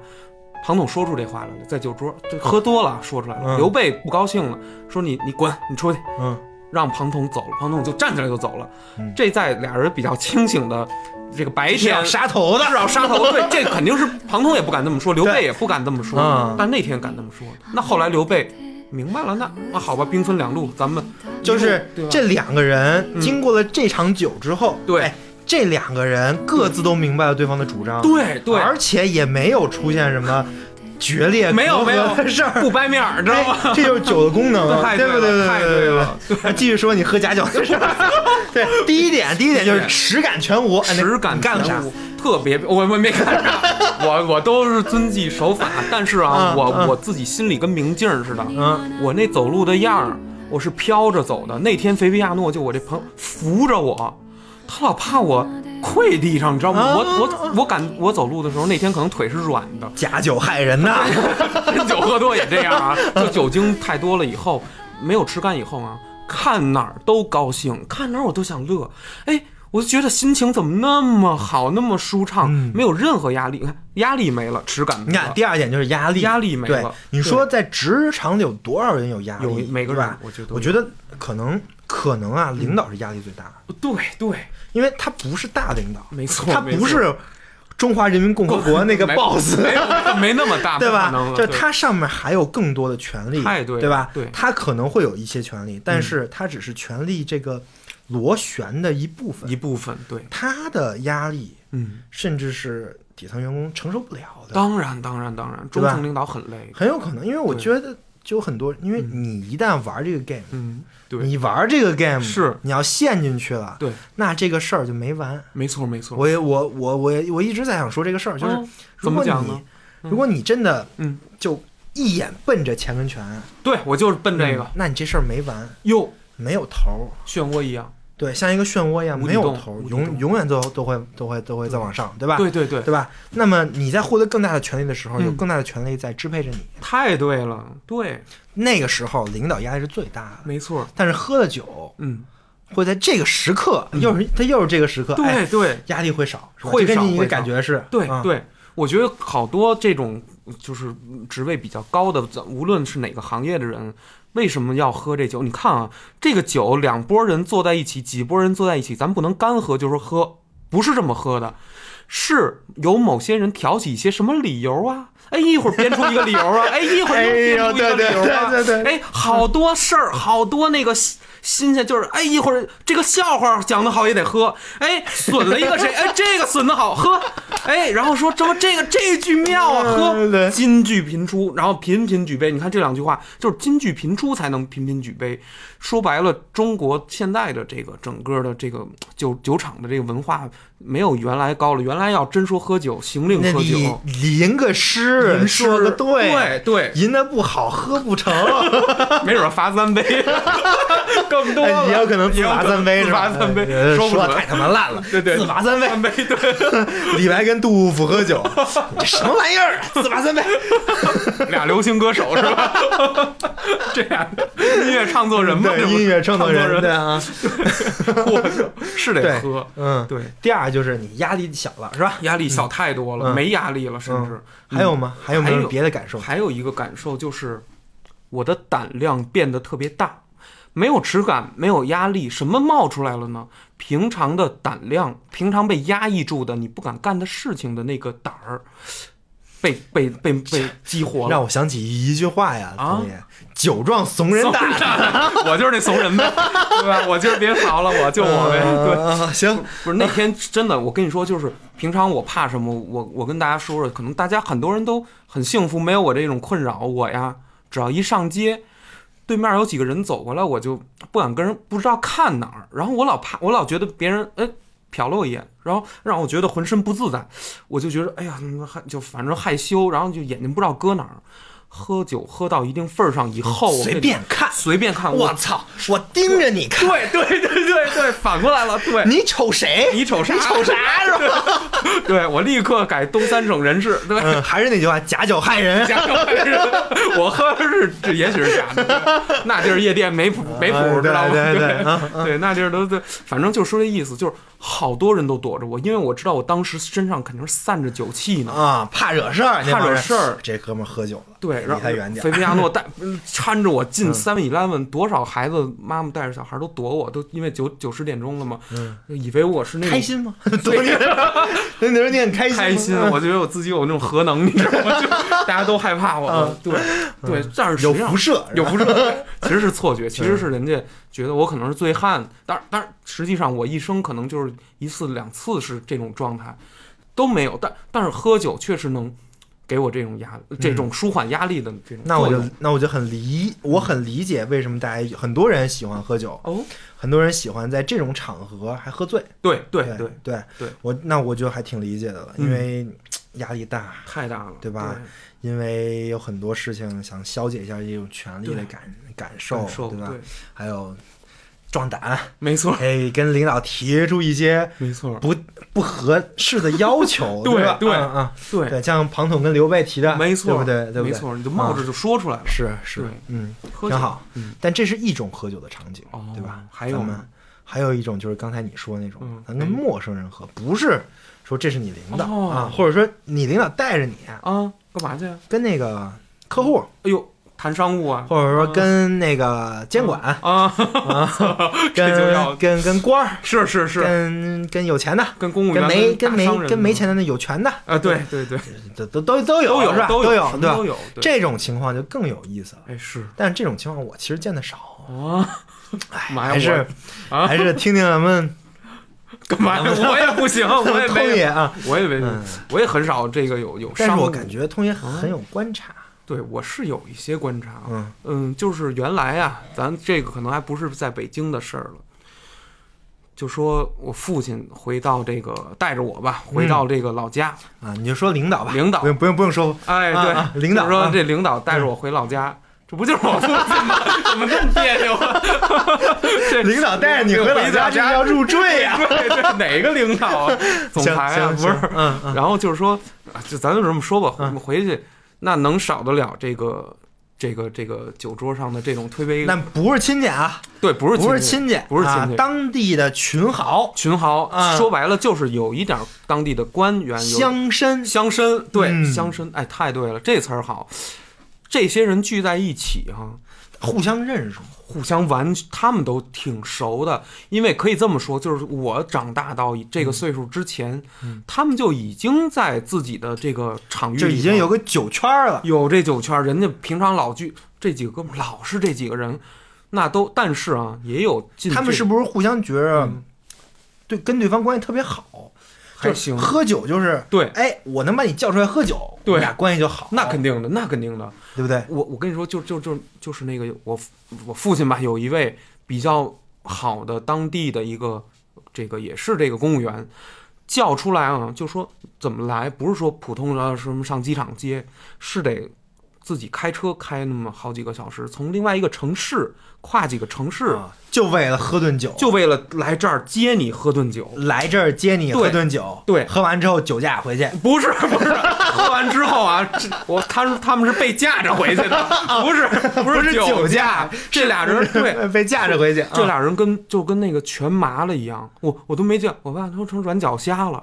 S1: 庞统说出这话来了，在酒桌对喝多了说出来了，
S2: 嗯
S1: 刘备不高兴了，说你你滚，你出去，
S2: 嗯，
S1: 让庞统走了，庞统就站起来就走了。
S2: 嗯
S1: 这在俩人比较清醒的这个白
S2: 是要
S1: 天
S2: 杀头的，
S1: 是要哦杀头， 对，这肯定是庞统也不敢这么说，刘备也不敢这么
S2: 嗯
S1: 说，但那天敢这么说。那后来刘备明白了，那那好吧，兵分两路，咱们
S2: 就是
S1: 对吧嗯
S2: 这两个人经过了这场酒之后，
S1: 对
S2: 哎，这两个人各自都明白了对方的主张，
S1: 对对，
S2: 而且也没有出现什么决 裂
S1: 没有
S2: 隔阂
S1: 没有
S2: 的事儿。
S1: 不掰面儿，知道吗？
S2: 哎这就是酒的功能啊，
S1: 太
S2: 对
S1: 对
S2: 不
S1: 了
S2: 对？对
S1: 太
S2: 对
S1: 对
S2: 对
S1: 了
S2: 对。对继续说你喝假酒的 事儿。对，第一点，第一点就是实感全无，哎那
S1: 实感
S2: 你干了
S1: 全
S2: 啥？
S1: 无？特别，我我没干 啥，我我都是遵纪守法，但是啊，
S2: 嗯
S1: 我
S2: 嗯
S1: 我自己心里跟明镜儿似的，
S2: 嗯，
S1: 我那走路的样儿，我是飘着走的。那天菲菲亚诺就我这朋友扶着我，他老怕我跪地上，你知道吗？我我我敢我走路的时候，那天可能腿是软的，
S2: 假酒害人呐！
S1: 真酒喝多也这样啊， 就酒精太多了以后，没有吃干以后啊，看哪儿都高兴，看哪儿我都想乐。哎，我就觉得心情怎么那么好，那么舒畅，
S2: 嗯
S1: 没有任何压力，你看压力没了，耻感没
S2: 你看，
S1: 了，
S2: 第二点就是压力，
S1: 压力没
S2: 对
S1: 了。，
S2: 你说在职场里有多少人有压力？
S1: 有每个
S2: 对
S1: 人
S2: 吧，？
S1: 我觉得，嗯
S2: 我觉得可能可能啊，领导是压力最大，
S1: 得对对，
S2: 因为他不是大领导，
S1: 没错，
S2: 他
S1: 没错
S2: 不是中华人民共和 国那个
S1: 没
S2: boss，
S1: 没有没那么大，
S2: 对吧
S1: 不可能？了
S2: 就
S1: 对
S2: 他上面还有更多的权利，
S1: 太对了
S2: 对吧？
S1: 对嗯
S2: 他可能会有一些权利，但是他只是权利这个螺旋的一部分，
S1: 一部分对，
S2: 他的压力
S1: 嗯，
S2: 甚至是底层员工承受不了的，
S1: 当然当然当然，
S2: 对
S1: 中
S2: 吧
S1: 层领导很累，
S2: 很有可能，因为我
S1: 对
S2: 觉得就很多，因为你一旦玩这个 game。
S1: 嗯，对，
S2: 你玩这个 game
S1: 是
S2: 你要陷进去了，
S1: 对，
S2: 那这个事儿就没完。
S1: 没错没错，
S2: 我也我我我也我一直在想说这个事儿，就是
S1: 嗯
S2: 如
S1: 怎么
S2: 果你、
S1: 讲呢？嗯
S2: 如果你真的
S1: 嗯，
S2: 就一眼奔着钱跟权，
S1: 对我就是奔这个
S2: 嗯，那你这事儿没完，
S1: 哟，
S2: 没有头儿。
S1: 漩涡一样，
S2: 对，像一个漩涡一样，
S1: 无底
S2: 没有
S1: 洞
S2: 头儿，
S1: 无底
S2: 永
S1: 洞
S2: 永远都都会都会都会再往上，对吧？
S1: 对对对，
S2: 对吧？那么你在获得更大的权利的时候，
S1: 嗯
S2: 有更大的权利在支配着你。
S1: 太对了，对，
S2: 那个时候，领导压力是最大的。
S1: 没错，
S2: 但是喝了酒，
S1: 嗯，
S2: 会在这个时刻，又是他又是这个时刻，
S1: 对
S2: 哎，
S1: 对
S2: 压力会少，是吧
S1: 会
S2: 这跟
S1: 少
S2: 你一个
S1: 会
S2: 感
S1: 少
S2: 觉是，
S1: 对
S2: 啊
S1: 对，我觉得好多这种就是职位比较高的，咱无论是哪个行业的人。为什么要喝这酒？你看啊，这个酒两拨人坐在一起，几拨人坐在一起，咱不能干喝，就说喝，不是这么喝的，是有某些人挑起一些什么理由啊？哎，一会儿编出一个理由啊，哎，一会儿
S2: 哎
S1: 又
S2: 呦，
S1: 编出一
S2: 对
S1: 个
S2: 对
S1: 理由啊，
S2: 对对对，
S1: 哎，好多事
S2: 嗯
S1: 儿，好多那个新新鲜，就是哎，一会儿这个笑话讲得好也得喝，哎，损了一个谁，哎，这个损得好喝，哎，然后说这么这个这句妙啊，
S2: 嗯
S1: 喝，
S2: 对
S1: 金句频出，然后频频举杯。你看这两句话，就是金句频出才能频频举杯。说白了，中国现在的这个整个的这个酒酒厂的这个文化没有原来高了，原来要真说喝酒，行令
S2: 那
S1: 喝酒，
S2: 你吟个
S1: 吟
S2: 诗，说
S1: 诗
S2: 个对，
S1: 对对，
S2: 吟的不好喝 不成，
S1: 没准儿罚三杯， 更多了
S2: 也哎有可能自罚三杯
S1: 自
S2: 是吧？
S1: 罚三杯
S2: 哎觉得，
S1: 说不
S2: 说的
S1: 准
S2: 太。他妈烂了，
S1: 对对，
S2: 自罚三杯。
S1: 三杯，对，
S2: 李白跟杜甫 喝酒，你这什么玩意儿？啊自罚三杯。
S1: 俩流行歌手是吧？ 这俩音乐唱作人嘛，
S2: 嗯对
S1: 这不是
S2: 音乐创作人，对啊，
S1: 我就是
S2: 对
S1: 得喝，
S2: 嗯。
S1: 对，
S2: 第二就是你压力小了，是吧？
S1: 压力小太多了，
S2: 嗯
S1: 没压力了，甚至
S2: 还有吗？还有
S1: 嗯
S2: 没
S1: 还
S2: 有
S1: 有
S2: 别的感受？
S1: 还有一个感受就是，我的胆量变得特别大，没有耻感，没有压力，什么冒出来了呢？平常的胆量，平常被压抑住的，你不敢干的事情的那个胆儿，被被被被激活了
S2: 让。我想起一句话呀，
S1: 啊
S2: 同学，酒壮怂人胆。
S1: 我就是那怂人呗，对吧？我今儿别逃了，我就我呗。对，
S2: 嗯，行，
S1: 不是那天真的，我跟你说，就是平常我怕什么，我我跟大家说说，可能大家很多人都很幸福，没有我这种困扰。我呀，只要一上街，对面有几个人走过来，我就不敢跟人，不知道看哪儿。然后我老怕，我老觉得别人哎瞟了我一眼，然后让我觉得浑身不自在，我就觉得哎呀，嗯还就反正害羞，然后就眼睛不知道搁哪儿。喝酒喝到一定份儿上以啊后，哦我
S2: 随
S1: 会
S2: 便看。
S1: 随便看，
S2: 我操！我盯着你看，
S1: 对对对对对，反过来了， 对。
S2: 你瞅谁？
S1: 你瞅啥？
S2: 你 瞅啥是吧？
S1: 对我立刻改东三省人士， 对吧？
S2: 嗯，还是那句话，假酒害人。
S1: 假酒人士，我喝的是这也许是假的，对那地儿夜店没谱没
S2: 哎
S1: 谱，知
S2: 对
S1: 道吗？
S2: 对对
S1: 对
S2: 嗯
S1: 对，那地儿都对，反正就说这意思，就是好多人都躲着我，因为我知道我当时身上肯定是散着酒气呢。
S2: 啊，怕惹事儿，
S1: 怕惹事儿。
S2: 这哥们儿喝酒了，
S1: 对，
S2: 离
S1: 让
S2: 他远点
S1: 菲
S2: 儿。
S1: 菲亚诺 带嗯搀着我进 Seven Eleven，多少孩子妈妈带着小孩都躲我，都因为九九十点钟了嘛，以为我是那种
S2: 嗯开心吗？ 多你那你说你很开心吗？嗯
S1: 开心，我觉得我自己有那种核能，你知道 吗？就大家都害怕我
S2: 嗯，
S1: 对对，但是实
S2: 有
S1: 际上
S2: 辐射，
S1: 有辐 射，其实是错觉，其实是人家觉得我可能是醉汉，但但是实际上我一生可能就是一次两次是这种状态都没有，但但是喝酒确实能给我这种压这种舒缓压力的这种
S2: 嗯那我
S1: 作
S2: 就
S1: 用。
S2: 那我就很理，我很理解为什么大家很多人喜欢喝酒，
S1: 哦，
S2: 很多人喜欢在这种场合还喝醉。
S1: 对对
S2: 对
S1: 对，
S2: 对
S1: 对嗯
S2: 我那我就还挺理解的了，因为压力大，
S1: 太大了，
S2: 对
S1: 对
S2: 吧？因为有很多事情想消解一下这种权力的
S1: 对
S2: 感感受
S1: 感，受
S2: 对吧？还有壮胆，
S1: 没错
S2: 可以跟领导提出一些
S1: 没错，
S2: 不不合适的要求，
S1: 对
S2: 吧？
S1: 对
S2: 啊啊，
S1: 对，
S2: 对，像庞统跟刘备提的，
S1: 没错，
S2: 对不对？对不对？
S1: 没，错，你就冒着就说出来了，
S2: 是是
S1: 对，
S2: 嗯，
S1: 喝
S2: 挺
S1: 酒
S2: 好
S1: 嗯。
S2: 但这是一种喝酒的场景
S1: 哦，
S2: 对吧？
S1: 还有
S2: 咱
S1: 吗
S2: 们还有一种就是刚才你说那种
S1: 嗯，
S2: 咱跟陌生人合，不是说这是你领导
S1: 哦
S2: 啊，或者说你领导带着你
S1: 啊，干嘛去啊？
S2: 跟那个客户，
S1: 哎呦，谈商务啊，
S2: 或者
S1: 啊
S2: 说跟那个监管
S1: 啊， 这就要
S2: 跟跟跟官儿，
S1: 是是是，
S2: 跟跟有钱的，
S1: 跟公务员
S2: 跟没
S1: 大
S2: 跟
S1: 商
S2: 没
S1: 人
S2: 跟没
S1: 嘛
S2: 钱的那有权的
S1: 啊，对对对，
S2: 都都都都有
S1: 有
S2: 是吧？
S1: 都
S2: 有
S1: 什么
S2: 对吧
S1: 都？有，对
S2: 这种情况就更有意思了。
S1: 哎是
S2: 但是这种情况我其实见的少，
S1: 啊，
S2: 哎，
S1: 妈呀
S2: 还是
S1: 我啊
S2: 还是听听咱们
S1: 干嘛呀？我也不 行，我也
S2: 通
S1: 没
S2: 爷啊。
S1: 我也没
S2: 嗯，
S1: 我也很少这个有有
S2: 但
S1: 商务，
S2: 是我感觉通爷很有观察，
S1: 对我是有一些观察，
S2: 嗯
S1: 嗯，就是原来啊，咱这个可能还不是在北京的事儿了。就说我父亲回到这个带着我吧，
S2: 嗯
S1: 回到这个老家，
S2: 啊，你就说领导吧，
S1: 领导
S2: 不用不用不用说，
S1: 哎，
S2: 啊
S1: 对，
S2: 啊领导
S1: 就是说
S2: 啊
S1: 这领导带着我回老家，这不就是我父亲吗？ 怎么这么别扭啊？ 这
S2: 领导带着你回老家，这是要入赘呀，
S1: 对对，哪个领导 啊？ 总
S2: 行
S1: 裁啊，
S2: 行
S1: 不是
S2: 行，嗯嗯，
S1: 然后就是说，啊就咱就这么说吧，我
S2: 嗯
S1: 们回去那能少得了这个这个这个酒桌上的这种推杯？
S2: 那不是亲戚啊，
S1: 对，不是
S2: 不是
S1: 亲戚
S2: 亲戚，
S1: 不是亲戚
S2: 啊当地的群豪、
S1: 群豪，
S2: 啊
S1: 说白了就是有一点当地的官员有
S2: 乡绅，
S1: 乡绅，对、
S2: 嗯
S1: 乡绅，哎，太对了，这词儿好。这些人聚在一起哈、
S2: 互相认识，
S1: 互相玩，他们都挺熟的，因为可以这么说，就是我长大到这个岁数之前，他们就已经在自己的这个场域
S2: 就
S1: 里
S2: 嗯已经
S1: 头
S2: 有个酒圈了。
S1: 有这九圈儿，人家平常老聚这几个哥们儿，老是这几个人，那都但是啊，也有进
S2: 他们
S1: 这
S2: 是不是互相觉着
S1: 嗯
S2: 对跟对方关系特别好？
S1: 还行
S2: 就是，喝酒就是
S1: 对，
S2: 哎，我能把你叫出来喝酒，
S1: 对
S2: 我们俩关系就好，
S1: 那肯定的，那肯定的。
S2: 对不对？
S1: 我我跟你说，就就就就是那个我父我父亲吧，有一位比较好的当地的一个这个也是这个公务员，叫出来啊，就说怎么来，不是说普通的什么上机场接，是得自己开车开那么好几个小时，从另外一个城市跨几个城市。
S2: 啊，就为了喝顿酒，
S1: 就为了来这儿接你喝顿酒，
S2: 来这儿接你
S1: 对
S2: 喝顿酒，
S1: 对
S2: 喝完之后酒驾回去，
S1: 不是不是，喝完之后啊，这我他是他们是被架着回去的，不是不
S2: 不是
S1: 酒
S2: 酒驾
S1: 这俩人对，
S2: 被架着回去，
S1: 这
S2: 啊
S1: 俩人跟就跟那个全麻了一样，我我都没见，我爸都成软脚虾了。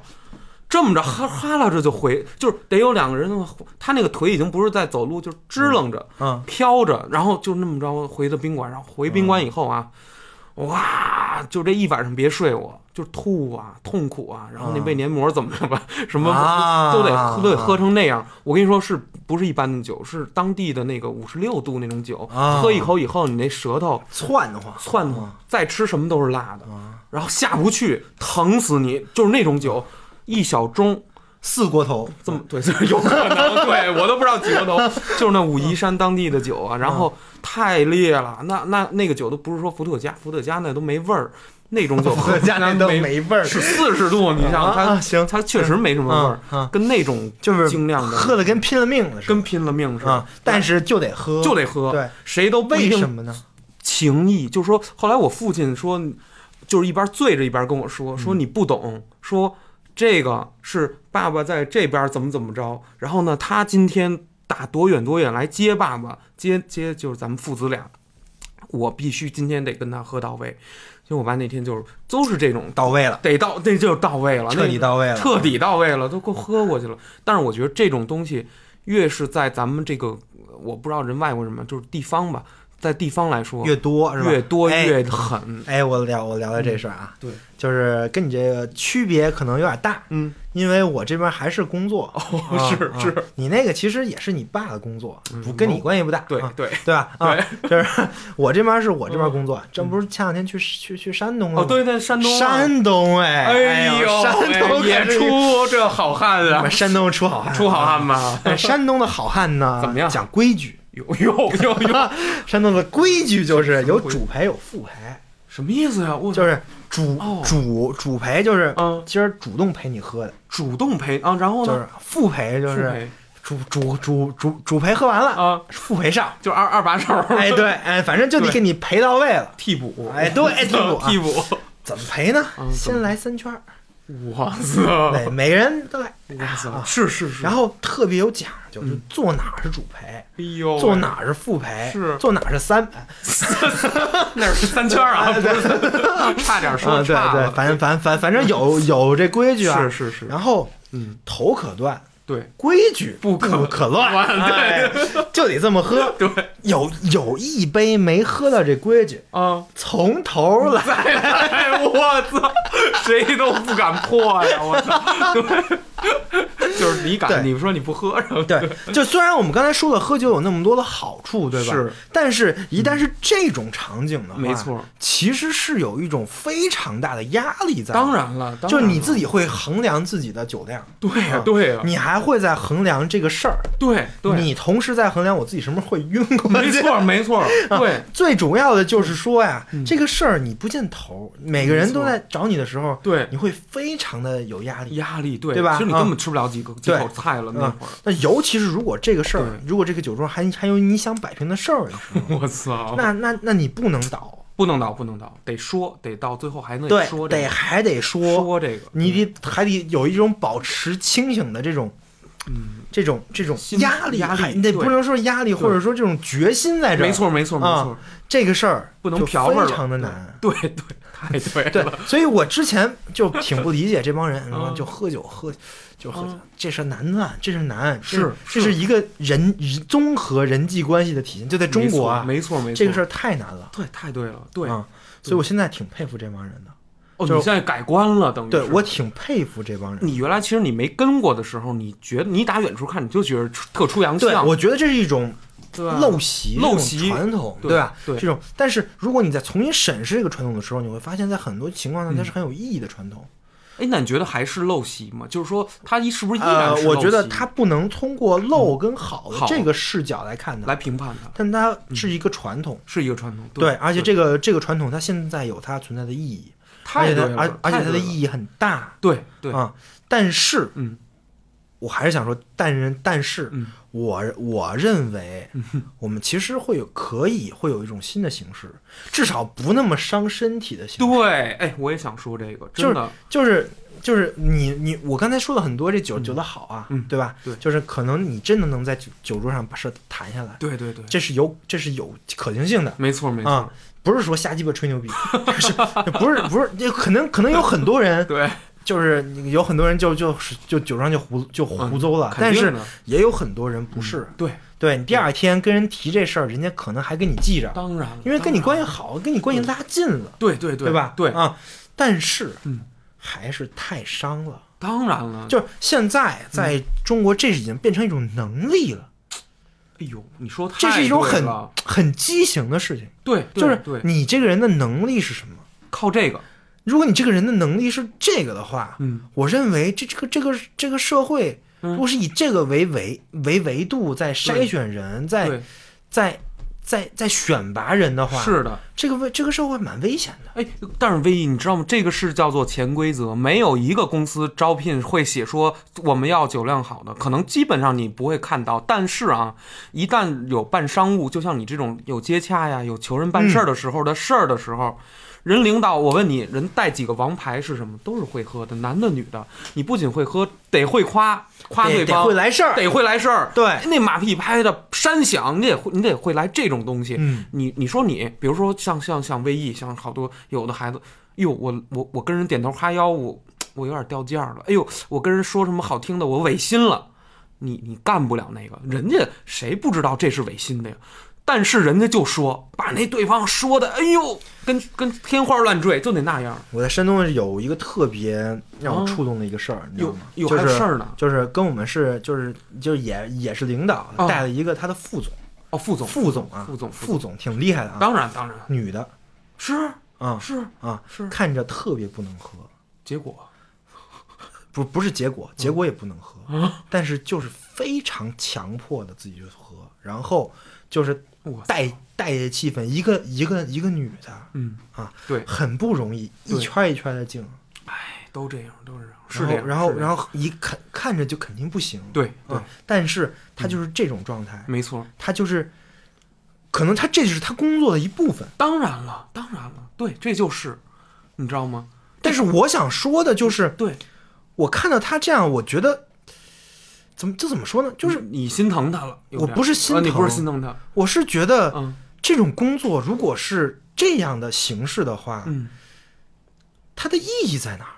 S1: 这么着哈哈拉着就回，就是得有两个人，他那个腿已经不是在走路，就是支棱着、
S2: 嗯，
S1: 飘着，然后就那么着回的宾馆。然后回宾馆以后啊，哇，就这一晚上别睡我，就吐啊，痛苦啊，然后那
S2: 啊
S1: 胃黏膜怎么着吧，什么
S2: 啊
S1: 都得喝都得喝成那样。我跟你说，是不是一般的酒？是当地的那个五十六度那种酒，
S2: 啊
S1: 喝一口以后，你那舌头
S2: 窜的慌，
S1: 窜
S2: 啊
S1: 的，再吃什么都是辣的，然后下不去，疼死你，就是那种酒，一小盅。
S2: 四锅头，
S1: 这么对，有可 能，对我都不知道几个头，就是那武夷山当地的酒啊，然后太烈了，那那那个酒都不是说伏特加，伏特加那都没味儿，那种酒
S2: 喝 家那都没味儿，
S1: 是四 十度，你想
S2: 啊啊
S1: 它
S2: 行，
S1: 它确实没什么味儿，
S2: 嗯嗯
S1: 跟那种
S2: 就是
S1: 精酿的
S2: 喝的跟拼了命了似的，
S1: 跟拼了命似的
S2: 啊，，但是就得喝，
S1: 就得喝，
S2: 对，
S1: 谁都不一
S2: 为
S1: 定
S2: 什么呢？
S1: 情谊，就说后来我父亲说，就是一边醉着一边跟我说，
S2: 嗯
S1: 说你不懂，说这个是爸爸在这边怎么怎么着，然后呢，他今天打多远多远来接爸爸，接接就是咱们父子俩，我必须今天得跟他喝到位。就我爸那天就是都是这种
S2: 到位了，
S1: 得到，那就到位了，
S2: 彻底到位
S1: 那
S2: 了，
S1: 个彻底到位了，都给我喝过去了。但是我觉得这种东西，越是在咱们这个，我不知道人外国人嘛，就是地方吧，在地方来说，
S2: 越多是吧？
S1: 哦越多
S2: 哎
S1: 越狠。
S2: 哎，我聊我聊聊这事儿啊，
S1: 对，
S2: 就是跟你这个区别可能有点大，
S1: 嗯，哦
S2: 因为我这边还是工作，啊
S1: 是
S2: 啊
S1: 是
S2: 你那个其实也是你爸的工作
S1: 嗯，
S2: 不跟你关系不大，
S1: 对
S2: 啊
S1: 对
S2: 对吧？啊，
S1: 对。嗯
S2: 就是我这边是我这边工作，这不是前两天去去去山东了
S1: 哦，
S2: 吗？
S1: 对对，山东啊，
S2: 山东哎，哎
S1: 哎呦，
S2: 山东
S1: 哎也
S2: 可是
S1: 出这好汉啊，
S2: 山东出好汉，
S1: 出好汉 吧？
S2: 哎。山东的好汉呢，
S1: 怎么样
S2: 讲规 矩，
S1: 有有有有，
S2: 山东的规矩就是有
S1: 什么规矩
S2: 主陪有副陪，
S1: 什么意思呀？我
S2: 就是主
S1: 哦
S2: 主主陪就是
S1: 嗯
S2: 今儿主动陪你喝的，
S1: 主动陪啊，然后
S2: 就
S1: 呢？
S2: 是副陪就
S1: 副
S2: 是
S1: 陪
S2: 主主主主主陪喝完了，
S1: 啊，
S2: 副陪上，
S1: 就二二把手，
S2: 哎对，哎反正就得
S1: 对
S2: 给你陪到位了，
S1: 替补，
S2: 哎对，哎替补 啊
S1: 替补，
S2: 怎么陪呢
S1: 嗯？
S2: 先来三圈儿，
S1: 哇塞，
S2: 对， 每个人都来，
S1: 哇塞，
S2: 啊
S1: 是是是，
S2: 然后特别有讲究，就
S1: 嗯
S2: 坐哪儿是主陪，
S1: 哎呦，
S2: 坐哪儿是副陪，
S1: 是
S2: 坐哪儿是啊三陪。
S1: 那是三圈 啊，不是三差点说
S2: 嗯，对
S1: 差啊
S2: 对，
S1: 了，
S2: 反正反反反正 有有这规矩啊。
S1: 是是是，
S2: 然后
S1: 嗯，
S2: 头可断，
S1: 对，
S2: 规矩
S1: 不可
S2: 可乱，
S1: 对
S2: 哎就得这么 喝。
S1: 对
S2: 有有一杯没喝到这规矩，
S1: 啊。
S2: 从头来。
S1: 再来，哎我操，谁都不敢破呀！我操，对，就是你敢，
S2: 对
S1: 你说你不喝，然后
S2: 对，就虽然我们刚才说了喝酒有那么多的好处，对吧？
S1: 是，
S2: 但是一旦是这种场景的话，
S1: 没错，
S2: 其实是有一种非常大的压力在。
S1: 当，然了，当
S2: 就
S1: 然
S2: 是
S1: 了
S2: 你自己会衡量自己的酒量，
S1: 对呀
S2: 嗯，
S1: 对呀，
S2: 你还会在衡量这个事儿，
S1: 对对，
S2: 你同时在衡量我自己什么时候会晕过
S1: 没
S2: 去。
S1: 错嗯没错，对
S2: 最主要的就是说呀，这个事儿你不见头，每个人都在找你的时候，
S1: 对，
S2: 你会非常的有压力。
S1: 压力对
S2: 对吧
S1: 其实你根本吃不了几个几
S2: 对
S1: 口菜了那
S2: 嗯
S1: 会儿，
S2: 那尤其是如果这个事儿
S1: 对，
S2: 如果这个酒桌还还有你想摆平的事儿的时候，
S1: 我操，
S2: 嗯那那那你不能倒，
S1: 不能倒不能倒，得说得到最后还能
S2: 对
S1: 说，这
S2: 得
S1: 个
S2: 还得说，
S1: 说嗯这个，
S2: 你得还得有一种保持清醒的这种
S1: 嗯，
S2: 这种这种
S1: 心
S2: 压力，
S1: 压力
S2: 还你得
S1: 对
S2: 不能说压力，或者说这种决心在这儿。
S1: 没，错没错没
S2: 啊
S1: 错，
S2: 这个事儿
S1: 不能
S2: 就
S1: 瓢味儿了
S2: 非常的难。
S1: 对对，太对
S2: 对
S1: 了，，
S2: 所以我之前就挺不理解这 帮人，
S1: 嗯
S2: 说就喝酒喝，就喝酒
S1: 嗯，
S2: 这事儿难啊，这事儿难，这
S1: 是
S2: 这是一个人人综合人际关系的体现，就在中国啊，
S1: 没错没错，没错
S2: 这个事儿太难了，
S1: 对太对了，对。
S2: 啊，
S1: 对
S2: 所以我现在挺佩服这帮人的，
S1: 哦，
S2: 就
S1: 你现在改观了，等于
S2: 对
S1: 是
S2: 我挺佩服这帮人，
S1: 你原来其实你没跟过的时候，你觉得你打远处看，你就觉得出特出洋
S2: 对
S1: 相，
S2: 我觉得这是一种
S1: 对吧
S2: 陋习、
S1: 陋
S2: 这种
S1: 习
S2: 传统，
S1: 对
S2: 对吧？
S1: 对
S2: 这种，但是如果你在重新审视这个传统的时候，你会发现在很多情况下
S1: 嗯
S2: 它是很有意义的传统。
S1: 哎，那你觉得还是陋习吗？就是说，他一是不是依
S2: 呃
S1: 然是，陋习、嗯
S2: 我觉得它不能通过陋跟好的
S1: 好
S2: 这个视角来看它，
S1: 来嗯评判它
S2: 但它是一个传统。
S1: 是一个传统，
S2: 对，而且这个这个传统，它现在有它存在的意义，而
S1: 太
S2: 且它
S1: 对了，
S2: 而而且它的
S1: 义，
S2: 意义很大
S1: 对对，
S2: 啊、但是
S1: 嗯
S2: 我还是想说，但人但是
S1: 嗯
S2: 我我认为，我们其实会有可以会有一种新的形式，至少不那么伤身体的形式。
S1: 对，哎，我也想说这个，
S2: 就
S1: 真
S2: 是
S1: 的，
S2: 就是就是你你我刚才说了很多这酒酒的好啊，
S1: 嗯
S2: 对吧？
S1: 对
S2: 就是可能你真的能在酒酒桌上把事谈下来，
S1: 对对对，
S2: 这是有这是有可行性的。
S1: 没错没错，
S2: 啊、不是说瞎鸡巴吹牛逼， 就是不是不是，就可能可能有很多人，
S1: 对，
S2: 就是有很多人就就是就酒上就胡就胡诌了，
S1: 嗯肯
S2: 但
S1: 定
S2: 是
S1: 的嗯
S2: 也有很多人不是。
S1: 对，
S2: 对你第二天跟人提这事儿，人家可能还跟你记着，
S1: 当然了，
S2: 因为跟你
S1: 当然
S2: 关系好，跟你关系拉近了，
S1: 对对嗯对
S2: 对吧？
S1: 对，
S2: 啊，但是
S1: 嗯，
S2: 还是太伤了。
S1: 当然了，
S2: 就是现在在中国，这已经变成一种能力了，
S1: 哎呦，你说太
S2: 这是一种
S1: 对
S2: 很
S1: 了
S2: 很畸形的事情，
S1: 对，对
S2: 就是
S1: 对，
S2: 你这个人的能力是什么？
S1: 靠这个，
S2: 如果你这个人的能力是这个的话，
S1: 嗯，
S2: 我认为这这个这个这个社会，
S1: 嗯
S2: 如果是以这个为维为维度在筛选人，在
S1: 对，
S2: 在在在选拔人的话，
S1: 是的。
S2: 这个危这个社会蛮危险的。
S1: 哎，但是威毅，你知道吗？这个是叫做潜规则，没有一个公司招聘会写说我们要酒量好的，可能基本上你不会看到。但是啊，一旦有办商务，就像你这种有接洽呀、有求人办事儿的时候的事儿的时候，人领导，我问你，人带几个王牌是什么？都是会喝的，男的女的。你不仅会喝，得会夸夸
S2: 得
S1: 对
S2: 得
S1: 方，
S2: 会来事儿，
S1: 得会来事儿。
S2: 对
S1: 那马屁拍的山响，你得会，你得会来这种东西。
S2: 嗯，
S1: 你你说你，比如说像像像威毅，像好多有的孩子，哟，我我我跟人点头哈腰，我我有点掉价了，哎呦，我跟人说什么好听的，我违心了，你你干不了那个，人家谁不知道这是违心的呀？但是人家就说把那对方说的，哎呦，跟跟天花乱坠，就得那样。
S2: 我在山东有一个特别让我
S1: 嗯
S2: 触动的一个事儿，你知道
S1: 有
S2: 吗？
S1: 有
S2: 就
S1: 还有
S2: 是
S1: 事儿呢？
S2: 就是跟我们是就是就是也也是领导
S1: 嗯
S2: 带了一个他的副总，
S1: 哦，副总，
S2: 副总啊，
S1: 副总副
S2: 副总挺厉害的啊，
S1: 当然当然
S2: 女的
S1: 是
S2: 啊
S1: 是
S2: 啊，
S1: 是，
S2: 看着特别不能喝，
S1: 结果
S2: 不不是结果，
S1: 嗯
S2: 结果也不能喝，
S1: 啊
S2: 但是就是非常强迫的自己就喝，然后就是
S1: 我
S2: 带带着气氛，一个一个一个女的
S1: 嗯，
S2: 啊，
S1: 对，
S2: 很不容易，一
S1: 对
S2: 圈一圈的敬，
S1: 哎，都这样都是这样，是
S2: 然
S1: 这
S2: 后
S1: 样，是这样
S2: 然后然后一看看着就肯定不行，
S1: 对对嗯
S2: 啊，但是他就是这种状态，
S1: 没错。
S2: 他就是可能他这就是他工作的一部分，
S1: 当然了，当然了，对，这就是，你知道吗？
S2: 但是我想说的就是，
S1: 对，
S2: 我看到他这样，我觉得怎么这怎么说呢？就是
S1: 你心疼他了，有
S2: 我
S1: 点
S2: 不是心
S1: 啊你不是
S2: 疼
S1: 心疼他，
S2: 我是觉得
S1: 嗯
S2: 这种工作如果是这样的形式的话，
S1: 嗯，
S2: 它的意义在哪儿？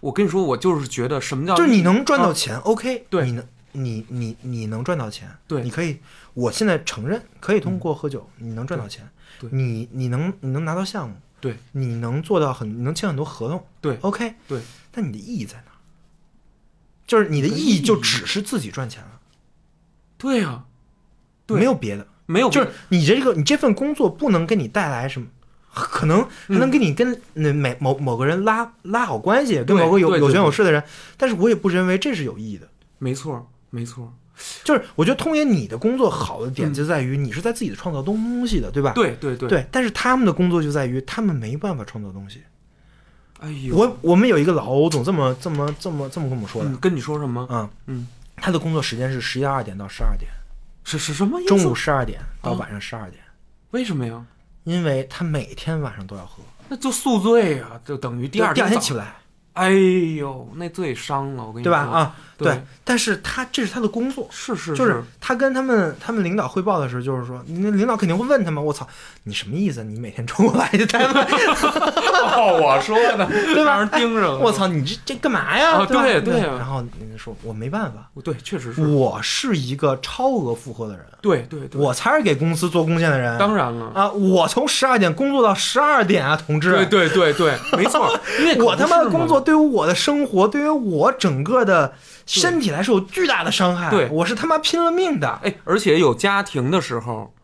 S1: 我跟你说，我就是觉得什么叫
S2: 就是你能赚到钱、o k
S1: 啊对
S2: 你能你你你能赚到钱，
S1: 对嗯
S2: 你可以，我现在承认可以通过喝酒，你能赚到钱，
S1: 对
S2: 你你能你能拿到项目，
S1: 对
S2: 你能做到很你能签很多合同，
S1: 对
S2: ，OK，
S1: 对，
S2: 但你的意义在哪儿？就是你的意义就只是自己赚钱了，
S1: 对呀，对
S2: 没有别的。
S1: 没有
S2: 就是你这个你这份工作不能给你带来什么，可能
S1: 嗯
S2: 还能给你跟那每某某个人拉拉好关系，跟某个有
S1: 对对
S2: 有权有势的人，但是我也不认为这是有意义的。
S1: 没错没错，
S2: 啊就是我觉得通爷你的工作好的点就在于你是在自己创造东西的，对吧？
S1: 对嗯对对，
S2: 对，但是他们的工作就在于他们没办法创造东西。
S1: 哎呦，
S2: 我我们有一个老欧总这么这么这么这么跟我们说的
S1: 嗯跟你说什么？
S2: 啊，
S1: 嗯，
S2: 他的工作时间是十一二点到十二点，
S1: 是是什么意思？
S2: 中午十二点到晚上十二点，
S1: 为什么呀？
S2: 因为他每天晚上都要喝，
S1: 那就宿醉呀，就等于第二
S2: 第二天
S1: 天
S2: 起
S1: 早
S2: 不来。
S1: 哎呦，那最伤了，我跟你
S2: 对吧？
S1: 说，
S2: 啊，
S1: 对
S2: 对，但是他这是他的工作，
S1: 是是
S2: 就是他跟他们他们领导汇报的时候，就是说，那领导肯定会问他们，我操，你什么意思？你每天中午来就待 会，
S1: 哦，我说的，
S2: 对吧
S1: 让人盯着了，
S2: 我，操，你这这干嘛呀？
S1: 啊
S2: 对吧
S1: 对对啊
S2: 然后人家说，我没办法，
S1: 对，确实是，
S2: 我是一个超额负荷的人，
S1: 对对对，
S2: 我才是给公司做贡献的人。
S1: 当然了，
S2: 啊，我从十二点工作到十二点啊，同志。
S1: 对对对对，没 错，因为可
S2: 我
S1: 不
S2: 他妈
S1: 是
S2: 的
S1: 嘛
S2: 工作对于我的生活，对于我整个的身体来说有巨大的伤害。
S1: 对
S2: 我是他妈拼了命的。
S1: 哎，而且有家庭的时候，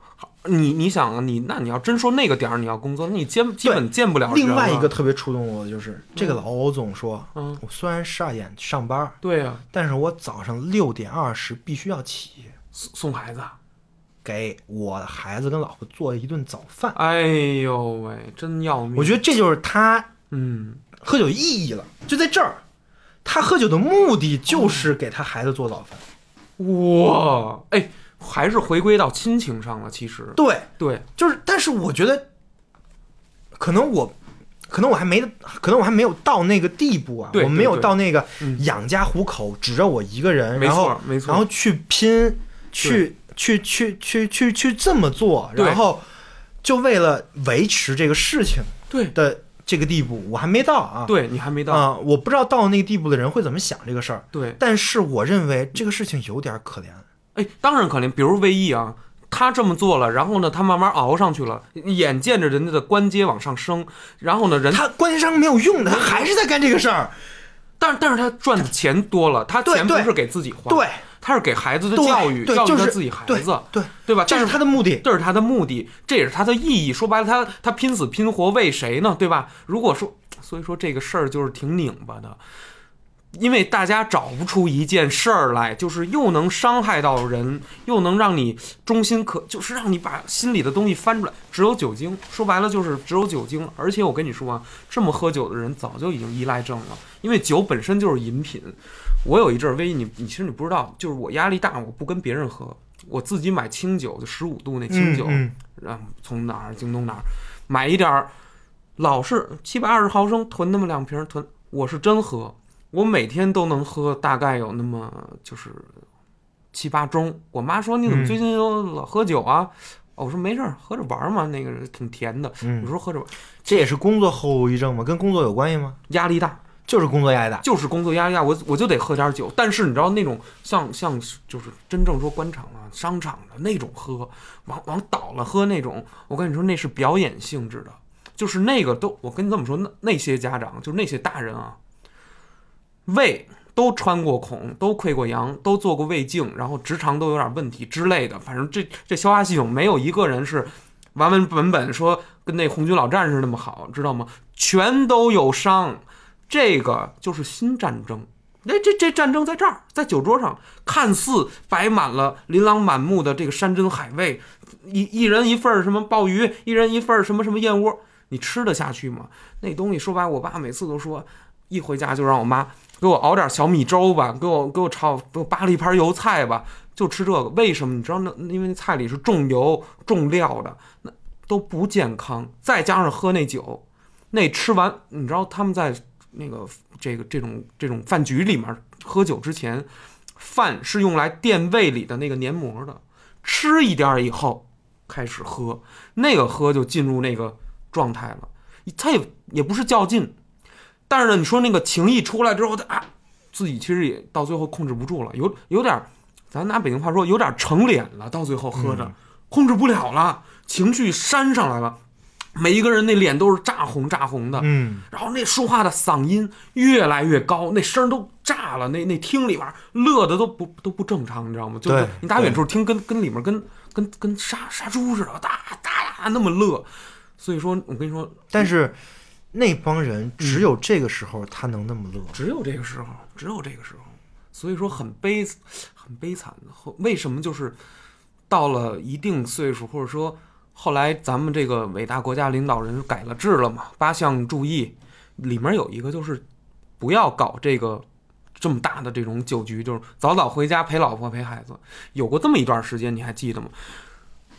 S1: 你你想啊，你那你要真说那个点儿你要工作，那你见基本见不了人
S2: 另外一
S1: 了
S2: 个，特别触动我的就是，这个老欧总说，
S1: 嗯
S2: 我虽然十二点上班，
S1: 对呀、啊，
S2: 但是我早上六点二十必须要起，
S1: 送送孩子啊，
S2: 给我的孩子跟老婆做一顿早饭。
S1: 哎呦喂，真要命！
S2: 我觉
S1: 得，
S2: 得这就是他
S1: 嗯，
S2: 喝酒意义了，就在这儿。他喝酒的目的就是给他孩子做早饭。
S1: 哇，哎，还是回归到亲情上了。其实，
S2: 对，
S1: 对，
S2: 就是，但是我觉得，可能我。可能我还没，可能我还没有到那个地步啊，
S1: 对
S2: 我没有
S1: 对对
S2: 到那个
S1: 嗯
S2: 养家糊口，只着我一个人，
S1: 没
S2: 然后
S1: 错，没错。
S2: 然后去拼，去去去去去去这么做，
S1: 对
S2: 然后就为了维持这个事情
S1: 对，
S2: 的这个地步，我还没到啊。
S1: 对你还没
S2: 啊、
S1: 到，
S2: 我不知道到那个地步的人会怎么想这个事儿，
S1: 对，
S2: 但是我认为这个事情有点可怜。
S1: 哎，当然可怜，比如卫毅啊。他这么做了，然后呢，他慢慢熬上去了，眼见着人家的官阶往上升，然后呢，人，
S2: 他关系上没有用的，他还是在干这个事儿。
S1: 但但是他赚的钱多了，他
S2: 对
S1: 钱不
S2: 对
S1: 是给自己花，
S2: 对，
S1: 他是给孩子的
S2: 对
S1: 教育，
S2: 对
S1: 教育
S2: 就是
S1: 他自己孩
S2: 对
S1: 子，
S2: 对，
S1: 对吧？
S2: 这
S1: 但
S2: 是
S1: 是
S2: 他的目的。
S1: 这是他的目的，这也是他的意义。说白了，他他拼死拼活为谁呢？对吧？如果说，所以说这个事儿就是挺拧巴的，因为大家找不出一件事儿来，就是又能伤害到人，又能让你忠心可，就是让你把心里的东西翻出来。只有酒精，说白了就是只有酒精。而且我跟你说啊，这么喝酒的人早就已经依嗯赖症了，因为酒本身就是饮品。我有一阵儿，威，你你其实你不知道，就是我压力大，我不跟别人喝，我自己买清酒，就十五度那清酒，
S2: 嗯
S1: 然后从哪儿京东哪儿买一点儿，老是七百二十毫升囤那么两瓶儿囤，我是真喝，我每天都能喝大概有那么就是七八盅。我妈说你怎么
S2: 嗯
S1: 最近又老喝酒啊？哦，我说没事儿，喝着玩儿嘛，那个挺甜的。
S2: 嗯
S1: 我
S2: 嗯，
S1: 说喝着玩儿，
S2: 这也是工作后遗症吗？跟工作有关系吗？
S1: 压力大，
S2: 就是工作压力大。
S1: 就是工作压力大，我我就得喝点酒。但是你知道那种像像就是真正说官场啊、商场的那种喝，往往倒了喝那种，我跟你说那是表演性质的，就是那个都我跟你这么说，那那些家长就是那些大人啊，胃都穿过孔，都溃过疡，都做过胃镜，然后直肠都有点问题之类的，反正这这消化系统没有一个人是完完本本说跟那红军老战士那么好，知道吗？全都有伤。这个就是新战争。那这这战争在这儿，在酒桌上，看似摆满了琳琅满目的这个山珍海味，一一人一份儿什么鲍鱼，一人一份儿什么什么燕窝，你吃得下去吗？那东西说白了，我爸每次都说，一回家就让我妈给我熬点小米粥吧，给我给我炒给我扒了一盘油菜吧，就吃这个。为什么？你知道那因为那菜里是重油重料的，那都不健康，再加上喝那酒，那吃完，你知道他们在那个这个这种这种饭局里面喝酒之前，饭是用来垫胃里的那个黏膜的，吃一点儿以后开始喝，那个喝就进入那个状态了。他也也不是较劲，但是呢，你说那个情谊出来之后，他啊，自己其实也到最后控制不住了，有有点儿，咱拿北京话说，有点儿成脸了，到最后喝着、控制不了了，情绪煽上来了，每一个人那脸都是炸红炸红的，
S2: 嗯，
S1: 然后那说话的嗓音越来越高，那声儿都炸了，那那厅里边儿乐的都不都不正常，你知道吗？就是
S2: 对
S1: 你打远处听跟跟里面跟跟跟杀杀猪似的，哒哒哒那么乐，所以说我跟你说，
S2: 但是那帮
S1: 嗯
S2: 人只有这个时候他能那么乐，
S1: 只有这个时候，只有这个时候，所以说很悲，很悲惨。后为什么就是到了一定岁数，或者说后来咱们这个伟大国家领导人改了制了嘛？八项注意里面有一个就是不要搞这个这么大的这种酒局，就是早早回家陪老婆陪孩子。有过这么一段时间，你还记得吗？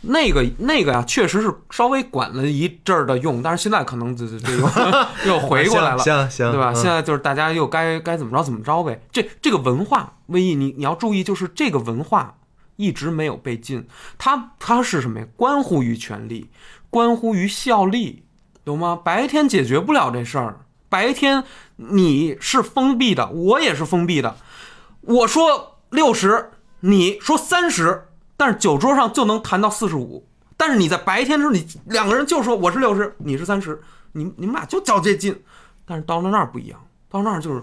S1: 那个那个呀、确实是稍微管了一阵儿的用，但是现在可能这这这又 又回过来了。
S2: 行行行，
S1: 对吧？
S2: 嗯
S1: 现在就是大家又该该怎么着怎么着呗。这这个文化，瘟疫你你要注意，就是这个文化一直没有被禁，它它是什么呀？关乎于权力，关乎于效力，懂吗？白天解决不了这事儿，白天你是封闭的，我也是封闭的。我说六十，你说三十，但是酒桌上就能谈到四十五。但是你在白天的时候，你两个人就说我是六十，你是三十，你你们俩就较这劲。但是到了那儿不一样，到那儿就是，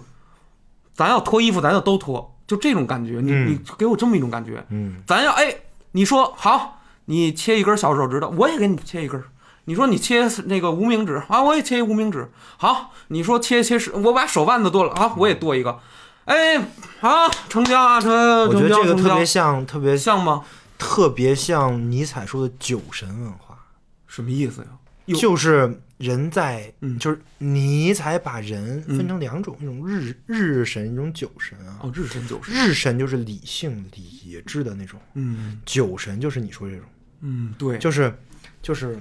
S1: 咱要脱衣服，咱就都脱，就这种感觉。你、
S2: 嗯
S1: 你给我这么一种感觉，
S2: 嗯，
S1: 咱要哎，你说好，你切一根小手指头，我也给你切一根。你说你切那个无名指啊，我也切一无名指。好，你说切切是，我把手腕子剁了啊，我也剁一个。哎，好，成交啊，成
S2: 我觉
S1: 成
S2: 得
S1: 交
S2: 这个
S1: 成
S2: 特
S1: 交
S2: 别，像，特别
S1: 像吗？
S2: 特别像尼采说的酒神文化，
S1: 什么意思呀？有
S2: 就是人在，
S1: 嗯
S2: 就是尼采把人
S1: 嗯
S2: 分成两种，一种日日神，一种酒神啊。
S1: 哦，日神九十，
S2: 日神就是理性理智的那种，
S1: 嗯
S2: 酒神就是你说这种，
S1: 嗯，对，
S2: 就是就是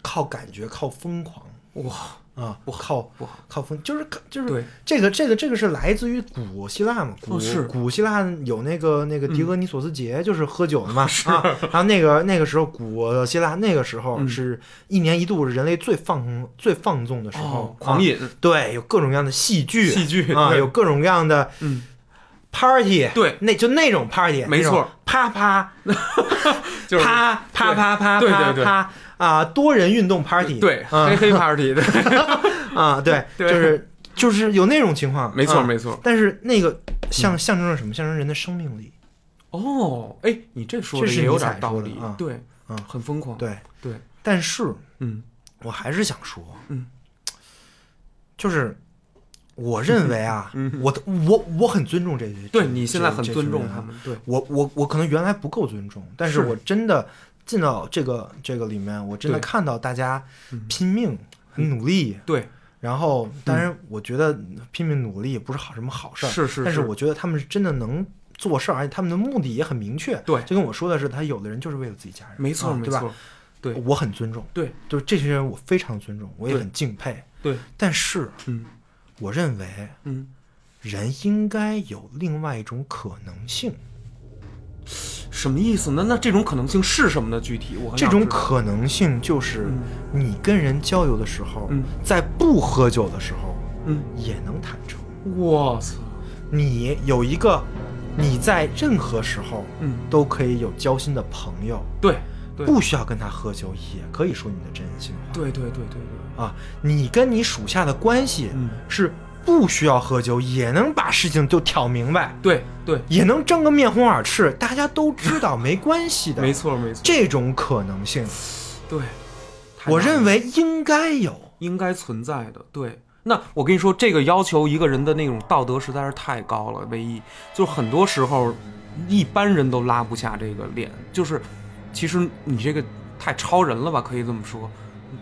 S2: 靠感觉，靠疯狂
S1: 哇，
S2: 啊，靠
S1: 不好
S2: 靠疯，就是就是
S1: 对，
S2: 这个这个这个是来自于古希腊嘛？古、
S1: 哦是嗯
S2: 古希腊有那个那个狄俄尼索斯节，就是喝酒的嘛。是啊，然后那个那个时候古希腊那个时候
S1: 嗯
S2: 是一年一度人类最放最放纵的时候，
S1: 哦，狂
S2: 啊。
S1: 饮，
S2: 对，有各种各样的戏剧，
S1: 戏剧
S2: 啊，
S1: 对
S2: 有各种各样的
S1: 嗯，
S2: party，
S1: 对，
S2: 那就那种 party，
S1: 没错
S2: 那种，啪啪
S1: 就是
S2: 啪啪啪啪
S1: 对对
S2: 啪
S1: 对
S2: 啪啊，多人运动 party，
S1: 对，
S2: 啊
S1: 黑黑 party 的，
S2: 啊，对，
S1: 对
S2: 就是就是有那种情况，
S1: 没错嗯
S2: 啊
S1: 没错。
S2: 但是那个象象征着什么？象征人的生命力。
S1: 哦，哎，你这说
S2: 这
S1: 的
S2: 是
S1: 也有
S2: 尼采
S1: 点道
S2: 说的
S1: 理
S2: 啊，
S1: 对，
S2: 啊
S1: 很疯狂，
S2: 对，
S1: 对，
S2: 但是
S1: 嗯
S2: 我还是想说，
S1: 嗯，
S2: 就是我认为啊，我我我很尊重这些，
S1: 嗯对
S2: 这
S1: 你现在很尊重他。
S2: 这这群人啊
S1: 们，对，
S2: 我我我可能原来不够尊重，但
S1: 是
S2: 是我真的进到这个这个里面，我真的
S1: 对
S2: 看到大家
S1: 嗯
S2: 拼命、很努力，
S1: 对，嗯
S2: 然后当然我觉得拼命努力也不是好什么好事儿，
S1: 是是
S2: 但是
S1: 是
S2: 我觉得他们是真的能做事儿，而且他们的目的也很明确。
S1: 对
S2: 就跟我说的是，他有的人就是为了自己家人，
S1: 没错
S2: 啊
S1: 没
S2: 对吧？
S1: 错，对
S2: 我很尊重，
S1: 对
S2: 就是这些人我非常尊重，我也
S1: 对
S2: 很敬佩。
S1: 对，
S2: 但是
S1: 嗯
S2: 我认为
S1: 嗯，
S2: 人应该有另外一种可能性，
S1: 什么意思呢？那这种可能性是什么呢？具体我很
S2: 这
S1: 想
S2: 种
S1: 知道
S2: 可能性就是
S1: 啊嗯
S2: 你跟人交流的时候，
S1: 嗯
S2: 在不喝酒的时候
S1: 嗯，
S2: 也能坦诚。
S1: 我操，
S2: 你有一个你在任何时候
S1: 嗯
S2: 都可以有交心的朋友，
S1: 对对
S2: 不需要跟他喝酒，也可以说你的真心话。
S1: 对对对对对，
S2: 啊，你跟你属下的关系
S1: 嗯
S2: 是不需要喝酒，也能把事情就挑明白，
S1: 对对，
S2: 也能争个面红耳赤，大家都知道没关系 的。
S1: 没，错没错，
S2: 这种可能性，
S1: 对，太
S2: 我
S1: 难了
S2: 认为应该有。
S1: 应该存在的。对，那我跟你说，这个要求一个人的那种道德实在是太高了。唯一就是很多时候，一般人都拉不下这个脸。就是，其实你这个太超人了吧？可以这么说，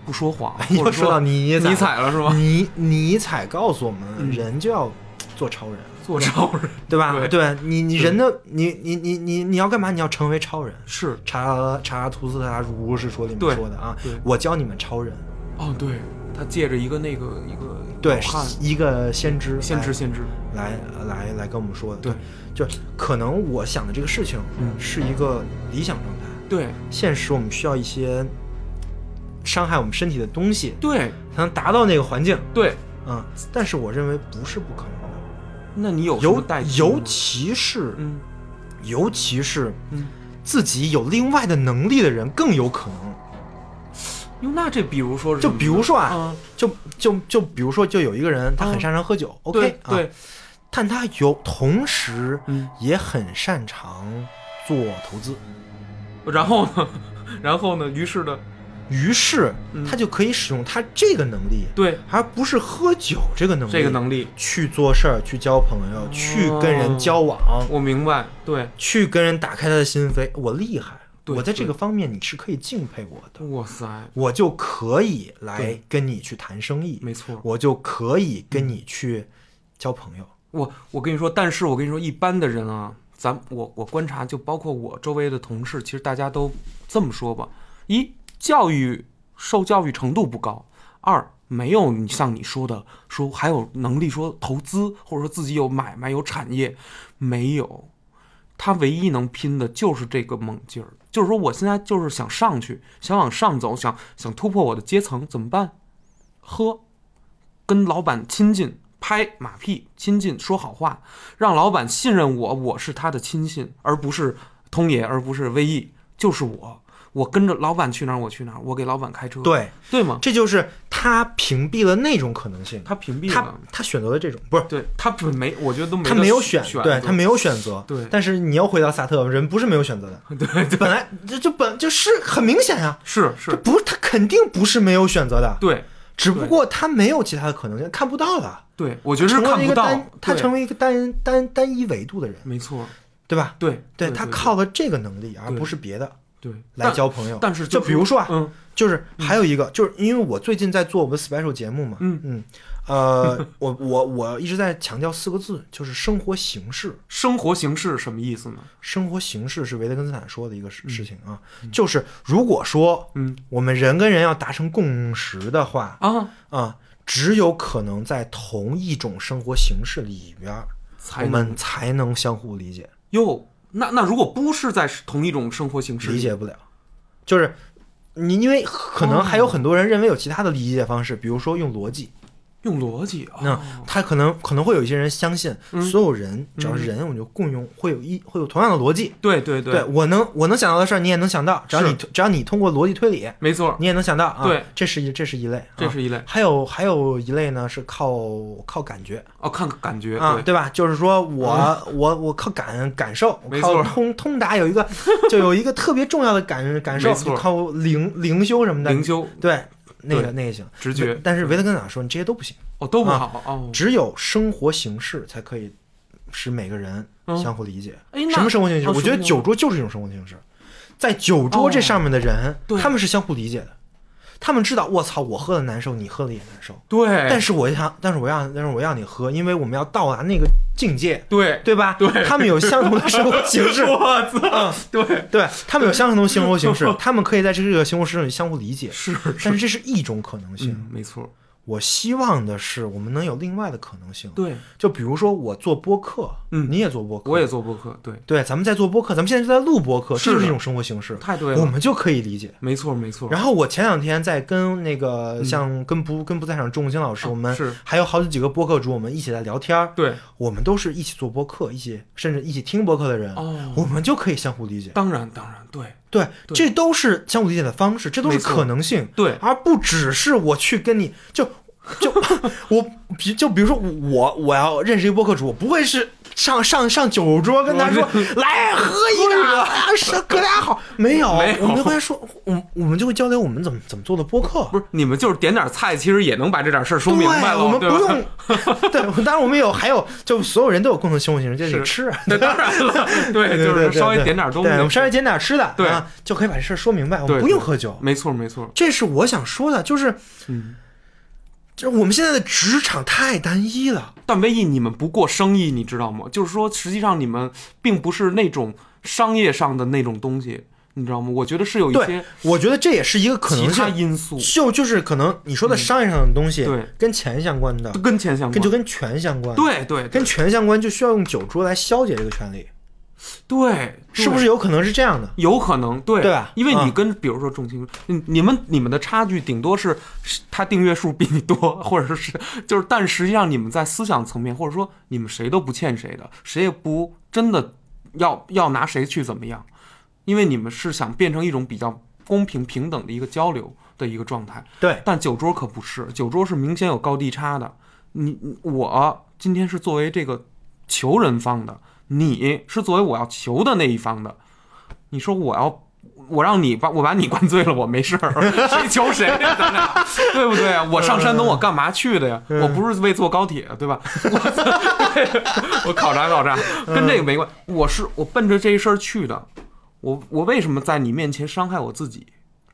S1: 不说谎，或
S2: 又
S1: 者
S2: 说到尼
S1: 尼
S2: 采
S1: 采了是吧？
S2: 尼尼采告诉我
S1: 嗯
S2: 们，人就要做超人，
S1: 做超人
S2: 嗯对吧？
S1: 对
S2: 对你，你人的你你你你你要干嘛？你要成为超人。
S1: 是
S2: 查查拉图斯特拉如是说里
S1: 对
S2: 面说的啊
S1: 对，
S2: 我教你们超人，
S1: 哦，对，他借着一个那个一个
S2: 对哎
S1: 老汉，
S2: 一个先知，
S1: 先知先知，
S2: 来来来跟我们说的。
S1: 对，
S2: 就可能我想的这个事情
S1: 嗯
S2: 是一个理想状态，
S1: 对
S2: 现实我们需要一些伤害我们身体的东西
S1: 对
S2: 才能达到那个环境。
S1: 对，
S2: 嗯，但是我认为不是不可能的，
S1: 那你有什么
S2: 尤
S1: 代替
S2: 尤
S1: 吗
S2: 其是
S1: 嗯
S2: 尤其是
S1: 嗯，
S2: 自己有另外的能力的人更有可能。
S1: 哟，那这比如说是
S2: 就
S1: 什么
S2: 比如说啊，
S1: 啊，
S2: 就就就比如说，就有一个人他
S1: 嗯
S2: 很擅长喝酒
S1: 对
S2: ，OK 啊，
S1: 对，
S2: 但他有同时
S1: 嗯，
S2: 也很擅长做投资，
S1: 然后呢，然后呢，于是呢，
S2: 于是
S1: 嗯
S2: 他就可以使用他这个能力，
S1: 对
S2: 而不是喝酒这个能力，
S1: 这个能力，哦
S2: 去做事儿、去交朋友、去跟人交往、
S1: 我明白，对，
S2: 去跟人打开他的心扉。我厉害，
S1: 对
S2: 我在这
S1: 对
S2: 个方面你是可以敬佩我的，
S1: 哇塞，
S2: 我就可以来
S1: 对
S2: 跟你去谈生意，
S1: 嗯没错，
S2: 我就可以跟你去交朋友。
S1: 我我跟你说，但是我跟你说，一般的人啊，咱我我观察，就包括我周围的同事，其实大家都这么说吧：一，教育受教育程度不高；二，没有你像你说的说还有能力说投资，或者说自己有买卖有产业，没有。他唯一能拼的就是这个猛劲儿，就是说我现在就是想上去，想往上走，想想突破我的阶层，怎么办？喝，跟老板亲近，拍马屁，亲近说好话，让老板信任我，我是他的亲信，而不是通爷，而不是威毅，就是我。我跟着老板去哪儿，我去哪儿，我给老板开车，
S2: 对，
S1: 对吗？
S2: 这就是他屏蔽了那种可能性，
S1: 他屏蔽
S2: 他
S1: 了，
S2: 他选择了这种，不是
S1: 对他不没，我觉得都没
S2: 他
S1: 得
S2: 没有选，
S1: 选
S2: 对
S1: 择
S2: 他没有选择。
S1: 对
S2: 但是你要回到萨特，人不是没有选择的，
S1: 对对
S2: 本来这这本就是很明显呀、
S1: 是
S2: 这
S1: 是，
S2: 不他肯定不是没有选择的，
S1: 对
S2: 只不过他没有其他的可能性，看不到了，
S1: 对，我觉得是
S2: 成为了
S1: 看
S2: 一
S1: 不
S2: 个
S1: 到
S2: 单，，他
S1: 对
S2: 成为一个单单单一维度的人，
S1: 没错，
S2: 对吧？
S1: 对
S2: 对他靠了这个能力，而不是别的
S1: 对
S2: 来
S1: 但
S2: 交朋友。
S1: 但是
S2: 就是比如说啊，
S1: 嗯
S2: 就是还有一个，就是因为我最近在做我们 special 节目嘛，
S1: 嗯
S2: 嗯，呃，我我我一直在强调四个字，就是生活形式。
S1: 生活形式什么意思呢？
S2: 生活形式是维特根斯坦说的一个事事情啊，就是如果说
S1: 嗯
S2: 我们人跟人要达成共识的话
S1: 啊，
S2: 啊，只有可能在同一种生活形式里边儿，
S1: 才
S2: 我
S1: 能
S2: 们才能相互理解，
S1: 哟，那那如果不是在同一种生活形式里
S2: 理解不了，就是。你因为可能
S1: 哦
S2: 还有很多人认为有其他的理解方式，比如说用逻辑，
S1: 用逻辑啊，
S2: 那他可能可能会有一些人相信，
S1: 嗯
S2: 所有人只要是人，我们就共用，会有一会有同样的逻辑。
S1: 对对对，
S2: 我能我能想到的事儿，你也能想到，只要你只要你通过逻辑推理，
S1: 没错，
S2: 你也能想到啊。
S1: 对，
S2: 这是一这是一类，啊
S1: 这是一类
S2: 还有还有一类呢，是靠靠感觉
S1: 哦，看看感觉
S2: 啊，
S1: 对嗯
S2: 对吧？就是说我、我我靠感感受，
S1: 没
S2: 靠
S1: 错
S2: 通通达有 一个就有一个特别重要的感感受，
S1: 没错
S2: 就靠灵灵修什么的
S1: 灵，修
S2: 对，那个
S1: 对
S2: 那个行。
S1: 直觉嗯
S2: 但是维特根斯坦说，你这些都不行。
S1: 哦都不
S2: 啊
S1: 好哦，
S2: 只有生活形式才可以使每个人
S1: 嗯
S2: 相互理解。
S1: 哎那
S2: 什么生活形式？
S1: 哦
S2: 我
S1: 什
S2: 觉得
S1: 么
S2: 酒桌就是一种生活形式，在酒桌这上面的人，
S1: 对
S2: 他们是相互理解的，他们知道我操，我喝的难受，你喝的也难受，
S1: 对，
S2: 但是我想，但是我要，但是我要你喝，因为我们要到达那个境界，
S1: 对
S2: 对吧？
S1: 对
S2: 他们有相同的生活形式。 嗯
S1: 我操，对
S2: 对他们有相同的生活 形式，他们可以在这个生活形式里相互理解，
S1: 是
S2: 但是这是一种可能性。
S1: 嗯，没错，
S2: 我希望的是，我们能有另外的可能性。
S1: 对
S2: 就比如说我做播客，
S1: 嗯
S2: 你也做播客，
S1: 我也做播客，对，
S2: 对，咱们在做播客，咱们现在就在录播客，
S1: 是
S2: 这
S1: 的
S2: 就是一种生活形式，
S1: 太对
S2: 我
S1: 了，
S2: 们就可以理解。
S1: 没错没错，
S2: 嗯然后我前两天在跟那个像跟不跟不在场钟永新老师，
S1: 嗯啊
S2: 我们
S1: 是
S2: 还有好几个播客主，我们一起在聊天儿，
S1: 对
S2: 我们都是一起做播客，一起甚至一起听播客的人，
S1: 哦，
S2: 我们就可以相互理解。
S1: 当然当然对
S2: 对，
S1: 对
S2: 这都是相互理解的方式，这都是
S1: 没错
S2: 可能性，
S1: 对
S2: 而不只是我去跟你就就我比就比如说我我要认识一个播客主，我不会是上上上酒桌跟他说来喝一个啊，是哥俩好，没有，
S1: 没有
S2: 我们就会说，我我们就会交流我们怎么怎么做的播客。
S1: 不是你们就是点点菜，其实也能把这点事儿说明白
S2: 对，
S1: 了，
S2: 我们不
S1: 对吧
S2: 用，对，当然我们有，还有就所有人都有共同生活形式，就是
S1: 是
S2: 吃啊，
S1: 那当然了，对，
S2: 对
S1: 就
S2: 对
S1: 是
S2: 对
S1: 稍微
S2: 对
S1: 点点东
S2: 对我们
S1: 西，
S2: 稍微捡点吃的，
S1: 对
S2: 啊，就可以把这事儿说明白，我们
S1: 对
S2: 不用
S1: 对
S2: 喝酒，
S1: 没错没错，
S2: 这是我想说的，就是
S1: 嗯。
S2: 这我们现在的职场太单一了，
S1: 但唯一你们不过生意，你知道吗？就是说，实际上你们并不是那种商业上的那种东西，你知道吗？我觉得是有一
S2: 对
S1: 些，
S2: 我觉得这也是一个可
S1: 其
S2: 能
S1: 他
S2: 性，
S1: 因素
S2: 就就是可能你说的商业上的东西，
S1: 嗯对，
S2: 跟钱相关的
S1: 都，跟钱相关，
S2: 跟就跟权相关，，
S1: 对对
S2: 跟权相关就需要用酒桌来消解这个权利，
S1: 对，
S2: 是不是有可能是这样的？
S1: 有可能？对，
S2: 对吧
S1: 因为你
S2: 嗯
S1: 跟比如说重情，你你们你们的差距顶多是是他订阅数比你多，或者是 就是，但实际上你们在思想层面，或者说你们谁都不欠谁的，谁也不真的要要拿谁去怎么样，因为你们是想变成一种比较公平平等的一个交流的一个状态。
S2: 对，
S1: 但酒桌可不是，酒桌是明显有高低差的。你你我今天是作为这个求人方的，你是作为我要求的那一方的。你说我要我让你把我把你灌醉了，我没事儿，谁求谁呀？咱俩对不对？我上山东我干嘛去的呀？我不是为坐高铁对吧？我 我考察考察，跟这个没关系。我是我奔着这事儿去的，我我为什么在你面前伤害我自己？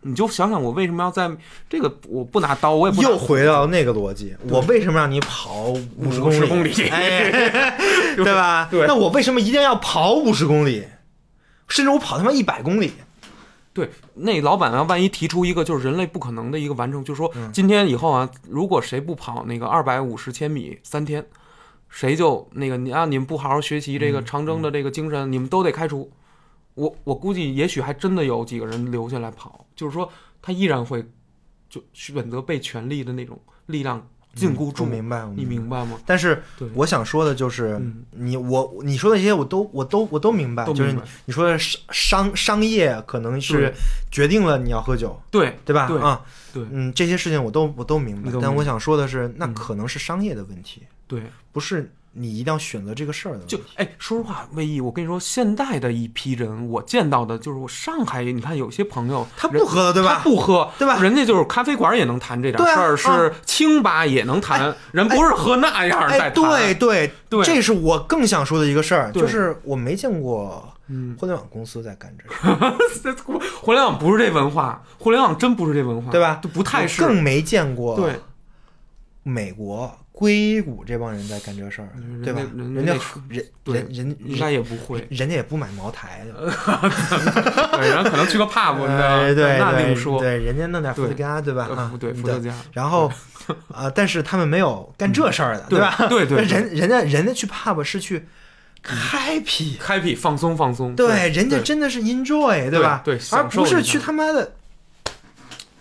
S1: 你就想想我为什么要在这个我不拿刀，我也不拿
S2: 又回到那个逻辑，我为什么让你跑五十
S1: 50
S2: 公
S1: 公
S2: 里
S1: 里？
S2: 哎，对吧？
S1: 对
S2: 那我为什么一定要跑五十公里？甚至我跑他妈一百公里？
S1: 对，那老板啊，万一提出一个就是人类不可能的一个完成，就是说
S2: 嗯
S1: 今天以后啊，如果谁不跑那个二百五十千米三天，谁就那个你啊，你们不好好学习这
S2: 嗯
S1: 个长征的这个精神，你们都得开除。我我估计也许还真的有几个人留下来跑，就是说他依然会就选择被权力的那种力量禁锢住。
S2: 嗯我明白，我
S1: 你明白吗？
S2: 但是
S1: 对
S2: 我想说的就是
S1: 嗯，
S2: 你我你说的这些我都我都我都明白，
S1: 都
S2: 就是
S1: 明
S2: 你
S1: 白
S2: 你说的商商商业可能是
S1: 对
S2: 决定了你要喝酒，
S1: 对
S2: 对吧？
S1: 对
S2: 啊，
S1: 对
S2: 嗯，这些事情我都我都明白
S1: 你都，
S2: 但
S1: 明
S2: 我
S1: 白
S2: 想说的是，那
S1: 嗯
S2: 可能是商业的问题，
S1: 对，
S2: 不是你一定要选择这个事儿的问题。
S1: 就哎，说实话，魏毅，我跟你说，现在的一批人，我见到的就是我上海，你看有些朋友
S2: 他
S1: 人
S2: 不喝了，对吧
S1: 他？不喝，
S2: 对吧
S1: 人家就是咖啡馆也能谈这点
S2: 对啊
S1: 事儿，
S2: 啊
S1: 是清吧也能谈，人不是喝那样儿
S2: 哎，
S1: 在谈。
S2: 对对
S1: 对
S2: 这是我更想说的一个事儿，
S1: 对
S2: 就是我没见过
S1: 嗯，
S2: 互联网公司在干这 事儿，
S1: 这互 互联网不是这文化，互联网真不是这文化，
S2: 对吧
S1: 都不太是。
S2: 我更没见过
S1: 对，
S2: 美国硅谷这帮人在干这事儿
S1: 人，
S2: 对吧？
S1: 家人
S2: 人家
S1: 家
S2: 喝人
S1: 对
S2: 人人
S1: 应该也不 会，
S2: 人家也不买茅台的，
S1: 对，然后可能去个 pub，你知道吗
S2: 哎对
S1: 那另
S2: 对
S1: 说。
S2: 对，人家弄点伏特
S1: 对
S2: 加，对吧？
S1: 呃
S2: 啊
S1: 不，对，伏特
S2: 对。
S1: 加，
S2: 然后， 啊，但是他们没有干这事儿的，
S1: 嗯对
S2: 吧？
S1: 对对对
S2: 人人家人家去 pub 是去 happy，
S1: 开辟放松放松。
S2: 对，人家
S1: 对
S2: 真的是 enjoy，对吧？
S1: 对对
S2: 而
S1: 享受
S2: 不是
S1: 一下
S2: 去他妈的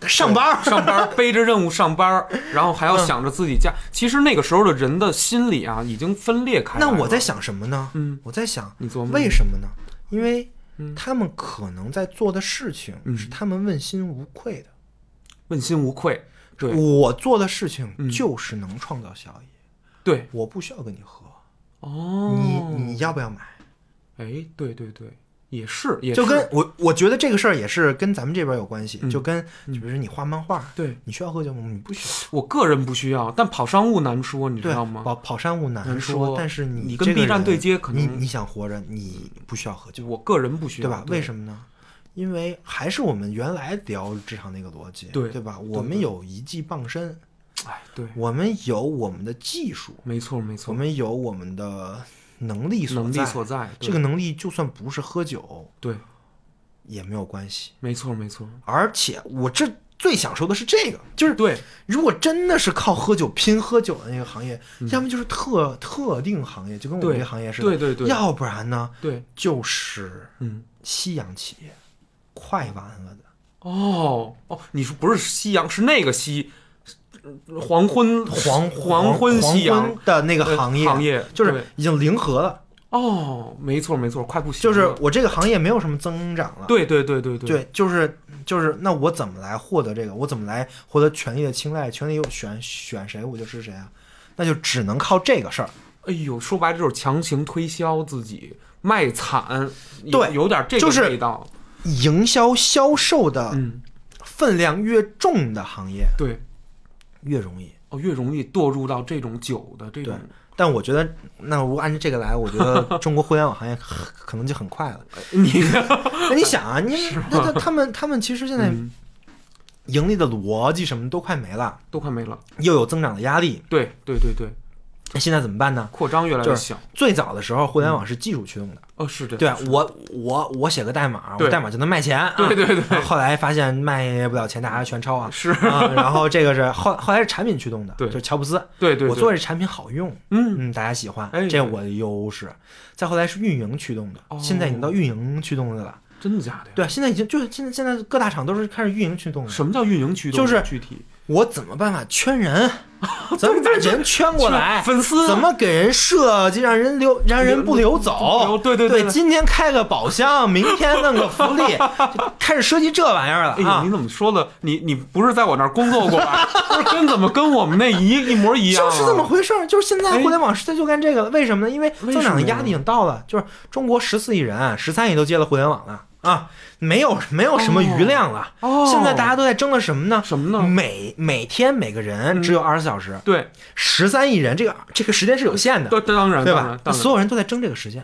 S2: 上班 儿。
S1: 上班儿背着任务上班儿，然后还要
S2: 嗯
S1: 想着自己家。其实那个时候的人的心理啊，已经分裂开来
S2: 那
S1: 了。
S2: 我在想什么呢？
S1: 嗯，
S2: 我在想，
S1: 你琢磨
S2: 为什么呢？因为
S1: 嗯
S2: 他们可能在做的事情
S1: 嗯
S2: 是他们问心无愧的。
S1: 问心无愧，对
S2: 我做的事情
S1: 嗯
S2: 就是能创造效益，
S1: 对
S2: 我不需要跟你喝，
S1: 哦，
S2: 你你要不要买？
S1: 哎，对对对，也是也是
S2: 就跟我我觉得这个事儿也是跟咱们这边有关系，
S1: 嗯
S2: 就跟
S1: 嗯
S2: 就比如说你画漫画，
S1: 对
S2: 你需要喝酒吗？你不需要。
S1: 我个人不需要，但跑商务难说，你知
S2: 对，
S1: 道吗？
S2: 跑跑山务难
S1: 难
S2: 说，
S1: 说
S2: 但是你
S1: 你
S2: 这
S1: 跟
S2: 个
S1: B 站
S2: 人
S1: 对接可
S2: 你
S1: 能
S2: 你想活着，你不需要喝酒，
S1: 我个人不需要，
S2: 对吧？为
S1: 么？
S2: 什么呢？因为还是我们原来聊职场那个逻辑，
S1: 对
S2: 对吧？我们有一技傍身，
S1: 哎，对，
S2: 我们有我们的技术，
S1: 没错没
S2: 我
S1: 错，
S2: 们有我们的能力所
S1: 能力
S2: 在。
S1: 所在，对
S2: 这个能力就算不是喝酒
S1: 对，
S2: 也没有关系。
S1: 没错没错，
S2: 而且我这最想说的是这个，就是
S1: 对，
S2: 如果真的是靠喝酒拼喝酒的那个行业，要么就是特特定行业，就跟我们
S1: 嗯对
S2: 这行业似的，
S1: 对对对
S2: 要不然呢，
S1: 对，
S2: 就是
S1: 嗯。
S2: 夕阳企业，快完了的。
S1: 哦哦，你说不是夕阳，是那个夕，呃黄昏
S2: 黄
S1: 黄昏夕
S2: 黄
S1: 阳
S2: 昏的那个行业，
S1: 呃行业
S2: 就是
S1: 对
S2: 已经零和了，
S1: 哦，没错没错，快不行
S2: 就是
S1: 了
S2: 我这个行业没有什么增长
S1: 嗯
S2: 了。
S1: 对对对对对，
S2: 对，就是就是，那我怎么来获得这个？我怎么来获得权力的青睐？权力又选选谁，我就是谁啊？那就只能靠这个事儿。
S1: 哎呦，说白了就是强行推销自己卖惨，有
S2: 对
S1: 有点这
S2: 就
S1: 个
S2: 是
S1: 味道，
S2: 营销销售的
S1: 嗯，
S2: 分量越重的行业
S1: 对，
S2: 越容易。
S1: 哦，越容易堕入到这种酒的这种，
S2: 但我觉得，那如果按照这个来，我 觉得中国互联网行业可可能就很快了。
S1: 呃你
S2: 那你想啊，你那那他们他们其实现在
S1: 嗯
S2: 盈利的逻辑什么都快没了，
S1: 都快没了，
S2: 又有增长的压力，
S1: 对对对对，
S2: 那现在怎么办呢？
S1: 扩张越来
S2: 就
S1: 越
S2: 是
S1: 小。
S2: 最早的时候，互联网是技术驱动的，
S1: 哦，是这
S2: 对
S1: 样。
S2: 啊我我我写个代码，
S1: 对
S2: 我代码就能卖钱啊。
S1: 对对对
S2: 然后后来发现卖不了钱，大家全抄啊。
S1: 是
S2: 啊，然后这个是后后来是产品驱动的，
S1: 对
S2: 就是乔布斯，
S1: 对对对，
S2: 我做这产品好用，
S1: 嗯，
S2: 嗯，大家喜欢
S1: 哎，
S2: 这我的优势。再后来是运营驱动的
S1: 哦，
S2: 现在已经到运营驱动的了。
S1: 真的假的呀？
S2: 对啊，现在已经就是现在现在各大厂都是开始运营驱动的。
S1: 什么叫运营驱动？
S2: 就是
S1: 具体
S2: 我怎么办法圈人？怎么把人 圈过来？
S1: 粉丝
S2: 怎么给人设计，让人留，让人不留走
S1: 留？对对
S2: 对
S1: 对对
S2: 今天开个宝箱，明天弄个福 利，就开始设计这玩意儿
S1: 哎
S2: 了
S1: 呦，
S2: 啊
S1: 你！怎么说的？你你不是在我那儿工作过吧？ 不是跟怎么跟我们那一一模一样、
S2: 就
S1: 啊？
S2: 是这么回事儿，就是现在
S1: 哎
S2: 互联网时代就干这个了。为什么呢？因为
S1: 为
S2: 增长的
S1: 什么呀
S2: 压力已经到了，就是中国十四亿人，啊十三亿都接了互联网了啊，没有没有什么余量了。
S1: 哦
S2: 现在大家都在争的什么呢？
S1: 什么呢？嗯
S2: 每每天每个人只有二十四小时，
S1: 对，
S2: 十三亿人，这个这个时间是有限的，
S1: 当当然
S2: 对
S1: 当
S2: 吧
S1: 然？
S2: 那
S1: 当然，
S2: 所有人都在争这个时间。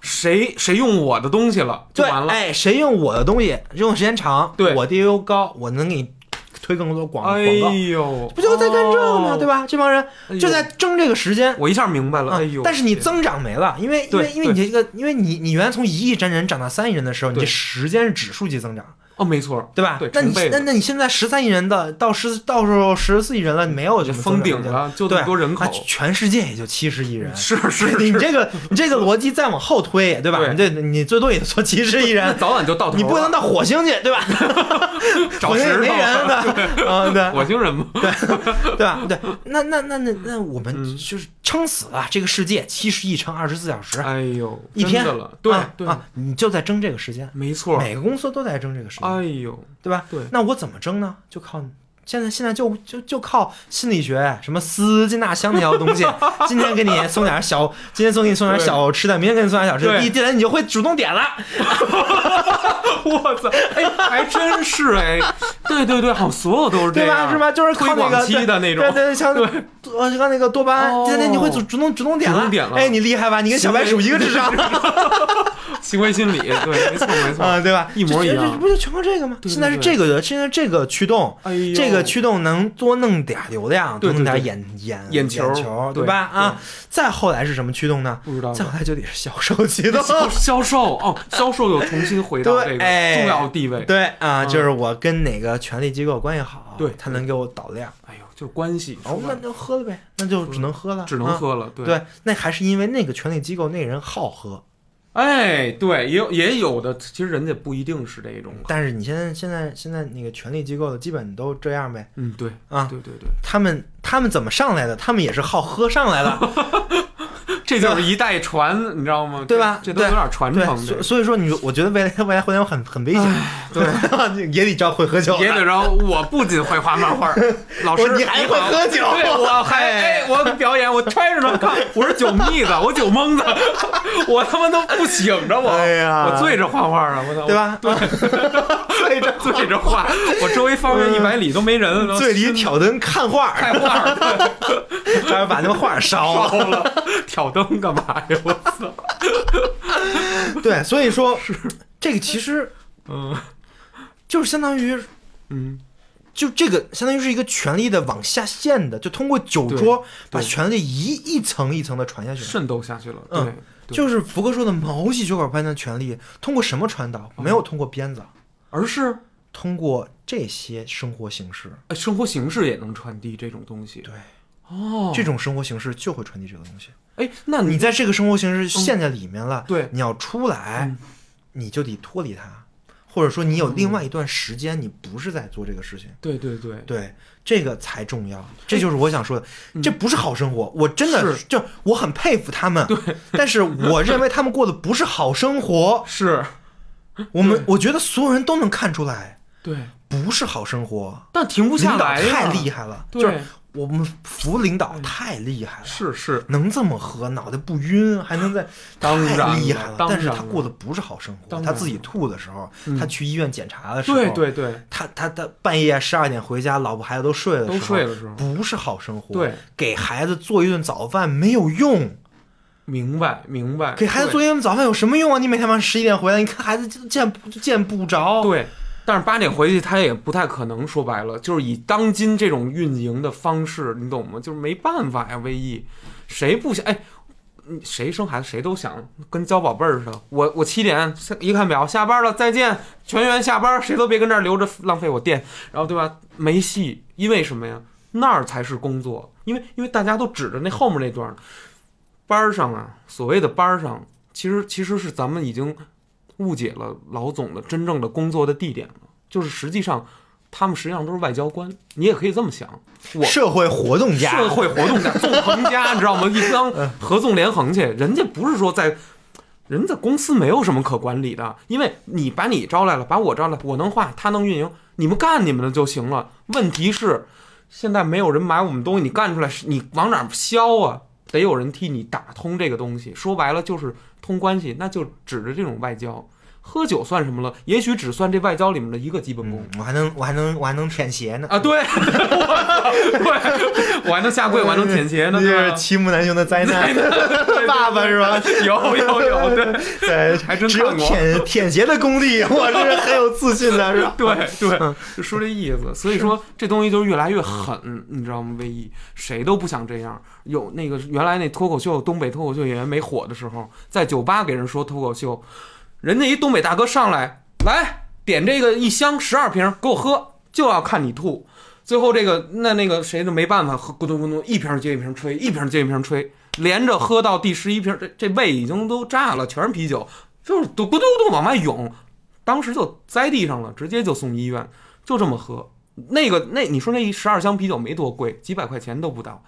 S1: 谁谁用我的东西了就
S2: 对，
S1: 完了。
S2: 哎，谁用我的东西用的时间长，
S1: 对
S2: 我 DAU 高，我能给你推更多广
S1: 哎
S2: 广告，
S1: 呦，
S2: 不就在干这个吗？
S1: 哦
S2: 对吧？这帮人
S1: 哎呦
S2: 就在争这个时间。
S1: 我一下明白了。
S2: 啊
S1: 哎呦，
S2: 但是你
S1: 天
S2: 增长没了，因为因为
S1: 对
S2: 因为你这个，因为你你原来从一亿真人涨到三亿人的时候，你
S1: 对
S2: 这时间是指数级增长，
S1: 哦，没错，
S2: 对吧
S1: 对？
S2: 那你
S1: 成倍的
S2: 那那你现在十三亿人的到十到时候十四亿人了，你没有什么
S1: 封顶
S2: 增长
S1: 了，就这
S2: 对
S1: 么多人口
S2: 那，全世界也就七十亿人，
S1: 是是
S2: 你
S1: 是，
S2: 这个你这个逻辑再往后推，对吧？
S1: 对
S2: 你这你最多也就七十 亿
S1: 那
S2: 人，
S1: 早晚就 到头了。
S2: 你不能到火星去，对吧？
S1: 找
S2: 火星也
S1: 石
S2: 没
S1: 头
S2: 人
S1: 啊，
S2: 的，啊，对
S1: 火星人吗？
S2: 对吧？对，那那那那那我们
S1: 嗯
S2: 就是撑死了这个世界，七十亿乘二十四小时，
S1: 哎呦，
S2: 一天
S1: 真的了，对
S2: 啊
S1: 对，
S2: 啊，你就在争这个时间，
S1: 没错。
S2: 每个公司都在争这个时间，
S1: 哎呦，
S2: 对吧？
S1: 对
S2: 那我怎么争呢？就靠现在现在就就就靠心理学，什么斯金纳香那条东西，今天给你送点小，今天送给你送点小吃的，明天给你送点小吃的，
S1: 对
S2: 第第来你就会主动点了。
S1: 我操，哎，还真是哎，对对对，好，所有都是这
S2: 对
S1: 样，
S2: 吧？是吧？就是靠
S1: 推
S2: 那个
S1: 广期的那种
S2: 对对，对像呃，像那个多巴胺，
S1: 哦
S2: 今天你会主主动主动点
S1: 主
S2: 了
S1: 动点了
S2: 哎，你厉害吧？你跟小白鼠一个智 商
S1: 行为心理，对，没错没错。
S2: 啊，对吧？
S1: 一模一样
S2: 这这这不就全靠这个吗？
S1: 对对
S2: 现在是这个，现在这个驱动。
S1: 哎呦，
S2: 这个驱动能多弄点流量，多
S1: 对
S2: 弄
S1: 对对
S2: 点眼眼
S1: 眼球
S2: 球，
S1: 对
S2: 对
S1: 啊
S2: 吧？啊，再后来是什么驱动呢？
S1: 不知道
S2: 再后来就得是销售驱动，
S1: 销销售哦，销售又重新回到这
S2: 对，
S1: 个
S2: 哎
S1: 重要地位。
S2: 对啊，
S1: 嗯
S2: 就是我跟哪个权力机构关系好，
S1: 对
S2: 他能给我导量，
S1: 哎呦，就是关系，
S2: 哦，
S1: 说
S2: 那
S1: 白了
S2: 就喝了呗，那就只能喝了，
S1: 只能
S2: 啊
S1: 喝了。对，
S2: 对，那还是因为那个权力机构那个人好喝。
S1: 哎，对，也有也有的，其实人家不一定是这种。
S2: 但是你现在现在现在那个权力机构的基本都这样呗
S1: 嗯，对，
S2: 啊，
S1: 对对 对，
S2: 他们他们怎么上来的？他们也是好喝上来的，
S1: 这就是一代传，你知道吗？
S2: 对吧
S1: 这这都有点传
S2: 对，
S1: 承
S2: 所
S1: 的。
S2: 所以说你我觉得未来未来互联网很很危险， 对，也得招会喝酒的，
S1: 也得让我不仅会画漫画， 老师
S2: 我你还会
S1: 好
S2: 喝酒
S1: 对， 我还
S2: 哎
S1: 哎，我表演，我揣着呢，看我是酒蜜子，我酒蒙子， 我他妈都不醒着我，
S2: 哎呀
S1: 我醉着画画啊，我操，
S2: 对吧？
S1: 醉着醉着画，我周围方
S2: 嗯
S1: 圆一百里都没人，
S2: 醉里挑灯看画儿，
S1: 看画对
S2: 还是把那个画儿烧了。
S1: 烧了，挑灯干嘛呀？我操，
S2: 对，所以说这个其实
S1: 嗯
S2: 就是相当于
S1: 嗯，
S2: 就这个相当于是一个权力的往下陷的，就通过酒桌把权力一一层一层的传下去。
S1: 渗透下去了，对
S2: 嗯，
S1: 对
S2: 就是福哥说的毛细血管般的权力，通过什么传导？
S1: 嗯
S2: 没有通过鞭子，啊
S1: 而是
S2: 通过这些生活形式，
S1: 哎生活形式也能传递这种东西，
S2: 对，
S1: 哦，
S2: 这种生活形式就会传递这个东西。
S1: 哎，那你
S2: 你在这个生活形式陷在里面了，
S1: 对
S2: 你要出来，
S1: 嗯
S2: 你就得脱离它，或者说你有另外一段时间，你不是在做这个事情。
S1: 对对对，哎嗯
S2: 对，这个才重要，这就是我想说的，这不是好生活。我真的
S1: 是
S2: 就我很佩服他们，但是我认为他们过的不是好生活。
S1: 是，
S2: 我们我觉得所有人都能看出来，
S1: 对，
S2: 不是好生活。
S1: 但停不下
S2: 领导
S1: 来呀，
S2: 太厉害了，
S1: 对
S2: 就是我们服领导太厉害了。
S1: 是是，
S2: 能这么喝，脑袋不晕，还能在，
S1: 当然
S2: 太
S1: 了
S2: 厉害了。
S1: 当
S2: 但是
S1: 然
S2: 他
S1: 了
S2: 过的不是好生活，
S1: 当
S2: 他
S1: 然
S2: 自己
S1: 了嗯
S2: 吐的时候，他去医院检查的时候，
S1: 对对对，
S2: 他他他半夜十二点回家，老婆孩子都睡了，
S1: 都睡的时候
S2: 不是好生活。
S1: 对，哎
S2: 给孩子做一顿早饭没有用，
S1: 明白明白，
S2: 给孩子做一顿早饭有什么用啊？你每天晚上十一点回来，你看孩子就见不就见不着。
S1: 对。对但是八点回去，他也不太可能。说白了，就是以当今这种运营的方式，你懂吗？就是没办法呀，V E，谁不想？哎，嗯谁生孩子谁都想跟教宝贝儿似的。我我七点一看表，下班了，再见，全员下班，谁都别跟这儿留着浪费我电，然后对吧？没戏，因为什么呀？那儿才是工作，因为因为大家都指着那后面那段儿班儿上啊，所谓的班儿上，其实其实是咱们已经误解了老总的真正的工作的地点了，就是实际上他们实际上都是外交官，你也可以这么想，我
S2: 社会活动家，
S1: 社会活动家、纵横家，你知道吗？一帮合纵连横去，人家不是说在。人家公司没有什么可管理的，因为你把你招来了，把我招来，我能画，他能运营，你们干你们的就行了。问题是，现在没有人买我们东西，你干出来，你往哪儿销啊？得有人替你打通这个东西。说白了就是通关系，那就指着这种外交。喝酒算什么了？也许只算这外交里面的一个基本功。
S2: 嗯我还能我还能我还能舔鞋呢。
S1: 啊，对， 我对，我还能下跪，我还能舔 鞋呢，
S2: 这
S1: 对
S2: 是
S1: 吧？
S2: 欺负男兄的灾 难， 爸爸是吧？
S1: 有有有， 对
S2: 对，
S1: 还真
S2: 只有
S1: 看过
S2: 舔舔鞋的功力，我是很有自信的，是吧？嗯
S1: 对对，就说这意思。所以说这东西就是越来越狠，你知道吗？卫一谁都不想这样。有那个原来那脱口秀东北脱口秀演员没火的时候，在酒吧给人说脱口秀，人家一东北大哥上来来点这个一箱十二瓶给我喝，就要看你吐。最后这个那那个谁就没办法，喝咕咚咕咚一瓶接一瓶吹，一瓶接一瓶吹，连着喝到第十一瓶，这这胃已经都炸了，全是啤酒，就是都咕咚咕咚往外涌，当时就栽地上了，直接就送医院，就这么喝。那个那你说那一十二箱啤酒没多贵，几百块钱都不到，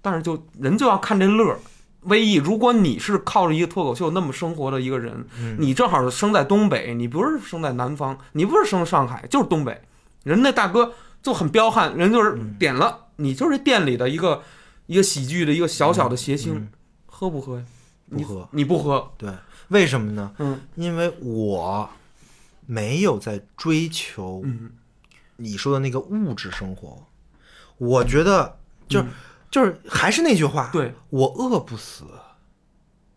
S1: 但是就人就要看这乐儿。微易，如果你是靠着一个脱口秀那么生活的一个人，
S2: 嗯
S1: 你正好生在东北，你不是生在南方，你不是生上海，就是东北。人那大哥就很彪悍，人就是
S2: 嗯
S1: 点了，你就是店里的一个一个喜剧的一个小小的谐星，
S2: 嗯
S1: 喝不喝呀？你
S2: 不喝，
S1: 你不喝，
S2: 对，为什么呢？
S1: 嗯
S2: 因为我没有在追求
S1: 嗯
S2: 你说的那个物质生活，我觉得就是、就是还是那句话，
S1: 嗯对，
S2: 我饿不死，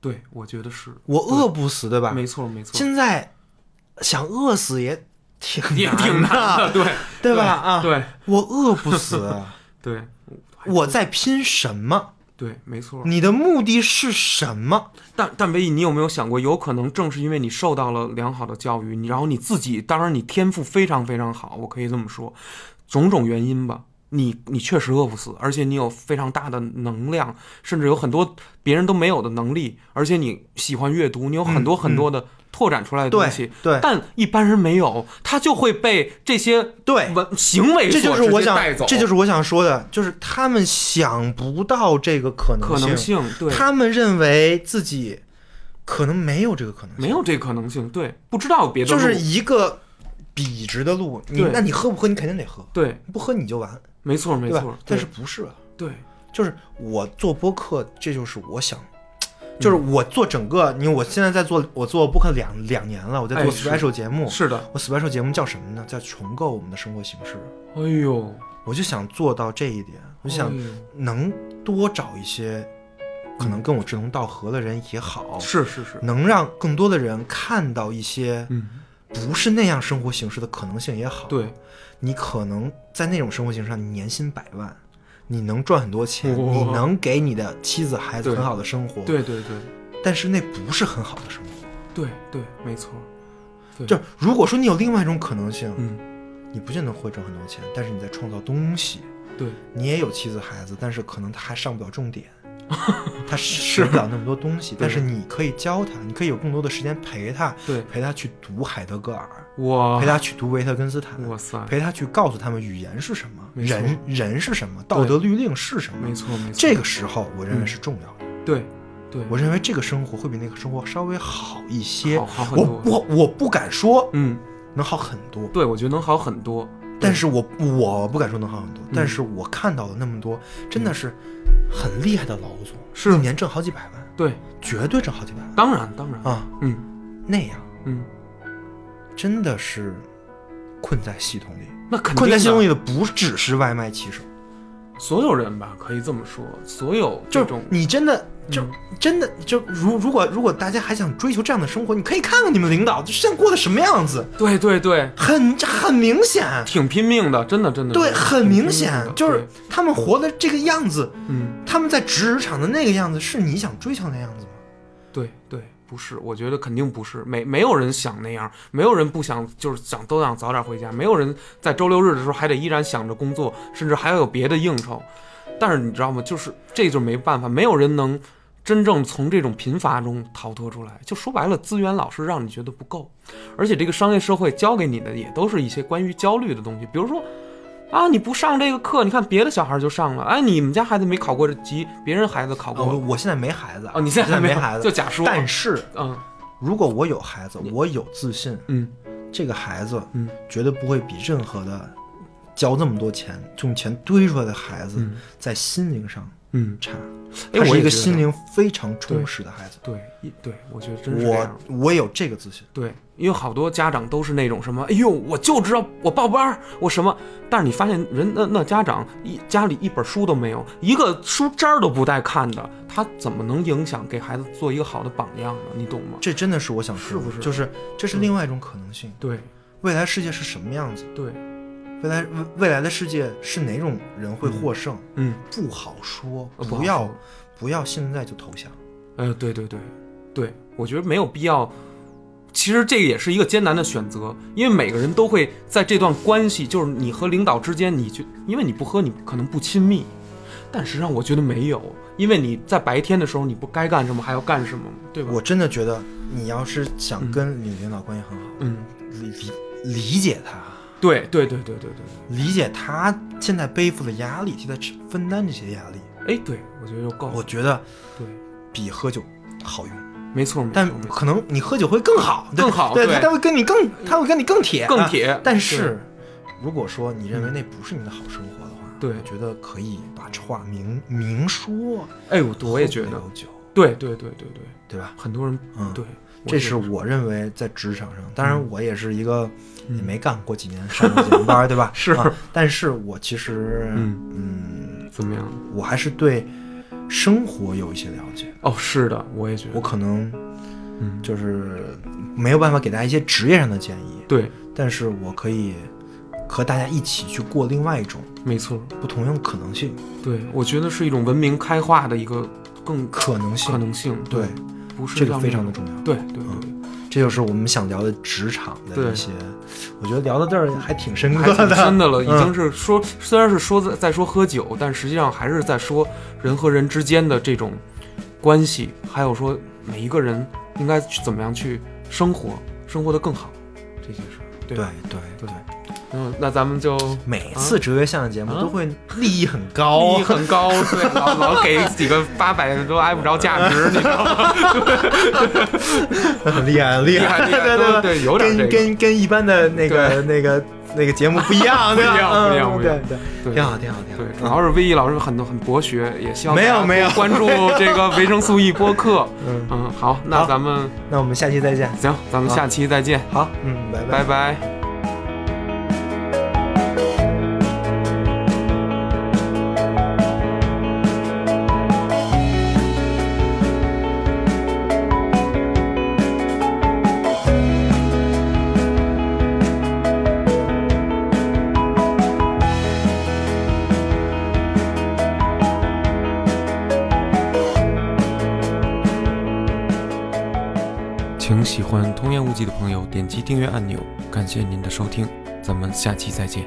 S1: 对，我觉得是，
S2: 我饿不死，对吧？
S1: 没错没错。
S2: 现在想饿死也挺
S1: 也挺
S2: 难
S1: 难的，对
S2: 对吧？啊，
S1: 对
S2: 我饿不死，
S1: 对
S2: 我在拼什么？
S1: 对，没错。
S2: 你的目的是什么？
S1: 但但唯一，你有没有想过，有可能正是因为你受到了良好的教育，你然后你自己，当然你天赋非常非常好，我可以这么说，种种原因吧。你你确实饿不死，而且你有非常大的能量，甚至有很多别人都没有的能力，而且你喜欢阅读，你有很多很多的拓展出来的东西。
S2: 对嗯对
S1: 但一般人没有，他就会被这些
S2: 对
S1: 文行为
S2: 这就是
S1: 所直
S2: 我
S1: 接
S2: 想
S1: 带走，，
S2: 这就是我想说的，就是他们想不到这个可能
S1: 可能性。对，
S2: 他们认为自己可能没有这个可能性，
S1: 没有这可能性，对，不知道有别的
S2: 就
S1: 路，
S2: 是一个笔直的路。你
S1: 对
S2: 那你喝不喝？你肯定得喝，
S1: 对，
S2: 不喝你就完，
S1: 没错没
S2: 对
S1: 错
S2: 吧？，但是不是啊？
S1: 对
S2: 就是我做播客，这就是我想，
S1: 嗯
S2: 就是我做整个，因为我现在在做，我做播客两两年了，我在
S1: 哎
S2: 做
S1: 是
S2: special 节目
S1: 对，，是的，
S2: 我 special 节目叫什么呢？叫重构我们的生活形式。
S1: 哎呦，哎
S2: 我就想做到这一点，我
S1: 我
S2: 就想能多找一些可能跟我志同道合的人也好，
S1: 是是是，
S2: 能让更多的人看到一些
S1: 嗯，
S2: 不是那样生活形式的可能性也好。，
S1: 对，
S2: 你可能在那种生活形式上，你年薪百万，你能赚很多钱，
S1: 哇
S2: 你能给你的妻子孩子
S1: 对
S2: 很好的生活。，
S1: 对对对
S2: 但是那不是很好的生活。
S1: 对对，没错，对
S2: 就是如果说你有另外一种可能性，
S1: 嗯，
S2: 你不见得会挣很多钱，但是你在创造东西。
S1: 对，
S2: 你也有妻子孩子，但是可能他还上不了重 点，他学不了那么多东西。但是你可以教他，你可以有更多的时间陪他，
S1: 对
S2: 陪他去读海德格尔，
S1: 我
S2: 陪，他去读维特根斯坦，
S1: 哇塞，
S2: 陪他去告诉他们语言是什么，
S1: 没错
S2: 人人是什么，道德律令是什么
S1: 没。错没错，
S2: 这个时候，我认为
S1: 嗯
S2: 是重要的。
S1: 对对，
S2: 我认为这个生活会比那个生活稍微好一些。
S1: 好好很
S2: 我
S1: 多，
S2: 我我不敢说
S1: 嗯，
S2: 能好很多，
S1: 对，我觉得能好很多，
S2: 但是我我不敢说能好很多，
S1: 嗯
S2: 但是我看到了那么多，真的是很厉害的老总，
S1: 是
S2: 一年挣好几百万，
S1: 对，
S2: 绝对挣好几百万
S1: 当然当然，
S2: 啊！
S1: 嗯
S2: 那样
S1: 嗯，
S2: 真的是困在系统里，
S1: 那肯定
S2: 困在系统
S1: 的
S2: 里的不只是外卖骑手，
S1: 所有人吧，可以这么说，所有这
S2: 就是
S1: 种嗯
S2: 你真的就真的就如如果如果大家还想追求这样的生活，你可以看看你们领导就现在过的什么样子，
S1: 对对对，
S2: 很很明显，
S1: 挺拼命的，真的真的，
S2: 对，很明显
S1: 嗯
S2: 就是
S1: 对
S2: 他们活的这个样子，
S1: 嗯，
S2: 他们在职场的那个样子，是你想追求那样子吗？
S1: 对对，不是，我觉得肯定不是，没没有人想那样，没有人不想，就是想都想早点回家，没有人在周六日的时候还得依然想着工作，甚至还要有别的应酬。但是你知道吗？就是这就没办法，没有人能真正从这种贫乏中逃脱出来。就说白了，资源老是让你觉得不够，而且这个商业社会教给你的也都是一些关于焦虑的东西，比如说。啊！你不上这个课，你看别的小孩就上了。哎，你们家孩子没考过这级，别人孩子考
S2: 啊，我
S1: 过。
S2: 我现在没孩子啊
S1: 哦，你现在
S2: 我
S1: 还
S2: 没
S1: 有
S2: 孩
S1: 就
S2: 子，
S1: 假说。
S2: 但是
S1: 嗯
S2: 如果我有孩子，我有自信，
S1: 嗯
S2: 这个孩子
S1: 嗯
S2: 绝对不会比任何的交那么多钱用钱堆出来的孩子
S1: 嗯
S2: 在心灵上
S1: 嗯，
S2: 差，
S1: 哎
S2: 他
S1: 我
S2: 是
S1: 也
S2: 一个
S1: 觉得
S2: 心灵非常充实的孩子。
S1: 对一对，我觉得真是这
S2: 我
S1: 样。
S2: 我有这个自信，
S1: 对，因为好多家长都是那种什么，哎呦，我就知道我报班儿，我什么，但是你发现人那那家长一家里一本书都没有，一个书摘儿都不带看的，他怎么能影响给孩子做一个好的榜样呢？你懂吗？
S2: 这真的是我想说的，
S1: 是不是嗯
S2: 就是这是另外一种可能性。
S1: 对
S2: 未来世界是什么样子？
S1: 对，
S2: 未来未未来的世界是哪种人会获胜？
S1: 嗯，
S2: 不好说，
S1: 呃不好
S2: 不要
S1: 说
S2: 不要现在就投降。
S1: 呃，对对对，对，我觉得没有必要。其实这个也是一个艰难的选择，因为每个人都会在这段关系，就是你和领导之间，你就因为你不喝，你可能不亲密，但实际上我觉得没有，因为你在白天的时候，你不该干什么还要干什么，对吧？
S2: 我真的觉得，你要是想跟你领导关系很好，
S1: 嗯，
S2: 理理理解他，
S1: 对对对对对对
S2: 理解他现在背负的压力，替他吃分担这些压力，
S1: 对，哎，对我觉得就够
S2: 我
S1: 了，
S2: 觉得
S1: 对，
S2: 比喝酒好用。
S1: 没错，没错
S2: 但
S1: 没错，
S2: 可能你喝酒会更好，对
S1: 嗯更好
S2: 对
S1: 对嗯
S2: 他他会跟你更，他会跟你更铁，
S1: 更铁嗯
S2: 啊但是，如果说你认为那不是你的好生活的话，
S1: 对
S2: 我觉得可以把这话明明说。
S1: 哎，我我也觉得
S2: 喝，酒，
S1: 对对对对对，
S2: 对吧？
S1: 很多人
S2: 嗯
S1: 对，我嗯
S2: 这
S1: 觉
S2: 是
S1: 得
S2: 我认为在职场上，当然我也是一个也没干过几年上过几年班儿，对吧？
S1: 嗯 是
S2: 啊但是我其实
S1: 嗯
S2: 嗯，
S1: 怎么样？
S2: 我还是对生活有一些了解，
S1: 哦，是的，我也觉得，
S2: 我可能
S1: 嗯，
S2: 就是没有办法给大家一些职业上的建议，
S1: 对，
S2: 但是我可以和大家一起去过另外一种
S1: 没错。
S2: 不同样的可能性，
S1: 对，我觉得是一种文明开化的一个更
S2: 可能性，
S1: 可能性。
S2: 对，
S1: 不是
S2: 这个
S1: 像
S2: 非
S1: 那
S2: 常的嗯
S1: 种
S2: 重要。
S1: 对对对，
S2: 这就是我们想聊的职场的
S1: 对
S2: 一些，我觉得聊到这儿还挺深
S1: 还
S2: 刻
S1: 挺
S2: 的，
S1: 深的了，已
S2: 嗯
S1: 经是说，虽然是说在在说喝酒，但实际上还是在说人和人之间的这种关系，还有说每一个人应该去怎么样去生活，生活的更好这些事儿。对
S2: 对
S1: 吧，
S2: 对对
S1: 对。嗯，那咱们就。
S2: 每次哲学向的节目
S1: 啊
S2: 都会利益很
S1: 利
S2: 高
S1: 益，很高，对，老老给几个八百都挨不着价 值，你知道吗？
S2: 很厉害，很厉
S1: 厉害厉害对
S2: 对对
S1: 对有点这
S2: 跟
S1: 个
S2: 跟跟一般的那个 那个那个节目不一 样，
S1: 不一
S2: 对吧
S1: 样
S2: 嗯
S1: 不一样不一样
S2: 对对，
S1: 对
S2: 挺好，挺好，挺好
S1: 对，。主要是魏毅老师很多很博学，也希望
S2: 没有
S1: 大家多
S2: 没有
S1: 关注这个维生素 E 播客。
S2: 嗯，
S1: 嗯，好，那
S2: 好
S1: 咱们
S2: 那我们下期再见。
S1: 行，咱们
S2: 好
S1: 下期再见，
S2: 好，嗯，拜
S1: 拜
S2: 拜
S1: 拜。请喜欢《童言无忌》的朋友点击订阅按钮，感谢您的收听，咱们下期再见。